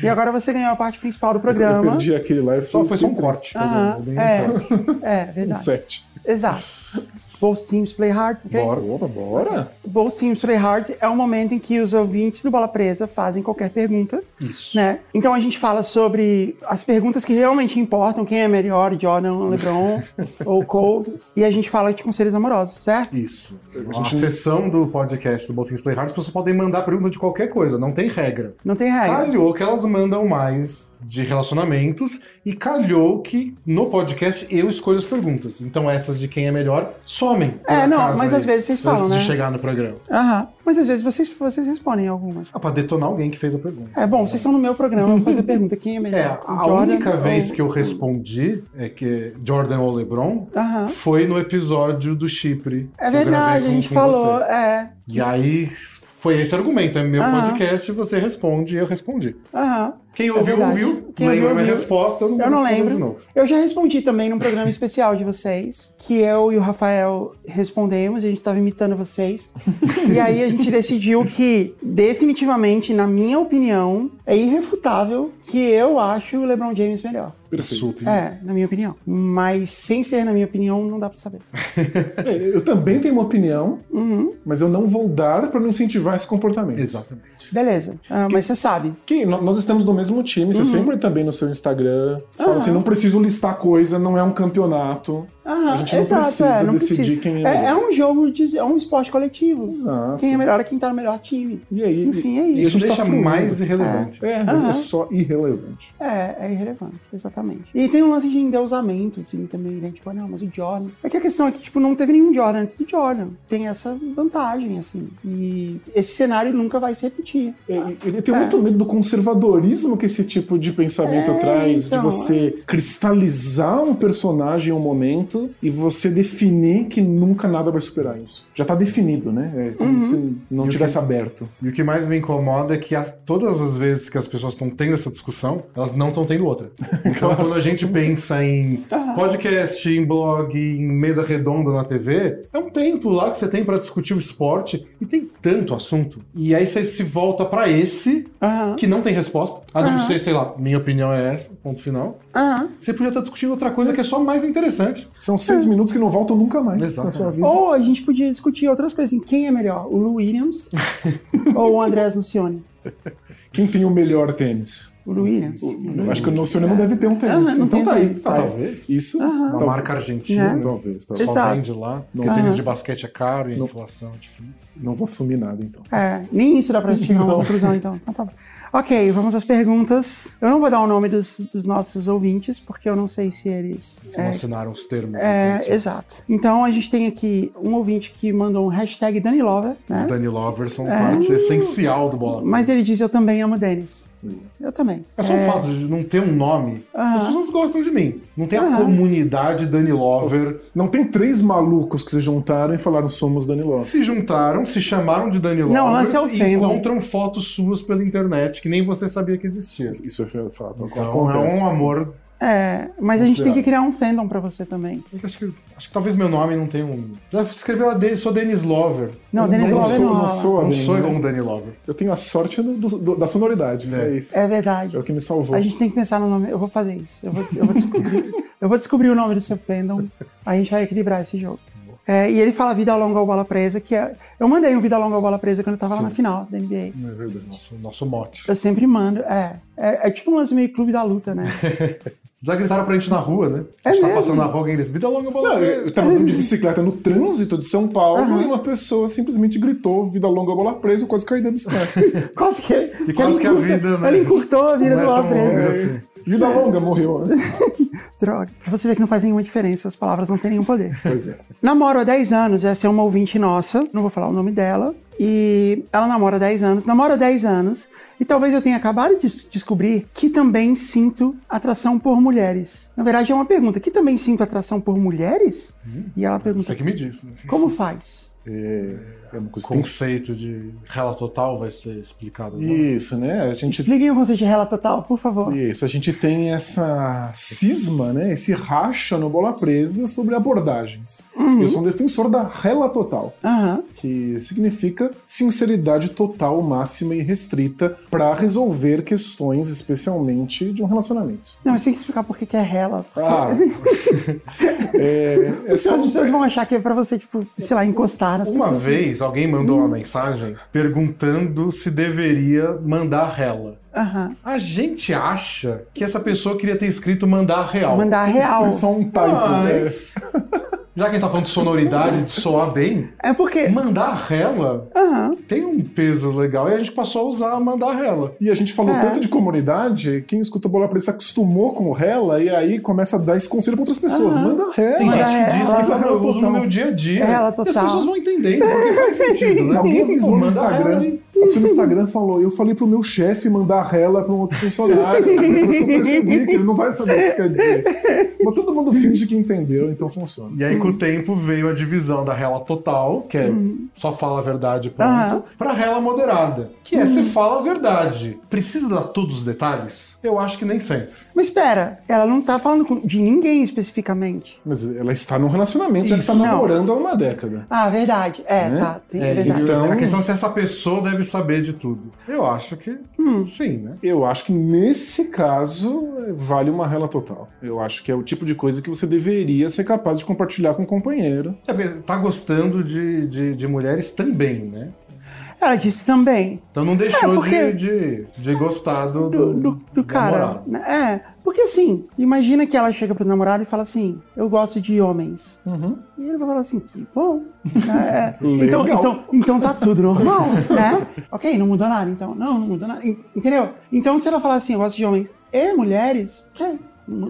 S1: e agora você ganhou a parte principal do
S3: Eu
S1: programa.
S3: perdi aquele lá. eu
S2: Só
S3: fiquei-
S2: foi só um
S3: fiquei triste.
S2: corte.
S1: Aham,
S3: Ah,
S2: Eu ganhei um corte.
S1: é, é,
S3: Um
S1: verdade.
S3: set.
S1: Exato. Both teams play hard, ok?
S3: Bora, opa, bora.
S1: Both teams play hard é o momento em que os ouvintes do Bola Presa fazem qualquer pergunta.
S3: é.
S1: Isso. Né? Então a gente fala sobre as perguntas que realmente importam, quem é melhor, Jordan, LeBron ou Cole, e a gente fala de conselhos amorosos, certo?
S2: Isso. A
S3: gente-
S2: sessão do podcast do Bolsins Play Hard, as pessoas podem mandar pergunta de qualquer coisa, não tem regra.
S1: Não tem regra.
S2: Calhou que elas mandam mais de relacionamentos e calhou que no podcast eu escolho as perguntas. Então essas de quem é melhor somem. por
S1: É, não,
S2: acaso
S1: mas
S2: aí,
S1: às vezes vocês falam,
S2: antes
S1: né?
S2: de chegar no programa.
S1: Aham. Mas às vezes vocês, vocês respondem algumas.
S2: Ah, pra detonar alguém que fez a pergunta.
S1: É, bom, vocês estão no meu programa, eu vou fazer a pergunta. Quem é
S2: É,
S1: melhor?
S2: a única vez que eu respondi é que Jordan ou LeBron
S1: Aham.
S2: foi no episódio do Chipre.
S1: É
S2: que eu
S1: verdade,
S2: gravei
S1: a
S2: com-
S1: gente
S2: com
S1: falou,
S2: você.
S1: é.
S2: E aí foi esse argumento, é meu
S1: Aham.
S2: podcast, você responde e eu respondi.
S1: Aham.
S2: Quem ouviu,
S1: verdade.
S2: ouviu.
S1: Quem
S2: lembra
S1: ouviu,
S2: minha
S1: ouviu.
S2: resposta, eu não,
S1: Eu não
S2: vou responder
S1: lembro.
S2: de novo.
S1: Eu já respondi também num programa especial de vocês, que eu e o Rafael respondemos, e a gente tava imitando
S2: [laughs]
S1: vocês. e aí a gente decidiu que, definitivamente, na minha opinião, é irrefutável que eu acho o LeBron James melhor.
S2: Insulto.
S1: É, na minha opinião. Mas sem ser na minha opinião, não dá pra saber.
S3: É, Eu também tenho uma opinião,
S1: Uhum.
S3: mas eu não vou dar pra não incentivar esse comportamento.
S2: Exatamente.
S1: Beleza. Ah, mas você sabe.
S3: Que no- nós estamos no mesmo time, você sempre também no seu Instagram fala assim: não preciso listar coisa, não é um campeonato.
S1: Aham,
S3: A gente não precisa decidir quem é
S1: Ah, é,
S3: melhor.
S1: é um jogo, de, é um esporte coletivo.
S3: Exato.
S1: Quem é melhor é quem tá no melhor time.
S3: E aí?
S1: Enfim, é isso.
S2: Isso,
S3: tá
S2: deixa
S3: fluindo.
S2: mais irrelevante.
S3: É,
S1: Aham.
S3: é só irrelevante.
S1: É, é irrelevante, exatamente. E tem um lance de endeusamento, assim, também, né? Tipo, ah, não, mas o Jordan. É que a questão é que, tipo, não teve nenhum Jordan antes do Jordan. Tem essa vantagem, assim. E esse cenário nunca vai se repetir.
S3: É, e- Eu tenho muito medo do conservadorismo que esse tipo de pensamento
S1: É,
S3: traz,
S1: então,
S3: de você cristalizar um personagem em um momento momento e você definir que nunca nada vai superar isso. Já tá definido, né? É
S1: Uhum.
S3: como se não
S2: E o
S3: tivesse
S2: que-
S3: aberto.
S2: E o que mais me incomoda é que as- todas as vezes que as pessoas estão tendo essa discussão, elas não estão tendo outra. Então, quando a gente pensa em podcast, em blog, em mesa redonda na TV, é um tempo lá que você tem pra discutir o esporte e tem tanto assunto. E aí você se volta pra esse
S1: Aham.
S2: que não tem resposta. A não
S1: Ah.
S2: ser, sei lá, minha opinião é essa, ponto final.
S1: Aham.
S2: Você podia estar discutindo outra coisa que é só mais interessante.
S3: São seis minutos que não voltam nunca mais na
S2: Exatamente.
S3: sua vida.
S1: É. Ou a gente podia discutir outras coisas, assim, quem é melhor, o Lou Williams
S3: [laughs]
S1: ou o André Anuncione?
S3: Quem tem o melhor tênis?
S1: O Lou Williams.
S3: Eu acho que o Nocione não deve ter um
S1: Ah,
S3: tênis.
S1: não
S3: então
S1: tem
S3: tá aí.
S1: tênis.
S3: tá aí.
S2: Talvez.
S3: Isso?
S1: Aham.
S2: Uma marca argentina. então,
S3: Talvez,
S1: Então,
S3: É.
S1: Né?
S3: talvez. Tá, talvez.
S1: Exato.
S2: Só vende lá. Porque
S3: Aham.
S2: tênis de basquete é caro e a
S3: Não.
S2: inflação é difícil.
S3: Não vou assumir nada, então.
S1: É, nem isso dá pra chegar a uma conclusão, então. Então tá bom. Ok, vamos às perguntas. Eu não vou dar o nome dos, dos nossos ouvintes, porque eu não sei se eles.
S2: Não
S1: é,
S2: assinaram os termos. então,
S1: É,
S2: só
S1: exato. Então a gente tem aqui um ouvinte que mandou um hashtag Danilover,
S2: Os
S1: né?
S2: Dani Lovers são parte essencial do bola.
S1: É. Mas ele diz eu também amo Denis. Eu também.
S2: É só o fato de não ter um nome. As
S1: Aham.
S2: pessoas gostam de mim. Não tem a
S1: Aham.
S2: comunidade Dani Lover.
S3: Não tem três malucos que se juntaram e falaram somos Dani Lopes.
S2: Se juntaram, se chamaram de Dani Lovers
S1: Não, o lance é o
S2: e
S1: fandom.
S2: encontram fotos suas pela internet que nem você sabia que existia.
S3: Isso é fato.
S2: Então é
S3: acontece.
S2: um amor.
S1: É, mas a gente tem que criar um fandom pra você também.
S2: Eu Acho que, acho que talvez meu nome não tenha um. Já escreveu a D, sou Denis Lover.
S1: Não,
S3: Eu
S1: Denis
S3: não
S1: Lover
S3: sou,
S1: não.
S3: não
S1: rola.
S3: sou,
S2: Não
S3: Dani,
S2: sou
S3: né?
S2: igual um Dani Lover.
S3: Eu tenho a sorte do- do- da sonoridade. É,
S2: É.
S3: isso.
S1: É
S3: É
S1: verdade.
S3: o que me salvou.
S1: A gente tem que pensar no nome. Eu vou fazer isso. Eu vou, eu vou
S2: [laughs]
S1: descobrir, eu vou descobrir o nome do seu fandom. A gente vai equilibrar esse jogo. É, e ele fala vida longa ou bola presa, que é. Eu mandei um vida longa ou bola presa quando eu tava lá na final da NBA.
S2: É verdade. Nosso, nosso mote.
S1: Eu sempre mando. É, é, é tipo um lance meio clube da luta,
S2: [laughs]
S1: né?
S2: Já gritaram pra gente na rua, né?
S1: É
S2: a gente tá
S1: mesmo?
S2: passando na rua, alguém grita, vida longa, bola.
S3: Não, eu
S2: presa."
S3: eu tava andando de bicicleta no trânsito de São Paulo e uma pessoa simplesmente gritou vida longa, bola presa, eu quase caí da bicicleta.
S1: Quase que,
S2: E quase
S1: ele
S2: que a
S1: encurtou-
S2: vida, né?
S1: Ele encurtou a vida
S2: Não é
S1: do
S2: tão assim.
S1: Bola Presa.
S2: longa.
S3: é isso. Vida longa, morreu.
S1: [laughs]
S3: né?
S1: Droga. Pra você ver que não faz nenhuma diferença, as palavras não têm nenhum poder.
S3: Pois é.
S1: Namoro há 10 anos, essa é uma ouvinte nossa, não vou falar o nome dela. E ela namora há 10 anos, namora há 10 anos, e talvez eu tenha acabado de s- descobrir que também sinto atração por mulheres. Na verdade, é uma pergunta: que também sinto atração por mulheres? E ela
S2: Você
S1: pergunta:
S2: que me disse, né?
S1: como faz?
S3: É, é uma
S2: O
S3: coisa que tem que ser.
S2: conceito tipo de rela total vai ser explicado. agora.
S3: Isso, né? A gente
S1: Expliquem o conceito de rela total, por favor.
S3: Isso, a gente tem essa cisma, né? Esse racha no bola presa sobre abordagens.
S1: Uhum.
S3: Eu sou um defensor da rela total,
S1: Aham.
S3: que significa sinceridade total, máxima e restrita para resolver questões, especialmente de um relacionamento.
S1: Não, mas tem que explicar por que que é rela. [laughs]
S3: Ah, é, é
S1: Então
S3: só
S1: As pessoas vão achar que é pra você, tipo, sei lá, encostar nas
S2: Uma
S1: pessoas.
S2: vez alguém mandou
S1: Hum.
S2: uma mensagem perguntando se deveria mandar rela.
S1: Aham.
S2: A gente acha que essa pessoa queria ter escrito mandar real.
S1: Mandar real.
S3: foi só um typo.
S1: é
S3: né?
S2: Mas, já que a gente tá falando de sonoridade, de soar bem,
S1: É porque.
S2: mandar rela
S1: Aham.
S2: tem um peso legal e a gente passou a usar mandar rela.
S3: E a gente falou
S1: É.
S3: tanto de comunidade, quem escuta bola presa se acostumou com rela e aí começa a dar esse conselho para outras pessoas.
S1: Aham.
S3: Manda rela.
S2: Tem
S1: Mandar
S2: gente que diz
S1: rela,
S2: que isso
S3: rela
S2: eu uso no
S3: total.
S2: meu dia a dia.
S1: Rela
S2: E
S1: total.
S2: as pessoas vão entender, porque faz sentido,
S1: [laughs]
S2: né?
S3: Alguém avisou no
S2: Mandar rela
S3: Instagram.
S2: e-
S3: A pessoa no Instagram falou: eu falei pro meu chefe mandar rela pra um outro funcionário. Depois que eu percebi que ele não vai saber o que isso quer dizer. Mas todo mundo finge que entendeu, então funciona.
S2: E aí,
S1: Hum.
S2: com o tempo, veio a divisão da rela total, que é só fala a verdade e
S1: Aham. Hum.
S2: pronto, pra rela moderada, que é você fala a verdade. Precisa dar todos os detalhes? Eu acho que nem sempre.
S1: Mas espera, ela não tá falando com- de ninguém especificamente.
S3: Mas ela está num relacionamento, ela
S1: Isso,
S3: está
S1: não.
S3: namorando há uma década.
S1: Ah, verdade. É,
S3: Né?
S1: tá. Tem, é,
S2: É,
S1: verdade.
S2: então...
S3: então-
S2: A questão é se essa pessoa deve saber de tudo. Eu acho que
S1: Hum.
S2: sim, né?
S3: Eu acho que nesse caso eh, vale uma rela total. Eu acho que é o tipo de coisa que você deveria ser capaz de compartilhar com o companheiro.
S2: É, porque Tá gostando de, de, de mulheres também, né?
S1: Ela disse também
S2: Então não deixou
S1: É, porque-
S2: de, de, de gostar do,
S1: do, do- do cara.
S2: namorado.
S1: né? É, porque assim, imagina que ela chega pro namorado e fala assim: Eu gosto de homens.
S3: Uhum.
S1: E ele vai falar assim: Que bom.
S2: [laughs]
S1: É, é. então,
S3: Legal.
S1: então, então tá tudo normal, né? Ok, não mudou nada então. Não, não mudou nada. En- Entendeu? Então se ela falar assim: Eu gosto de homens e mulheres, ok.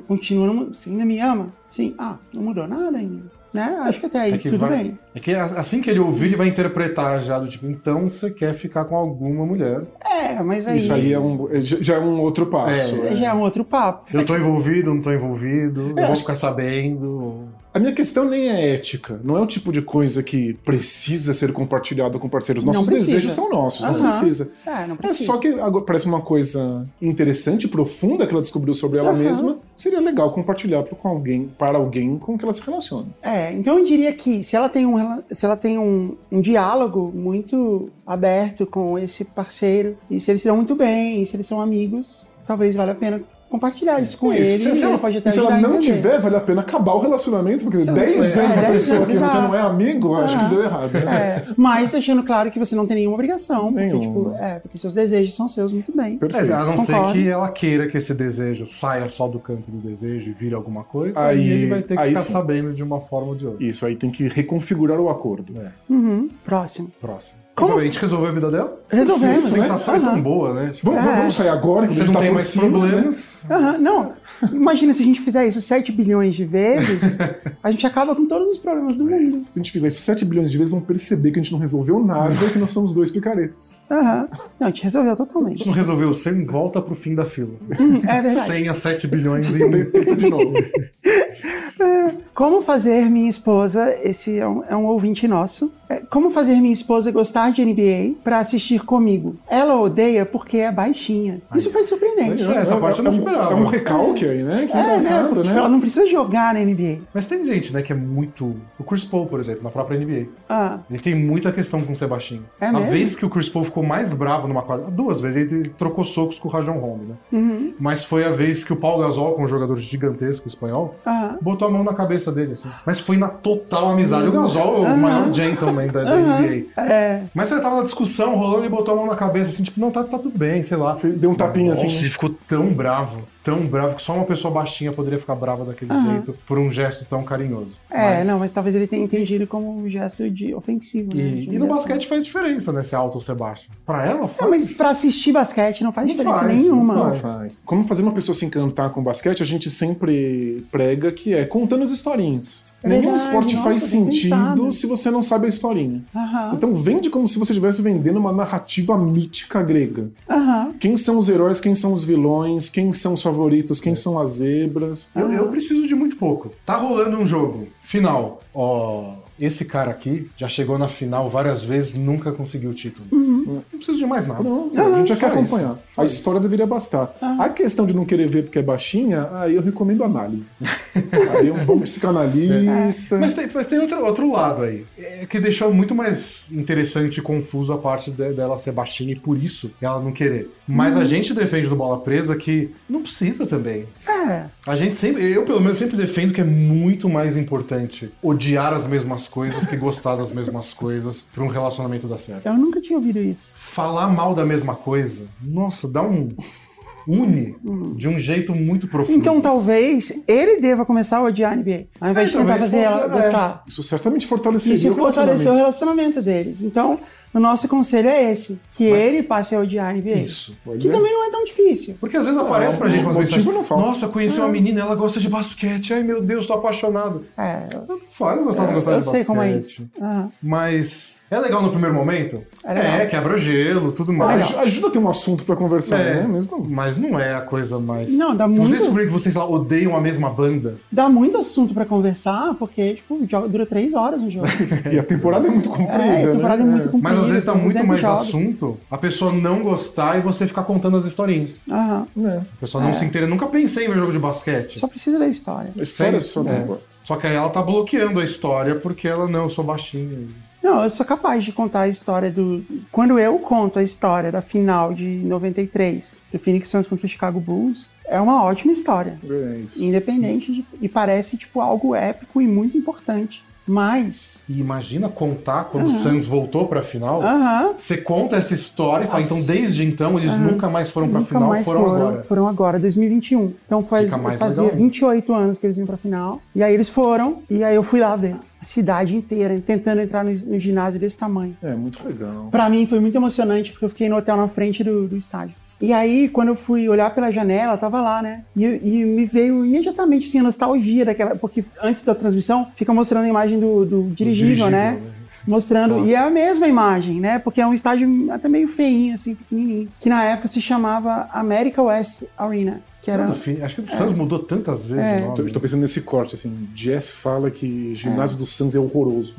S1: Continua, não mu- você ainda me ama? Sim. Ah, não mudou nada ainda. né? Acho que até aí
S2: É que
S1: tudo
S2: vai-
S1: bem.
S2: É que a- assim que ele ouvir, ele vai interpretar já do tipo, então você quer ficar com alguma mulher.
S1: É, mas aí,
S3: Isso aí é um, é- já é um outro passo.
S2: É.
S1: já é um outro papo.
S2: Eu tô envolvido, não tô envolvido, eu vou
S3: acho
S2: ficar sabendo.
S3: A minha questão nem é ética, não é o tipo de coisa que precisa ser compartilhada com parceiros.
S1: Não
S3: Nossos
S1: precisa.
S3: desejos são nossos, não
S1: Aham.
S3: precisa.
S1: É, não
S3: É
S1: precisa.
S3: só que agora parece uma coisa interessante, profunda que ela descobriu sobre ela
S1: Aham.
S3: mesma. Seria legal compartilhar pro- com alguém, para alguém com que ela se relaciona.
S1: É, então eu diria que se ela tem um, rela- se ela tem um, um diálogo muito aberto com esse parceiro, e se eles se dão muito bem, e se eles são amigos, talvez valha a pena compartilhar isso com
S3: É isso.
S1: ele.
S3: Se- se
S1: ele
S3: ela-
S1: pode até
S3: E se ela
S1: ajudar a
S3: não
S1: entender.
S3: tiver, vale a pena acabar o relacionamento, porque
S1: Se ela
S3: 10
S1: tiver-
S3: anos com
S1: é,
S3: a
S1: 10
S3: pessoa
S1: anos,
S3: que você
S1: exato.
S3: não é amigo, acho que
S1: Aham.
S3: deu errado. né?
S1: É, mas deixando claro que você não tem nenhuma obrigação, porque,
S3: Nenhuma.
S1: tipo, é, porque seus desejos são seus muito bem.
S2: É,
S3: Perfeito.
S2: a não
S1: Concordo.
S2: ser que ela queira que esse desejo saia só do campo do desejo e vire alguma coisa, aí,
S3: Aí-
S2: ele vai ter que
S3: aí
S2: ficar
S3: sim.
S2: sabendo de uma forma ou de outra.
S3: Isso aí tem que reconfigurar o acordo.
S2: É.
S1: Uhum, próximo.
S2: Próximo.
S1: Como-
S2: A gente resolveu a vida dela?
S1: Resolvemos,
S2: A
S1: né?
S2: sensação é tão
S1: Aham.
S2: boa, né? Tipo,
S3: Vamos,
S1: É.
S3: vamos sair agora, que
S2: você
S3: a
S2: não
S3: gente tá
S2: tem
S3: por
S2: mais
S3: cima. né?
S2: problemas.
S1: Aham, não, imagina se a gente fizer isso 7 bilhões de vezes, a gente acaba com todos os problemas do mundo.
S3: Se a gente fizer isso 7 bilhões de vezes, vão perceber que a gente não resolveu nada e que nós somos
S1: [laughs]
S3: dois picaretas.
S1: Aham. Não, a gente resolveu
S2: A
S1: totalmente.
S2: gente não resolveu sem volta pro fim da fila.
S1: Hum, é verdade.
S2: 100 a 7 bilhões um em
S3: Tenta de novo.
S1: Como fazer minha esposa, esse é um, é um ouvinte nosso, É, como fazer minha esposa gostar de NBA pra assistir comigo? Ela odeia porque é baixinha. Isso foi surpreendente.
S2: É, essa parte eu não
S3: um-
S2: esperava.
S3: É um recalque aí, né? Que
S1: É, né?
S3: engraçado,
S1: Porque,
S3: né?
S1: tipo, ela não precisa jogar na NBA.
S2: [laughs] Mas tem gente, né, que é muito. O Chris Paul, por exemplo, na própria NBA.
S1: Ah,
S2: Ele tem muita questão com o Sebastião.
S1: É
S2: a
S1: mesmo?
S2: vez que o Chris Paul ficou mais bravo numa quadra. Duas vezes, ele trocou socos com o Rajon Rondo, né?
S1: uhum,
S2: Mas foi a vez que o Paul Gasol, com um jogador gigantesco espanhol,
S1: ah,
S2: botou a mão na cabeça dele, assim. Mas foi na total amizade. O Gasol
S1: Uhum.
S2: é o maior gentleman da, da NBA.
S1: ah. é,
S2: Mas ele tava na discussão, rolando, ele botou a mão na cabeça, assim, tipo, não, tá, tá tudo bem, sei lá.
S3: Deu um tapinha
S2: Nossa,
S3: assim.
S2: ele ficou tão bravo, tão bravo, que só uma pessoa baixinha poderia ficar brava daquele
S1: Aham.
S2: jeito por um gesto tão carinhoso.
S1: é,
S2: Mas-
S1: não, mas talvez ele tenha entendido como um gesto de ofensivo. né? De
S2: E, e no
S1: humilhação.
S2: basquete faz diferença, né? Se é alto ou se é baixo. Pra ela,
S1: Não,
S2: faz.
S1: Tá, mas pra assistir basquete não faz
S2: Não
S1: diferença
S2: faz,
S1: nenhuma.
S2: não
S3: Não faz. Como fazer uma pessoa se encantar com basquete, a gente sempre prega que é contando as historinhas.
S1: É
S3: Nenhum
S1: verdade,
S3: esporte
S1: nossa,
S3: faz
S1: bem pensado.
S3: sentido se você não sabe a historinha.
S1: Aham,
S3: Então vende como se você estivesse vendendo uma narrativa mítica grega.
S2: Então-
S1: aham.
S3: Quem são os heróis, quem são os vilões, quem são os favoritos, quem são as zebras.
S2: Eu,
S1: Ah.
S2: eu preciso de muito pouco. Tá rolando um jogo. Final. Ó, esse cara aqui já chegou na final várias vezes, nunca conseguiu o título.
S1: Uhum.
S2: Não preciso de mais nada. é
S3: Não, É, a gente já
S2: só
S3: quer acompanhar.
S2: isso, só
S3: A
S2: isso.
S3: história deveria bastar. A questão de não querer ver porque é baixinha, aí eu recomendo análise. aí é um bom psicanalista.
S2: Mas tem, mas tem outro, outro lado aí, é, que deixou muito mais interessante e confuso a parte de- dela ser baixinha e por isso ela não querer. Mas
S1: Uhum.
S2: a gente defende do Bola Presa que não precisa também.
S1: É,
S2: A gente sempre, eu pelo menos sempre defendo que é muito mais importante odiar as mesmas coisas que gostar das mesmas coisas pra um relacionamento dar certo.
S1: eu nunca tinha ouvido isso.
S2: Falar mal da mesma coisa, nossa, dá um. une de um jeito muito profundo.
S1: Então talvez ele deva começar a odiar a NBA, ao invés
S2: É,
S1: de tentar
S2: talvez
S1: fazer
S2: fosse-
S1: ela
S2: é.
S1: gostar.
S3: Isso certamente
S1: E
S3: fortaleceria
S1: Isso
S3: o relacionamento.
S1: fortaleceu o relacionamento deles. Então, o nosso conselho é esse: que ele passe a odiar a NBA.
S2: Isso. Né?
S1: Que também não é tão difícil.
S2: Porque às vezes aparece pra
S3: o
S2: gente umas
S3: motivo
S2: mensagens.
S3: não falta.
S2: Nossa, conheci uma menina, ela gosta de basquete. Ai meu Deus, tô apaixonado.
S1: É,
S2: Tanto faz gostar ou não gostar
S1: eu
S2: de basquete.
S1: sei como é isso. Aham.
S2: Mas é legal no primeiro momento?
S1: É legal. É
S2: quebra o gelo, tudo
S3: Ah,
S2: mais.
S3: aj- Ajuda a ter um assunto pra conversar,
S2: É.
S3: né? Mas não.
S2: Mas não é a coisa mais.
S1: Não, dá
S2: Se
S1: muito,
S2: vocês descobrirem que vocês sei lá, odeiam a mesma banda,
S1: dá muito assunto pra conversar, porque, tipo, joga- dura três horas
S2: [laughs]
S1: um jogo.
S3: E a temporada é muito comprida,
S1: é, a temporada
S3: né?
S1: é muito comprida.
S2: mas às vezes dá
S1: tem
S2: muito
S1: 200
S2: mais
S1: jogos.
S2: assunto a pessoa não gostar e você ficar contando as historinhas.
S1: Aham.
S3: É.
S2: A pessoa não se inteira. Nunca pensei em ver jogo de basquete.
S1: Só
S2: Só...
S1: precisa da história.
S3: A história só
S2: Sempre,
S3: não
S2: é.
S3: importa.
S2: que aí ela tá bloqueando a história porque ela, não, eu sou baixinha.
S1: Não, eu sou capaz de contar a história do. Quando eu conto a história da final de 93 do Phoenix Suns contra o Chicago Bulls, é uma ótima história.
S3: É isso.
S1: Independente de- e parece tipo algo épico e muito importante. Mas,
S2: E imagina contar quando o
S1: Aham. Ah.
S2: Suns voltou pra final.
S1: aham,
S2: Você conta essa história e fala, então desde então eles
S1: Aham.
S2: nunca mais foram pra
S1: Ah. nunca
S2: final,
S1: mais
S2: foram,
S1: foram,
S2: agora.
S1: foram agora, 2021. Então faz,
S2: Fica mais
S1: fazia
S2: legal.
S1: 28 anos que eles iam pra final. E aí eles foram, e aí eu fui lá ver a cidade inteira tentando entrar no, no ginásio desse tamanho.
S3: É muito legal.
S1: Pra mim foi muito emocionante, porque eu fiquei no hotel na frente do, do estádio. E aí, quando eu fui olhar pela janela, tava lá, né? E, e me veio imediatamente assim, a nostalgia daquela. Porque antes da transmissão, fica mostrando a imagem do, do dirigível, né? Mostrando. E é a mesma imagem, né? Porque é um estádio até meio feinho, assim, pequenininho. Que na época se chamava America West Arena. Que era.
S2: Do fim-
S1: É.
S2: Acho que o do Santos mudou tantas vezes o nome.
S3: Tô, tô pensando nesse corte, assim. Jess fala que ginásio do Suns é horroroso.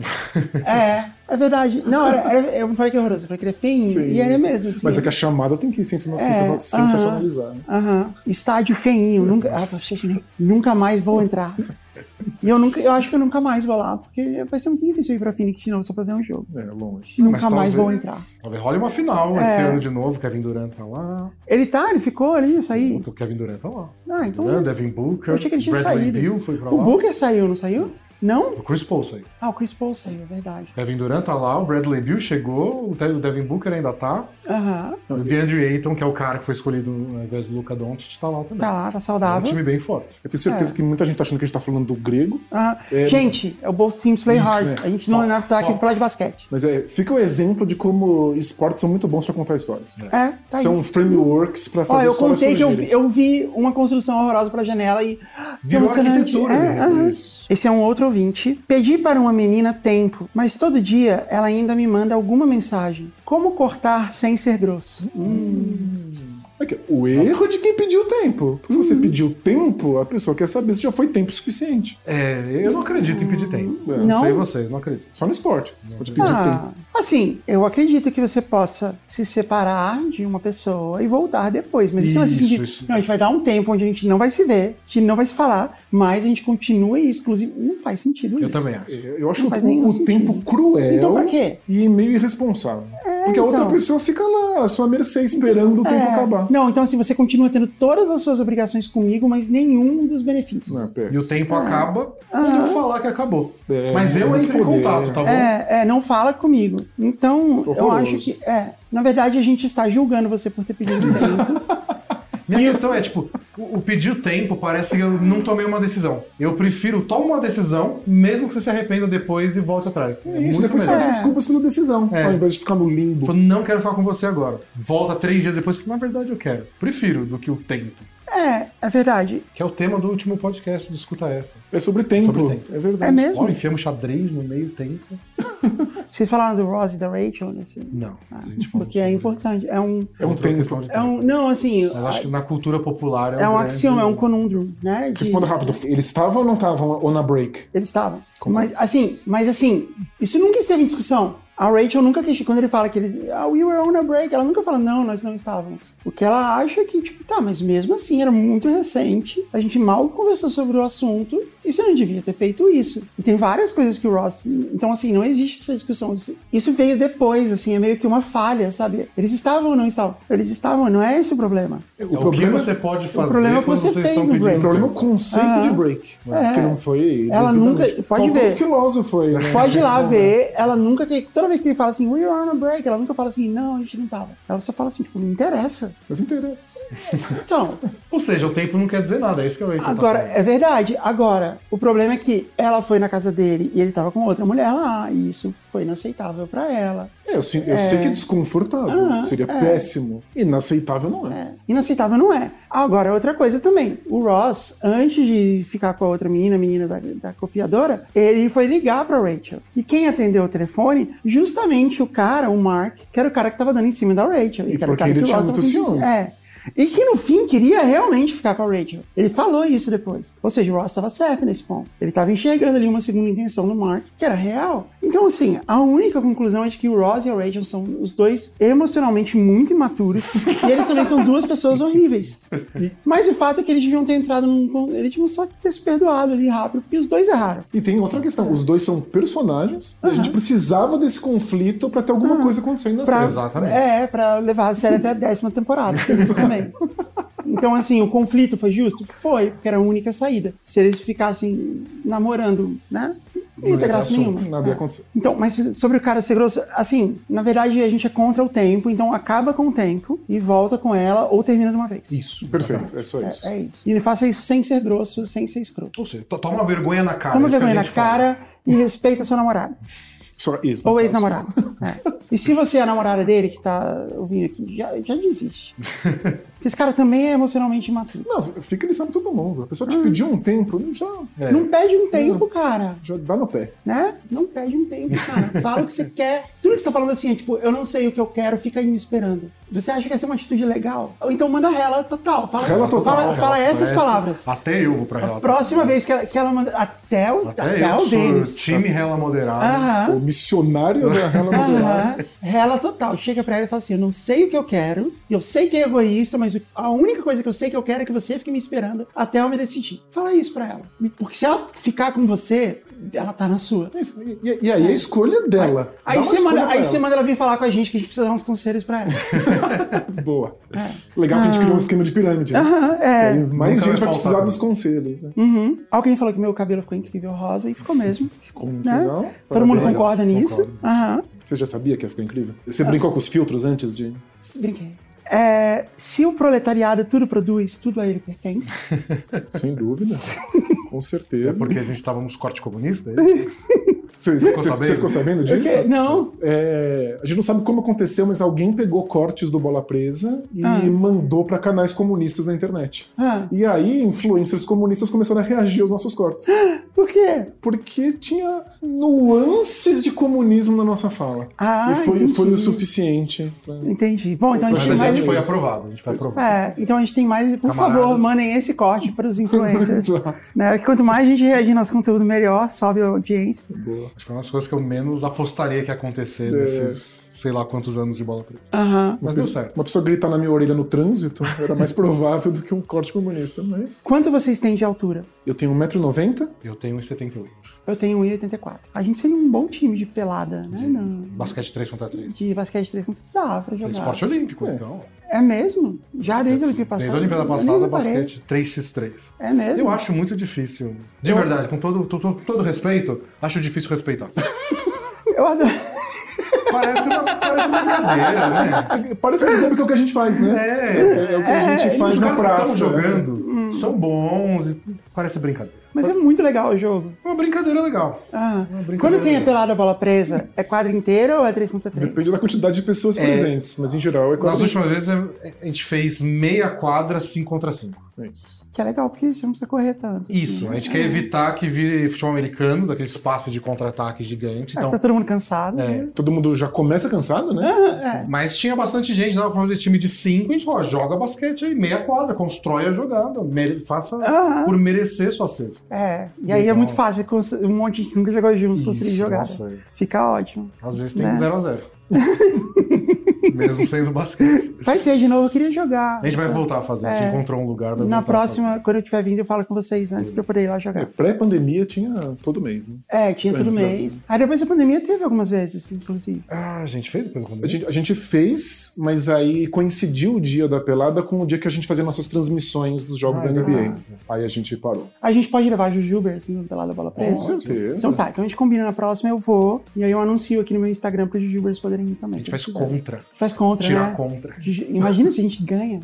S1: É, é verdade. Não, era, era- eu não falei que é horroroso, eu falei que ele é feinho.
S3: Feinho.
S1: E ele é mesmo. Assim,
S3: Mas é que a chamada tem que sensa- sensa-
S1: aham.
S3: sensacionalizar. né?
S1: Aham. Estádio feinho, nunca, ah, pra vocês verem, nunca mais vou entrar. E eu nunca, eu acho que eu nunca mais vou lá, porque vai ser muito difícil eu ir pra Phoenix de novo só pra ver um jogo.
S3: É, longe.
S1: Nunca
S2: Mas
S1: mais
S2: talvez-
S1: vou entrar.
S2: Talvez role uma final
S1: É.
S2: esse ano de novo. Kevin Durant tá lá.
S1: Ele tá, ele ficou ali, ia sair.
S2: O Kevin Durant tá lá.
S1: Ah, então.
S2: Durant,
S1: mas-
S2: Devin Booker.
S1: Eu achei que ele tinha
S2: Bradley
S1: saído.
S2: Beal foi pra lá.
S1: O Booker saiu, não saiu? Não?
S2: O Chris Paul saiu.
S1: Ah, o Chris Paul saiu, é verdade.
S2: O Kevin Durant tá lá, o Bradley Beal chegou, o Te- o Devin Booker ainda tá.
S1: Aham.
S2: O DeAndre Ayton, que é o cara que foi escolhido ao invés do Luca Doncic, tá lá também.
S1: Tá lá, tá
S2: É um
S1: saudável.
S2: time bem forte.
S3: Eu tenho certeza
S1: É.
S3: que muita gente tá achando que a gente tá falando do grego,
S1: Aham.
S3: É.
S1: Gente, é o Both Teams Play
S3: Isso,
S1: Hard.
S3: é.
S1: A gente não, não tá aqui pra falar de basquete.
S3: mas é, fica o exemplo de como esportes são muito bons pra contar histórias.
S1: É, tá aí.
S3: são frameworks pra
S1: Ó,
S3: fazer
S1: eu
S3: histórias
S1: contei que eu,
S3: surgirem.
S1: vi- eu vi uma construção horrorosa pela janela e.
S2: Viu a
S1: Emocionante.
S2: arquitetura,
S1: É,
S2: né?
S1: aham.
S3: Isso.
S1: Esse é um outro ouvinte. Pedi para uma menina tempo, mas todo dia ela ainda me manda alguma mensagem. Como cortar sem ser grosso?
S3: É que o erro de quem pediu tempo. Porque se você
S1: Uhum.
S3: pediu tempo, a pessoa quer saber se já foi tempo suficiente.
S2: É, eu não acredito em pedir tempo.
S3: Não.
S2: sei vocês, não acredito.
S3: Só no esporte. Você pode pedir tempo.
S1: Ah, assim, eu acredito que você possa se separar de uma pessoa e voltar depois. Mas isso,
S2: Isso,
S1: assim, de-
S2: isso.
S1: não, a gente vai dar um tempo onde a gente não vai se ver, a gente não vai se falar, mas a gente continua exclusivo. Não faz sentido
S2: Eu
S1: isso.
S2: também acho.
S3: É, Eu acho
S1: Não faz nenhum
S3: o
S1: sentido.
S3: tempo cruel
S1: Então pra quê?
S3: e meio irresponsável. Porque a outra
S1: então.
S3: pessoa fica lá, à sua mercê, esperando o tempo
S1: É.
S3: acabar.
S1: Não, então assim, você continua tendo todas as suas obrigações comigo, mas nenhum dos benefícios.
S3: Não, é
S2: E o
S3: péssimo.
S2: tempo
S1: Ah.
S2: acaba quando eu falar que acabou.
S3: É,
S2: Mas eu
S3: muito
S2: entro em
S3: poder.
S2: contato, tá bom?
S1: É, é, não fala comigo. Então, eu
S3: Horroroso.
S1: acho que. É, na verdade, a gente está julgando você por ter pedido tempo.
S2: Minha questão é, tipo, o, o pedir o tempo parece que eu não tomei uma decisão. Eu prefiro tomar uma decisão, mesmo que você se arrependa depois e volte atrás.
S3: É isso, depois você
S1: melhor.
S3: pede desculpas pela decisão,
S2: É.
S3: ao invés de ficar no
S2: Tipo,
S3: limbo.
S2: não quero falar com você agora. Volta três dias depois, na verdade eu quero. Prefiro do que o tempo. [laughs]
S1: é, é verdade.
S2: Que é o tema do último podcast do Escuta Essa.
S3: É sobre tempo.
S2: Sobre tempo.
S3: É
S1: É
S3: verdade.
S1: mesmo?
S2: Olha, enfiamos xadrez no meio tempo.
S1: Vocês falaram do Ross e da Rachel, né? assim?
S2: Não, a gente falou
S1: Porque é
S2: sobre-
S1: importante. É um.
S2: É um tempo. questão de
S1: É
S2: tempo.
S1: um não, assim.
S2: Mas acho que na cultura popular é um
S1: É um
S2: grande-
S1: axioma, é um conundrum, né? de-
S3: Responda rápido. Eles estavam ou não estavam on a break?
S1: Eles estavam.
S3: Como?
S1: Mas assim, mas assim, isso nunca esteve em discussão. A Rachel nunca queixou. Quando ele fala que ele. Ah, we were on a break. Ela nunca fala, não, nós não estávamos. O que ela acha é que, tipo, tá, mas mesmo assim, era muito recente. A gente mal conversou sobre o assunto. E você não devia ter feito isso. E tem várias coisas que o Ross. Então, assim, não existe essa discussão. Isso veio depois, assim, é meio que uma falha, sabe? Eles estavam ou não estavam? Eles estavam, não é esse o problema.
S2: É o que você pode fazer.
S1: problema é que
S2: quando
S1: você
S2: vocês
S1: fez
S2: estão
S1: no
S2: pedindo
S1: break.
S3: O problema é o conceito
S1: Ah.
S3: de break, né?
S1: É.
S3: que não foi.
S1: Ela
S3: devidamente.
S1: nunca- pode
S3: Faltou
S1: ver.
S3: um filósofo aí. né?
S1: Pode ir lá ver, ela nunca. que- Toda vez que ele fala assim, we were on a break, ela nunca fala assim, não, a gente não tava. Ela só fala assim, tipo, não interessa.
S3: Mas não interessa.
S1: Então,
S2: Ou seja, o tempo não quer dizer nada, é isso que eu entendo.
S1: agora, é verdade. Agora, o problema é que ela foi na casa dele e ele tava com outra mulher lá, e isso foi inaceitável pra ela.
S3: É, eu, sei- eu sei que é desconfortável.
S1: Ah,
S3: Seria
S1: é.
S3: péssimo. Inaceitável não é.
S1: É, Inaceitável não é. Agora, outra coisa também. O Ross, antes de ficar com a outra menina, a menina da, da copiadora, ele foi ligar pra Rachel. E quem atendeu o telefone? Justamente o cara, o Mark, que era o cara que tava dando em cima da Rachel.
S3: E
S1: que era o
S3: porque
S1: cara
S3: ele
S1: que o
S3: tinha
S1: Ross tava
S3: muitos
S1: dando em cima.
S3: ciúmes.
S1: É. E que no fim queria realmente ficar com a Rachel. Ele falou isso depois. Ou seja, o Ross estava certo nesse ponto. Ele estava enxergando ali uma segunda intenção do Mark, que era real. Então, assim, a única conclusão é de que o Ross e a Rachel são os dois emocionalmente muito imaturos. e eles também são duas pessoas horríveis.
S3: [laughs]
S1: Mas o fato é que eles deviam ter entrado num. con- Eles deviam só ter se perdoado ali rápido, porque os dois erraram.
S3: E tem outra questão. Os dois são personagens. E a gente precisava desse conflito pra ter alguma coisa acontecendo assim. na
S1: Pra-
S3: série.
S2: Exatamente.
S1: É, pra levar a série até a décima temporada, tem isso também. Então, assim, o conflito foi justo? Foi, porque era a única saída. Se eles ficassem namorando, né? Não ia
S2: Não
S1: ter
S2: ia
S1: graça
S2: ter assunto,
S1: nenhuma.
S3: Nada ia acontecer.
S1: Então, mas sobre o cara ser grosso, assim, na verdade a gente é contra o tempo, então acaba com o tempo e volta com ela ou termina de uma vez.
S2: Isso.
S3: Perfeito. É só isso.
S1: É, é isso. E ele faça isso sem ser grosso, sem ser escroto.
S2: Ou seja, to- toma vergonha na cara. é
S1: Toma
S2: isso que a
S1: vergonha na
S2: gente fala.
S1: cara e respeita seu namorado.
S3: Só isso.
S1: Ou
S3: no
S1: ex-namorado.
S3: assim,
S1: É. E se você é a namorada dele que tá ouvindo aqui, já, já
S3: [laughs]
S1: desiste. Porque esse cara também é emocionalmente imaturo.
S3: caso. Não, fica lição pra todo mundo. A pessoa
S1: Ah.
S3: te pediu um tempo, já,
S2: É.
S1: Não pede um tempo, cara.
S3: já dá no pé.
S1: né? Não pede um tempo, cara.
S3: [laughs]
S1: Fala o que você quer. Tudo que você tá falando assim é tipo, eu não sei o que eu quero, fica aí me esperando. Você acha que essa é uma atitude legal? Ou então manda rela total. Fala,
S3: Rela total,
S1: fala,
S3: rela,
S1: fala essas palavras.
S2: Até eu vou pra
S1: A
S2: relatar.
S1: próxima vez que ela, que ela manda. Até o, até
S2: Até eu
S1: o
S2: sou
S1: deles. Ah.
S2: time rela moderada.
S1: Aham.
S3: O missionário da Hela Modular.
S1: [laughs] Aham. Rela total. Chega pra ela e fala assim: Eu não sei o que eu quero, eu sei que é egoísta, mas o- a única coisa que eu sei que eu quero é que você fique me esperando até eu me decidir. Fala isso pra ela. Porque se ela ficar com você, ela tá na sua.
S3: É isso. E, e- e aí a escolha dela.
S1: Aí
S3: Dá uma
S1: você,
S3: escolha
S1: manda,
S3: pra
S1: aí
S3: ela.
S1: você manda ela vir falar com a gente que a gente precisa dar uns conselhos pra
S3: [laughs]
S1: ela.
S3: Boa.
S1: É.
S3: Legal que a gente criou um esquema de pirâmide. Né?
S1: Aham, é.
S3: Aí
S2: Nunca
S3: mais gente
S2: vai
S3: vai precisar
S2: faltar.
S3: dos conselhos. Né?
S1: Uhum. Alguém falou que meu cabelo ficou incrível rosa e ficou mesmo.
S3: Ficou muito
S1: Né?
S3: legal.
S1: Todo mundo
S3: Parabéns.
S1: concorda nisso. Aham.
S3: Você já sabia que ia ficar incrível? Você brincou com os filtros antes de.
S1: Brinquei. É, se o proletariado tudo produz, tudo a ele pertence. [laughs]
S3: Sem dúvida. com
S2: É
S3: certeza.
S2: porque a gente tava nos é cortes comunistas?
S3: Você,
S2: Ficou
S3: você-
S2: sabendo?
S3: você ficou sabendo disso?
S1: Porque- não.
S3: É, a gente não sabe como aconteceu, mas alguém pegou cortes do Bola Presa e
S1: Ah.
S3: mandou pra canais comunistas na internet.
S1: Ah,
S3: E aí, influencers comunistas começaram a reagir aos nossos cortes.
S1: por quê?
S3: Porque tinha nuances de comunismo na nossa fala.
S1: Ah,
S3: e foi,
S1: entendi.
S3: foi o suficiente. pra-
S1: Entendi. Bom, então a gente
S2: Mas
S1: tem
S2: a
S1: mais.
S2: gente foi aprovado, a gente foi aprovado.
S1: É, então a gente tem mais. Por
S2: Camaradas.
S1: favor, mandem esse corte para os
S2: [laughs]
S1: influencers. [laughs]
S3: Exato.
S1: né? Que Quanto mais a gente reagir ao nosso conteúdo, melhor sobe a audiência.
S3: Boa.
S2: Acho que foi uma das coisas que eu menos apostaria que ia acontecer
S3: É.
S2: nesses sei lá quantos anos de bola preta.
S1: Aham.
S2: Mas deu certo.
S3: Uma pessoa gritar na minha orelha no trânsito era mais provável do que um corte comunista, mas.
S1: Quanto vocês têm de altura?
S3: Eu tenho 1,90m,
S2: Eu tenho 1,78.
S1: Eu tenho 1,84. A gente seria um bom time de pelada, né? Não.
S2: Basquete 3 contra 3.
S1: De basquete 3 contra dá pra jogar.
S2: Esporte olímpico,
S3: É.
S2: então.
S1: É mesmo? Já desde a Olimpíada passada.
S2: Desde a Olimpíada
S1: eu nem
S2: passada,
S1: reparei.
S2: basquete 3x3.
S1: É mesmo?
S2: Eu acho muito difícil. De verdade, com todo, to- to- todo, respeito, acho difícil respeitar.
S1: Eu adoro.
S2: Parece uma, parece uma brincadeira, né?
S3: Parece que sabe que é o que a gente faz, né?
S2: É.
S3: É o que a gente faz
S2: Os
S3: na
S2: caras que
S3: praça. né?
S2: estão jogando são bons e parece brincadeira.
S1: Mas é muito legal o jogo.
S2: É Uma brincadeira legal.
S1: Ah,
S2: brincadeira
S1: quando tem a
S2: legal.
S1: pelada bola presa, é quadra inteira ou é 3 contra 3?
S3: Depende da quantidade de pessoas presentes, mas em geral é
S2: Nas
S3: quase
S2: últimas vezes a gente fez meia quadra 5 contra 5.
S3: É isso.
S1: Que é legal, porque você não precisa correr tanto. assim,
S2: Isso,
S1: né?
S2: a gente quer evitar que vire futebol americano, daquele espaço de contra-ataque gigante.
S1: Ah,
S2: Então,
S1: tá todo mundo cansado. né?
S2: é.
S3: Todo mundo já começa cansado, né?
S1: Ah, é.
S2: Mas tinha bastante gente, dava pra fazer time de 5, a gente falou, joga basquete aí, meia quadra, constrói a jogada, mere- faça
S1: Aham.
S2: por merecer sua cesta.
S1: É, e aí é
S2: Legal.
S1: muito fácil cons- um monte de gente nunca jogou junto conseguir
S2: Então Isso,
S1: jogar.
S2: nossa,
S1: Fica ótimo.
S2: Às vezes tem
S1: Né?
S2: 0x0.
S1: [laughs]
S2: Mesmo sendo basquete.
S1: Vai ter de novo, eu queria jogar.
S2: A gente vai voltar a fazer, a gente
S1: É.
S2: encontrou um lugar. vai voltar
S1: Na
S2: a
S1: próxima, quando eu tiver vindo, eu falo com vocês antes pra eu poder ir lá
S2: É.
S1: jogar.
S3: Pré-pandemia tinha todo mês, né?
S1: É, tinha todo
S3: Antes da-
S1: mês. Aí depois da pandemia teve algumas vezes, assim, inclusive.
S2: fazer. Ah, a gente fez depois quando
S3: A gente, a gente fez, mas aí coincidiu o dia da pelada com o dia que a gente fazia nossas transmissões dos jogos
S2: Ah,
S3: da
S2: é
S3: NBA. Aí a gente parou.
S1: A gente pode levar Jujuber, assim, no pelada bola
S2: É
S3: Com
S1: presa.
S3: certeza.
S1: Então tá, então a gente combina na próxima, eu vou. E aí eu anuncio aqui no meu Instagram para os Jujubers poderem ir também.
S2: A gente faz
S1: contra.
S2: contra,
S1: Faz contra,
S2: tirar
S1: né?
S2: contra.
S1: Juju- Imagina se a gente ganha.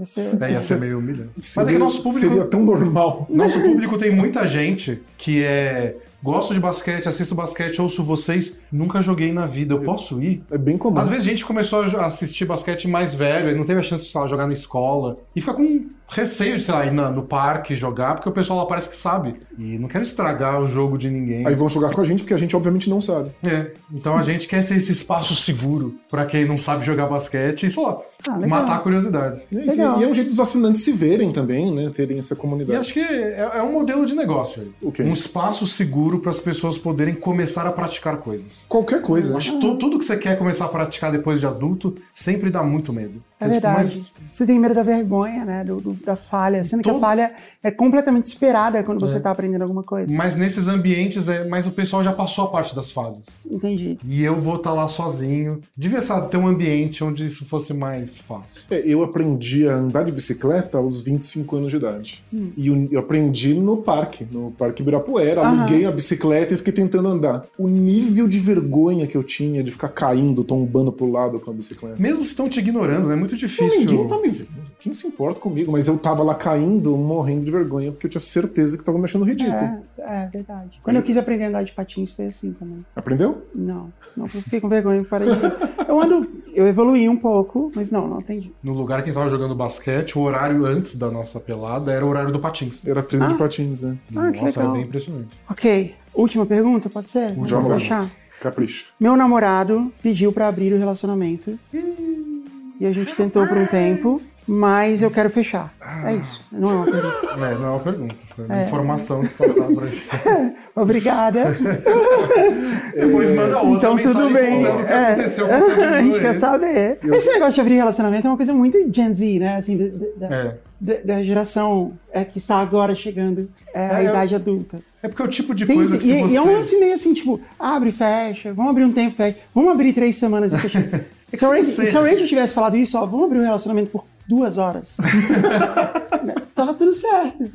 S1: Ia ser-
S2: É, ia ser meio humilhante. Mas é que
S3: Seria-
S2: nosso público
S3: Seria tão normal.
S2: Nosso público tem muita gente que é. Gosto de basquete, assisto basquete, ouço vocês, nunca joguei na vida, eu posso ir?
S3: É bem comum.
S2: Às vezes a gente começou a jo- assistir basquete mais velho, aí não teve a chance de sei lá, jogar na escola, e fica com receio de, sei lá, ir na- no parque jogar, porque o pessoal lá parece que sabe. E não quero estragar o jogo de ninguém.
S3: Aí vão jogar com a gente, porque a gente obviamente não sabe.
S2: É, então a gente quer ser esse espaço seguro pra quem não sabe jogar basquete e só
S1: Ah, legal.
S2: matar a curiosidade.
S3: E é isso.
S1: Legal.
S3: E é um jeito dos assinantes se verem também, né? Terem essa
S2: E
S3: comunidade.
S2: acho que é, é um modelo de negócio. aí.
S3: Ok.
S2: Um espaço seguro para as pessoas poderem começar a praticar coisas.
S3: Qualquer coisa. né?
S2: Acho que
S1: Uhum.
S2: tu- tudo que você quer começar a praticar depois de adulto sempre dá muito medo.
S1: É
S2: tipo,
S1: verdade.
S2: mas
S1: Você tem medo da vergonha, né? Do, do- da falha. Sendo que a
S2: Todo- É.
S1: falha é completamente esperada quando você tá aprendendo alguma coisa.
S2: mas nesses ambientes, é, mas o pessoal já passou a parte das falhas.
S1: Entendi.
S2: E eu vou estar lá sozinho. Devia sabe, ter um ambiente onde isso fosse mais fácil.
S3: É, eu aprendi a andar de bicicleta
S1: Hum.
S3: aos 25 anos de idade. E eu, eu aprendi no parque, no Parque Ibirapuera.
S1: Aham.
S3: Aluguei a bicicleta e fiquei tentando andar. O nível de vergonha que eu tinha de ficar caindo, tombando pro lado com a bicicleta.
S2: Mesmo se estão te ignorando, né? É muito difícil.
S3: Ninguém tá me vendo. Quem se importa comigo? Mas eu tava lá caindo, morrendo de vergonha, porque eu tinha certeza que tava me achando ridículo.
S1: É, é verdade. Quando eu quis aprender a andar de patins, foi assim também.
S3: Aprendeu?
S1: Não, não, eu fiquei com vergonha, parei. de- Eu ando, eu evoluí um pouco, mas não, não aprendi.
S2: No lugar que a gente tava jogando basquete, o horário antes da nossa pelada era o horário do patins.
S3: Era treino de
S1: Ah.
S3: patins, né?
S1: Ah, que
S2: Nossa, é
S1: legal.
S2: bem impressionante.
S1: Ok, última pergunta, pode ser?
S3: Vamos
S1: Vamos
S3: lá.
S1: fechar.
S3: Capricha.
S1: Meu namorado pediu pra abrir o relacionamento. E a gente tentou por um tempo, mas eu quero fechar. É isso. Não é uma
S2: [laughs]
S1: pergunta.
S2: É, não é uma pergunta. É uma informação que passava pra gente.
S1: Obrigada.
S2: [laughs] Depois manda
S1: Então tudo
S2: mensagem
S1: bem.
S2: contando o que
S1: É,
S2: aconteceu quando você
S1: [laughs] a
S2: avisou
S1: gente quer
S2: ele.
S1: saber. Esse negócio de abrir relacionamento é uma coisa muito Gen Z, né? Assim, da, da-
S2: É.
S1: da- da geração é, que está agora chegando é, à
S2: É, eu-
S1: idade adulta.
S2: É porque é o tipo de
S1: Tem
S2: coisa que
S1: isso.
S2: se
S1: e,
S2: você...
S1: e é um lance meio assim, tipo, abre, fecha, vamos abrir um tempo, fecha, vamos abrir três
S2: [laughs]
S1: semanas e fechar. se, a Rachel,
S2: É você-
S1: se a Rachel tivesse falado isso, ó, vamos abrir um relacionamento por duas
S2: [laughs]
S1: horas. Tava tudo certo.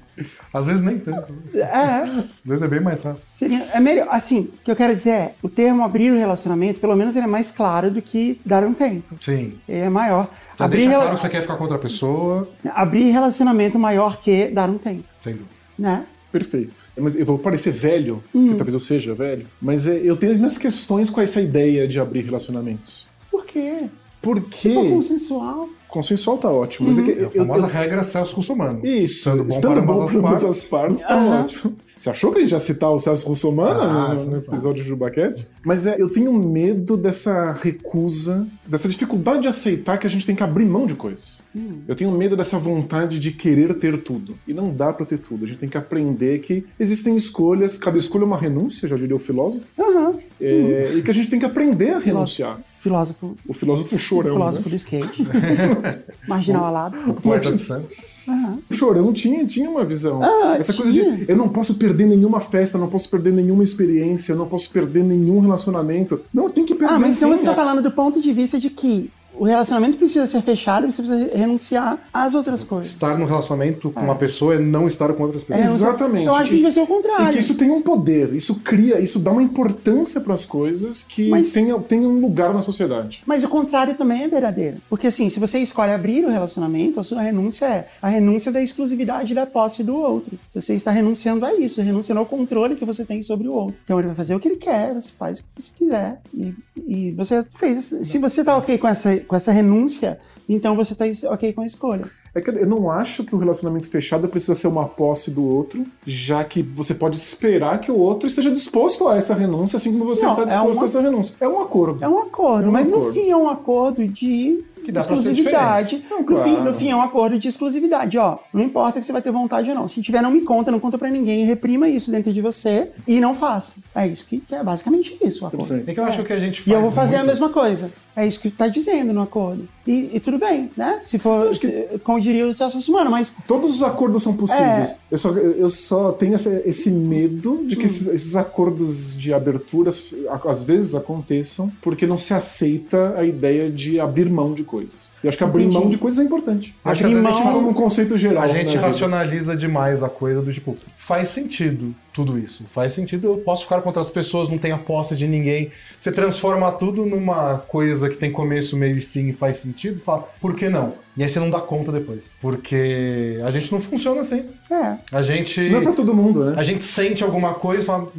S2: Às vezes nem tanto. né?
S1: É.
S2: Às vezes é bem mais rápido.
S1: Seria, é melhor, assim, o que eu quero dizer é, o termo abrir o relacionamento, pelo menos ele é mais claro do que dar um tempo.
S2: Sim.
S1: Ele é maior.
S2: Já
S1: Abrir,
S2: deixa
S1: rela-
S2: claro que você quer ficar com outra pessoa.
S1: abrir relacionamento maior que dar um tempo,
S2: Sem dúvida.
S1: né?
S3: Perfeito. É, Mas eu vou parecer velho, porque talvez eu seja velho, mas é, eu tenho as minhas questões com essa ideia de abrir relacionamentos.
S1: Por quê?
S3: Porque
S1: Pô, consensual.
S3: consensual tá ótimo, mas é que
S2: É
S3: eu,
S2: a famosa
S3: eu-
S2: regra Celso Russomano.
S3: isso,
S2: Estando bom
S3: estando
S2: para
S3: bom
S2: ambas
S3: para
S2: as
S3: ambas
S2: partes.
S3: as partes, tá
S1: Aham.
S3: ótimo. Você achou que a gente ia citar o Celso Russomano
S2: Ah,
S3: no,
S2: sim,
S3: no
S2: sim.
S3: episódio do JubaCast? Mas é, eu tenho medo dessa recusa, dessa dificuldade de aceitar que a gente tem que abrir mão de coisas.
S1: Hum.
S3: Eu tenho medo dessa vontade de querer ter tudo. E não dá pra ter tudo. A gente tem que aprender que existem escolhas, cada escolha é uma renúncia, já diria o filósofo,
S1: Aham.
S3: é,
S1: Uhum.
S3: e que a gente tem que aprender a renunciar.
S1: Filósofo,
S3: O filósofo chorão.
S1: filósofo
S3: né?
S1: do skate. [laughs] Marginal alado.
S2: O poeta de Santos.
S1: Aham.
S3: O chorão tinha, tinha uma visão.
S1: Ah,
S3: Essa
S1: tinha.
S3: coisa de eu não posso perder nenhuma festa, não posso perder nenhuma experiência, não posso perder nenhum relacionamento. Não, tem que perder.
S1: Ah, mas então
S3: sim. é.
S1: você tá falando do ponto de vista de que o relacionamento precisa ser fechado e você precisa renunciar às outras coisas.
S2: Estar num relacionamento com uma pessoa é não estar com outras
S1: É,
S2: pessoas.
S1: eu-
S3: Exatamente.
S1: Eu acho que devia ser o
S3: E
S1: contrário.
S3: que isso tem um poder, isso cria, isso dá uma importância para as coisas que
S1: Mas-
S3: tem, tem um lugar na sociedade.
S1: Mas o contrário também é verdadeiro. Porque assim, se você escolhe abrir o relacionamento, a sua renúncia é a renúncia da exclusividade da posse do outro. Você está renunciando a isso, renunciando ao controle que você tem sobre o outro. Então ele vai fazer o que ele quer, você faz o que você quiser. E, e você fez. Se você tá ok com essa, com essa renúncia, então você tá es- ok com a escolha.
S3: É que eu não acho que o relacionamento fechado precisa ser uma posse do outro, já que você pode esperar que o outro esteja disposto a essa renúncia, assim como você
S1: Não,
S3: está
S1: é
S3: disposto
S1: uma-
S3: a essa renúncia. É um acordo.
S1: É um acordo,
S3: É um
S1: mas no
S3: acordo.
S1: fim é um acordo de
S2: Que dá pra ser
S1: exclusividade.
S3: Não,
S1: no,
S3: claro.
S1: fim, no fim é um acordo de exclusividade, ó. Não importa que você vai ter vontade ou não. Se tiver, não me conta, não conta pra ninguém, reprima isso dentro de você e não faça. É isso que que é basicamente isso, o acordo.
S2: É que eu acho que a gente faz
S1: E eu vou fazer a
S2: muito-
S1: mesma coisa. É isso que tá dizendo no acordo. E, e tudo bem, né? Se for, se- como diria o Celso Sumano, mas
S3: Todos os acordos são
S1: É.
S3: possíveis. Eu, só, eu só tenho essa- esse medo
S1: Hum.
S3: de que esses, esses acordos de abertura a- às vezes aconteçam porque não se aceita a ideia de abrir mão de coisas. E acho que abrir
S1: Entendi.
S3: mão de coisas é importante.
S2: Acho que
S1: abrir
S2: às
S1: mão.
S2: vezes
S3: Esse é um conceito geral.
S2: A gente
S3: né,
S2: racionaliza demais a coisa do tipo, faz sentido tudo isso. Faz sentido, eu posso ficar com outras pessoas, não tenho a posse de ninguém. Você transforma tudo numa coisa que tem começo, meio e fim e faz sentido, fala, por que não? E aí você não dá conta depois. Porque a gente não funciona assim.
S1: é.
S2: A gente.
S3: Não é pra todo mundo, né?
S2: A gente sente alguma coisa e fala,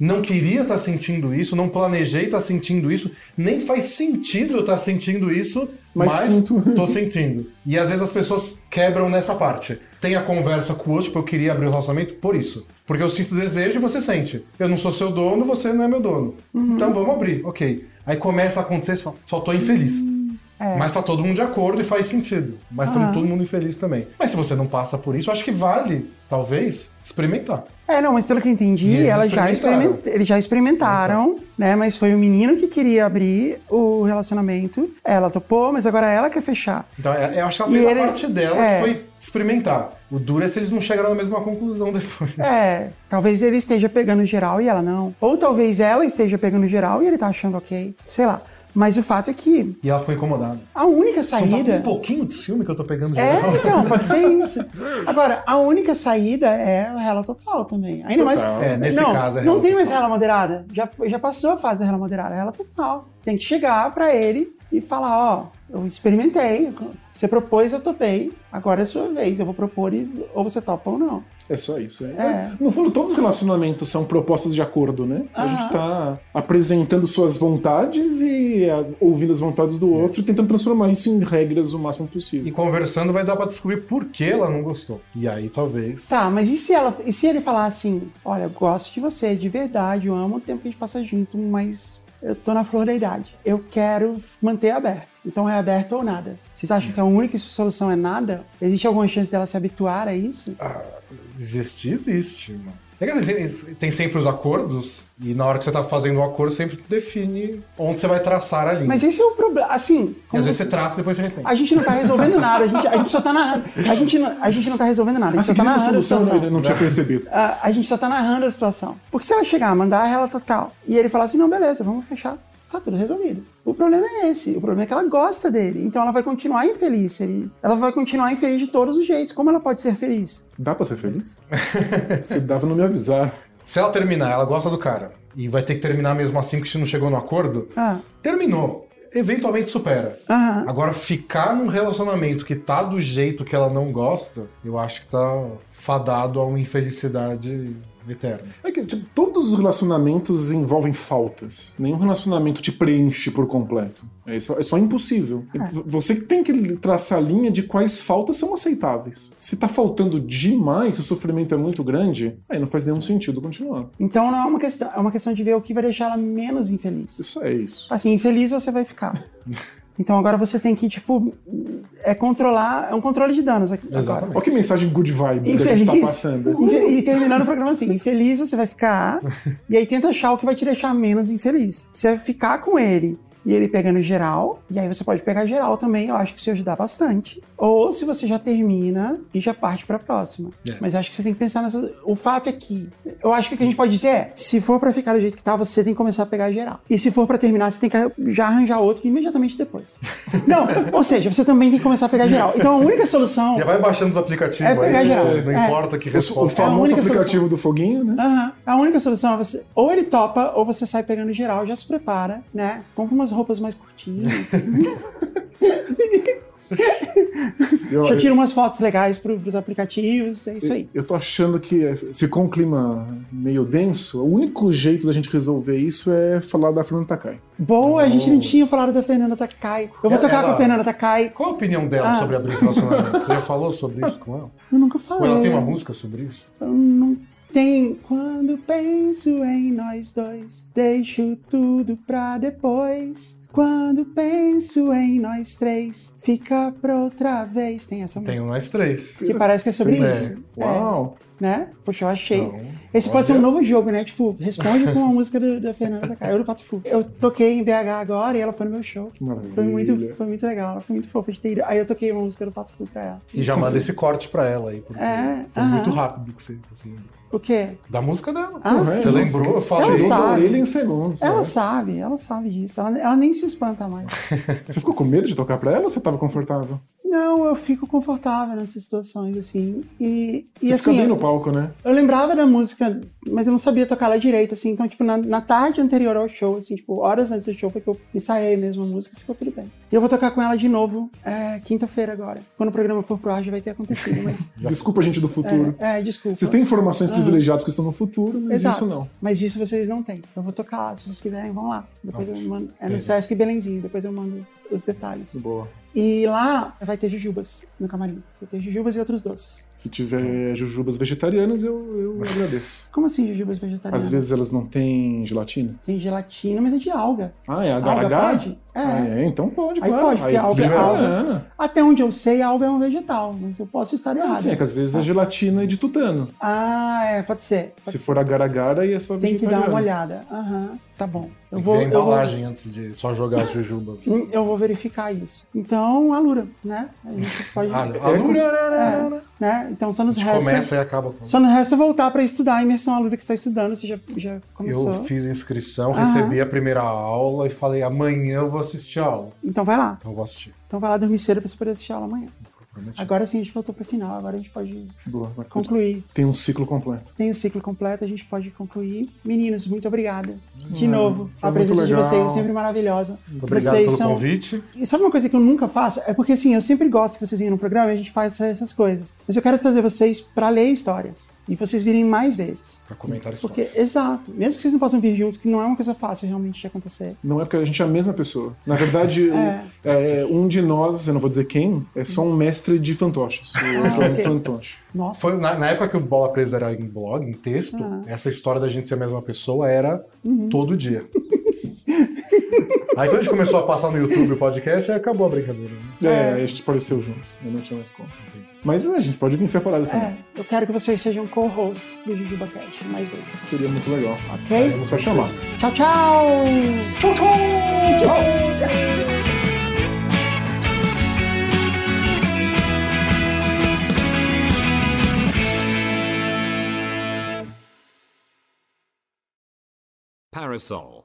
S2: não queria estar sentindo isso, não planejei estar sentindo isso, nem faz sentido eu estar sentindo isso,
S3: Mas
S2: mas,
S3: sinto.
S2: [laughs] tô sentindo. E às vezes as pessoas quebram nessa parte. Tem a conversa com o outro, tipo, eu queria abrir um relacionamento por isso. Porque eu sinto desejo e você sente. Eu não sou seu dono, você não é meu dono. Então vamos abrir, ok. Aí começa a acontecer, você fala, só tô infeliz. Mas tá todo mundo de acordo e faz sentido. Mas tá
S1: Ah.
S2: todo mundo infeliz também. Mas se você não passa por isso, eu acho que vale, talvez, experimentar.
S1: É, não, mas pelo que eu entendi,
S2: E eles
S1: elas já
S2: experimentaram. Então.
S1: experimenta- eles já experimentaram, né? Mas foi o menino que queria abrir o relacionamento. Ela topou, mas agora ela quer fechar.
S2: Então, é- eu acho que ela
S1: E
S2: fez
S1: ele-
S2: a parte dela,
S1: é.
S2: que foi experimentar. O duro é se eles não chegaram na mesma
S1: [laughs]
S2: conclusão depois.
S1: É, talvez ele esteja pegando geral e ela não. Ou talvez ela esteja pegando geral e ele tá achando ok. Sei lá. Mas o fato é que
S2: E ela ficou incomodada.
S1: a única
S2: Só tá com né?
S1: saída.
S2: um pouquinho de ciúme que eu tô pegando de
S1: É,
S2: geral.
S1: então, pode ser isso. Agora, a única saída é a rela total também. Ainda mais.
S3: Total.
S2: É, nesse
S1: não,
S2: caso é
S1: Não
S2: rela
S1: tem
S2: total.
S1: mais rela moderada. Já, já passou a fase da rela moderada, é rela total. Tem que chegar pra ele e falar: ó, eu experimentei, você propôs, eu topei, agora é sua vez, eu vou propor e ou você topa ou não.
S3: É só isso. É.
S1: É.
S3: No fundo, todos os relacionamentos são propostas de acordo, né? A
S1: Aham.
S3: gente tá apresentando suas vontades e a- ouvindo as vontades
S2: É.
S3: do outro e tentando transformar isso em regras o
S2: [laughs]
S3: máximo
S2: E
S3: possível.
S2: conversando vai dar pra descobrir por que ela não gostou. E aí talvez.
S1: Tá, mas e se, ela, e se ele falar assim: olha, eu gosto de você, de verdade, eu amo o tempo que a gente passa junto, mas eu tô na flor da idade. Eu quero manter aberto. Então é aberto ou nada. Vocês acham que a única solução é nada? Existe alguma chance dela se habituar a isso?
S2: Existir, existe, mano. É que assim, tem sempre os acordos, e na hora que você tá fazendo o acordo, sempre define onde você vai traçar a linha.
S1: Mas esse é o problema. Assim,
S2: e
S1: como
S2: às vezes
S1: você-
S2: você traça e depois você arrepende.
S1: a gente não tá resolvendo nada, a gente, a gente só tá narrando. A gente, não, a gente não tá resolvendo nada, a gente
S3: Mas
S1: só
S3: que
S1: tá
S3: a
S1: narrando a
S3: é solução né?
S1: situação.
S3: eu não tinha percebido.
S1: A, a gente só tá narrando a situação. Porque se ela chegar, mandar a rela total, e ele falar assim, não, beleza, vamos fechar, tá tudo resolvido. O problema é esse. O problema é que ela gosta dele. Então ela vai continuar infeliz. se ele- Ela vai continuar infeliz de todos os jeitos. Como ela pode ser feliz?
S3: Dá pra ser
S1: [laughs]
S3: feliz? Se dava, não me avisaram.
S2: Se ela terminar, ela gosta do cara, e vai ter que terminar mesmo assim que não chegou no acordo,
S1: Ah,
S2: terminou. Eventualmente supera.
S1: aham.
S2: Agora, ficar num relacionamento que tá do jeito que ela não gosta, eu acho que tá fadado a uma infelicidade eterna.
S3: É que tipo, todos os relacionamentos envolvem faltas. Nenhum relacionamento te preenche por completo. É só, é só impossível. V- Você que tem que traçar a linha de quais faltas são aceitáveis. Se tá faltando demais, se o sofrimento é muito grande, aí não faz nenhum sentido continuar.
S1: Então não é uma questão. É uma questão de ver o que vai deixar ela menos infeliz.
S3: Isso é isso.
S1: Assim, infeliz você vai ficar. Então agora você tem que, tipo, é controlar. É um controle de danos aqui. Agora.
S2: Exatamente.
S3: Olha que mensagem good vibes que a gente
S1: Infeliz.
S3: tá passando.
S1: Infe- E terminando o programa assim, infeliz você vai ficar, e aí tenta achar o que vai te deixar menos infeliz. Você vai ficar com ele e ele pegando geral, e aí você pode pegar geral também, eu acho que isso ia ajudar bastante. Ou se você já termina e já parte pra próxima.
S3: É.
S1: Mas eu acho que você tem que pensar nessa. O fato é que, eu acho que o que a gente pode dizer é: se for pra ficar do jeito que tá, você tem que começar a pegar geral. E se for pra terminar, você tem que já arranjar outro imediatamente
S3: [laughs]
S1: depois. Não, ou seja, você também tem que começar a pegar geral. Então a única solução.
S2: Já vai baixando os aplicativos
S1: É, pegar
S2: aí, né?
S1: geral.
S2: não
S1: É.
S2: importa que
S3: O, o
S2: resposta.
S3: famoso
S1: É a única
S3: aplicativo do foguinho, né?
S1: Aham. A única solução é você. Ou ele topa, ou você sai pegando geral, já se prepara, né? Compra umas roupas mais
S2: [laughs]
S1: curtinhas.
S3: Eu-
S1: já tira umas fotos legais pro, pros aplicativos. É isso aí.
S3: Eu tô achando que é, ficou um clima meio denso. O único jeito da gente resolver isso é falar da Fernanda Takai.
S1: Boa, a gente não tinha falado da Fernanda Takai. Eu vou
S2: Ela-
S1: tocar com a
S2: ela-
S1: Fernanda Takai.
S2: Qual a opinião dela
S1: Ah.
S2: sobre abrir relacionamento?
S1: [laughs]
S2: Você já falou sobre isso com ela?
S1: Eu nunca
S2: Ou
S1: falei.
S2: ela tem uma música sobre isso?
S1: Eu não tenho. Quando penso em nós dois, deixo tudo pra depois. Quando penso em nós três, fica pra outra vez. Tem essa
S2: Tem
S1: música.
S2: o Nós Três.
S1: Que parece que é sobre
S2: Sim, né?
S1: isso. É.
S3: Uau!
S1: né? Poxa, eu achei.
S2: Então,
S1: Esse pode ser um
S2: olha.
S1: novo jogo, né? Tipo, responde com uma [laughs] música do- da Fernanda Caio do Pato Fu. Eu toquei em BH agora e ela foi no meu show.
S3: Que maravilha.
S1: Foi muito, foi muito legal, ela foi muito fofa de ter ido. Aí eu toquei uma música do Pato Fu pra ela.
S2: E já manda esse corte pra ela aí, porque
S1: É,
S2: foi
S1: aham.
S2: muito rápido que você. Assim,
S1: O quê?
S2: da música dela.
S1: Ah,
S3: Correto.
S2: Você
S1: sim.
S2: lembrou? Eu falei.
S1: Ela
S3: Tirou da
S1: sabe.
S3: orelha em segundos.
S1: Ela
S3: né?
S1: sabe, ela sabe disso. Ela, ela nem se espanta mais.
S3: Você ficou com medo de tocar pra ela ou você tava confortável?
S1: Não, eu fico confortável nessas situações, assim. E, e
S3: você
S1: assim.
S3: fica bem
S1: eu-
S3: no palco, né?
S1: Eu lembrava da música, mas eu não sabia tocar ela direito, assim. Então, tipo, na, na tarde anterior ao show, assim, tipo, horas antes do show, foi que eu ensaiei mesmo a música e ficou tudo bem. E eu vou tocar com ela de novo, é, quinta-feira agora. Quando o programa for pro ar, já vai ter acontecido,
S3: [laughs]
S1: mas...
S3: Desculpa, gente do futuro.
S1: é, é, desculpa.
S3: Vocês têm informações privilegiadas que estão no futuro, mas
S1: Exato.
S3: isso não.
S1: Mas isso vocês não têm. Eu vou tocar, se vocês quiserem, vão lá. Depois eu mando... É no
S2: beleza.
S1: Sesc Belenzinho, depois eu mando os detalhes.
S3: Boa.
S1: E lá vai ter jujubas no camarim. Vai ter jujubas e outros doces.
S3: Se tiver jujubas vegetarianas, eu, eu agradeço.
S1: Como assim jujubas vegetarianas?
S3: Às vezes elas não têm gelatina.
S1: Tem gelatina, mas é de alga.
S3: Ah, é
S1: Alga
S3: agaragá?
S1: pode? É.
S3: Ah, é, então pode,
S1: Aí
S3: claro.
S1: pode, porque alga é
S3: vegetariana.
S1: Até onde eu sei, a alga é um vegetal, mas eu posso estar errado.
S3: Ah, sim, é que às vezes a gelatina é de tutano.
S1: Ah, é, pode ser. Pode
S3: Se
S1: ser.
S3: for a garagara, aí é só
S1: Tem que dar uma
S3: vegetariana.
S1: olhada. Aham, tá bom. Eu
S2: Tem que
S1: vou,
S2: ver a
S1: eu, vou,
S2: embalagem antes de só jogar as jujubas.
S1: Hum, eu vou verificar isso. Então, a Lura, né? A gente pode.
S2: Ah, a Lura,
S1: É, né? então só nos
S2: A gente
S1: resta.
S2: começa e acaba com.
S1: Só nos resta voltar para estudar a imersão aluda que está estudando, você já, já começou.
S2: Eu fiz a inscrição,
S1: Aham.
S2: recebi a primeira aula e falei, amanhã eu vou assistir a aula.
S1: Então vai lá.
S2: Então eu vou assistir.
S1: Então vai lá dormir cedo para você poder assistir a aula amanhã.
S2: prometido.
S1: Agora sim a gente voltou para final, agora a gente pode
S3: Boa, vai.
S1: concluir.
S3: Tem um ciclo completo.
S1: Tem o ciclo completo, a gente pode concluir. Meninos, muito obrigado. De novo,
S3: foi
S1: a presença
S3: muito
S1: de
S3: legal.
S1: vocês é sempre maravilhosa.
S2: Obrigado
S1: vocês
S2: pelo
S1: são
S2: convite.
S1: E sabe uma coisa que eu nunca faço? É porque assim, eu sempre gosto que vocês venham no programa e a gente faz essas coisas. Mas eu quero trazer vocês para ler histórias. E vocês virem mais vezes.
S2: Pra comentar isso.
S1: Porque, exato, mesmo que vocês não possam vir juntos, que não é uma coisa fácil realmente de acontecer.
S3: Não é porque a gente é a mesma pessoa. Na
S1: [laughs]
S3: verdade, o- é, um de nós, eu não vou dizer quem, é só um mestre de fantoches. O outro é
S1: [laughs]
S3: um
S1: ok.
S3: fantoche.
S1: Nossa,
S2: Foi na, na época que o Bola Presa era em blog, em texto, essa história da gente ser a mesma pessoa era
S1: Uhum.
S2: todo dia.
S1: [laughs]
S2: Aí quando a gente começou a passar no YouTube o podcast, aí acabou a brincadeira. né?
S3: É, a gente apareceu juntos. Eu não tinha mais como. Mas é, a gente pode vir separado também.
S1: é, eu quero que vocês sejam co-hosts do Jujuba Cash mais vezes.
S3: Seria muito legal.
S1: É. Ok?
S3: É só chamar.
S1: Tchau, tchau! Tchau, tchau! Tchau!
S6: Parasol.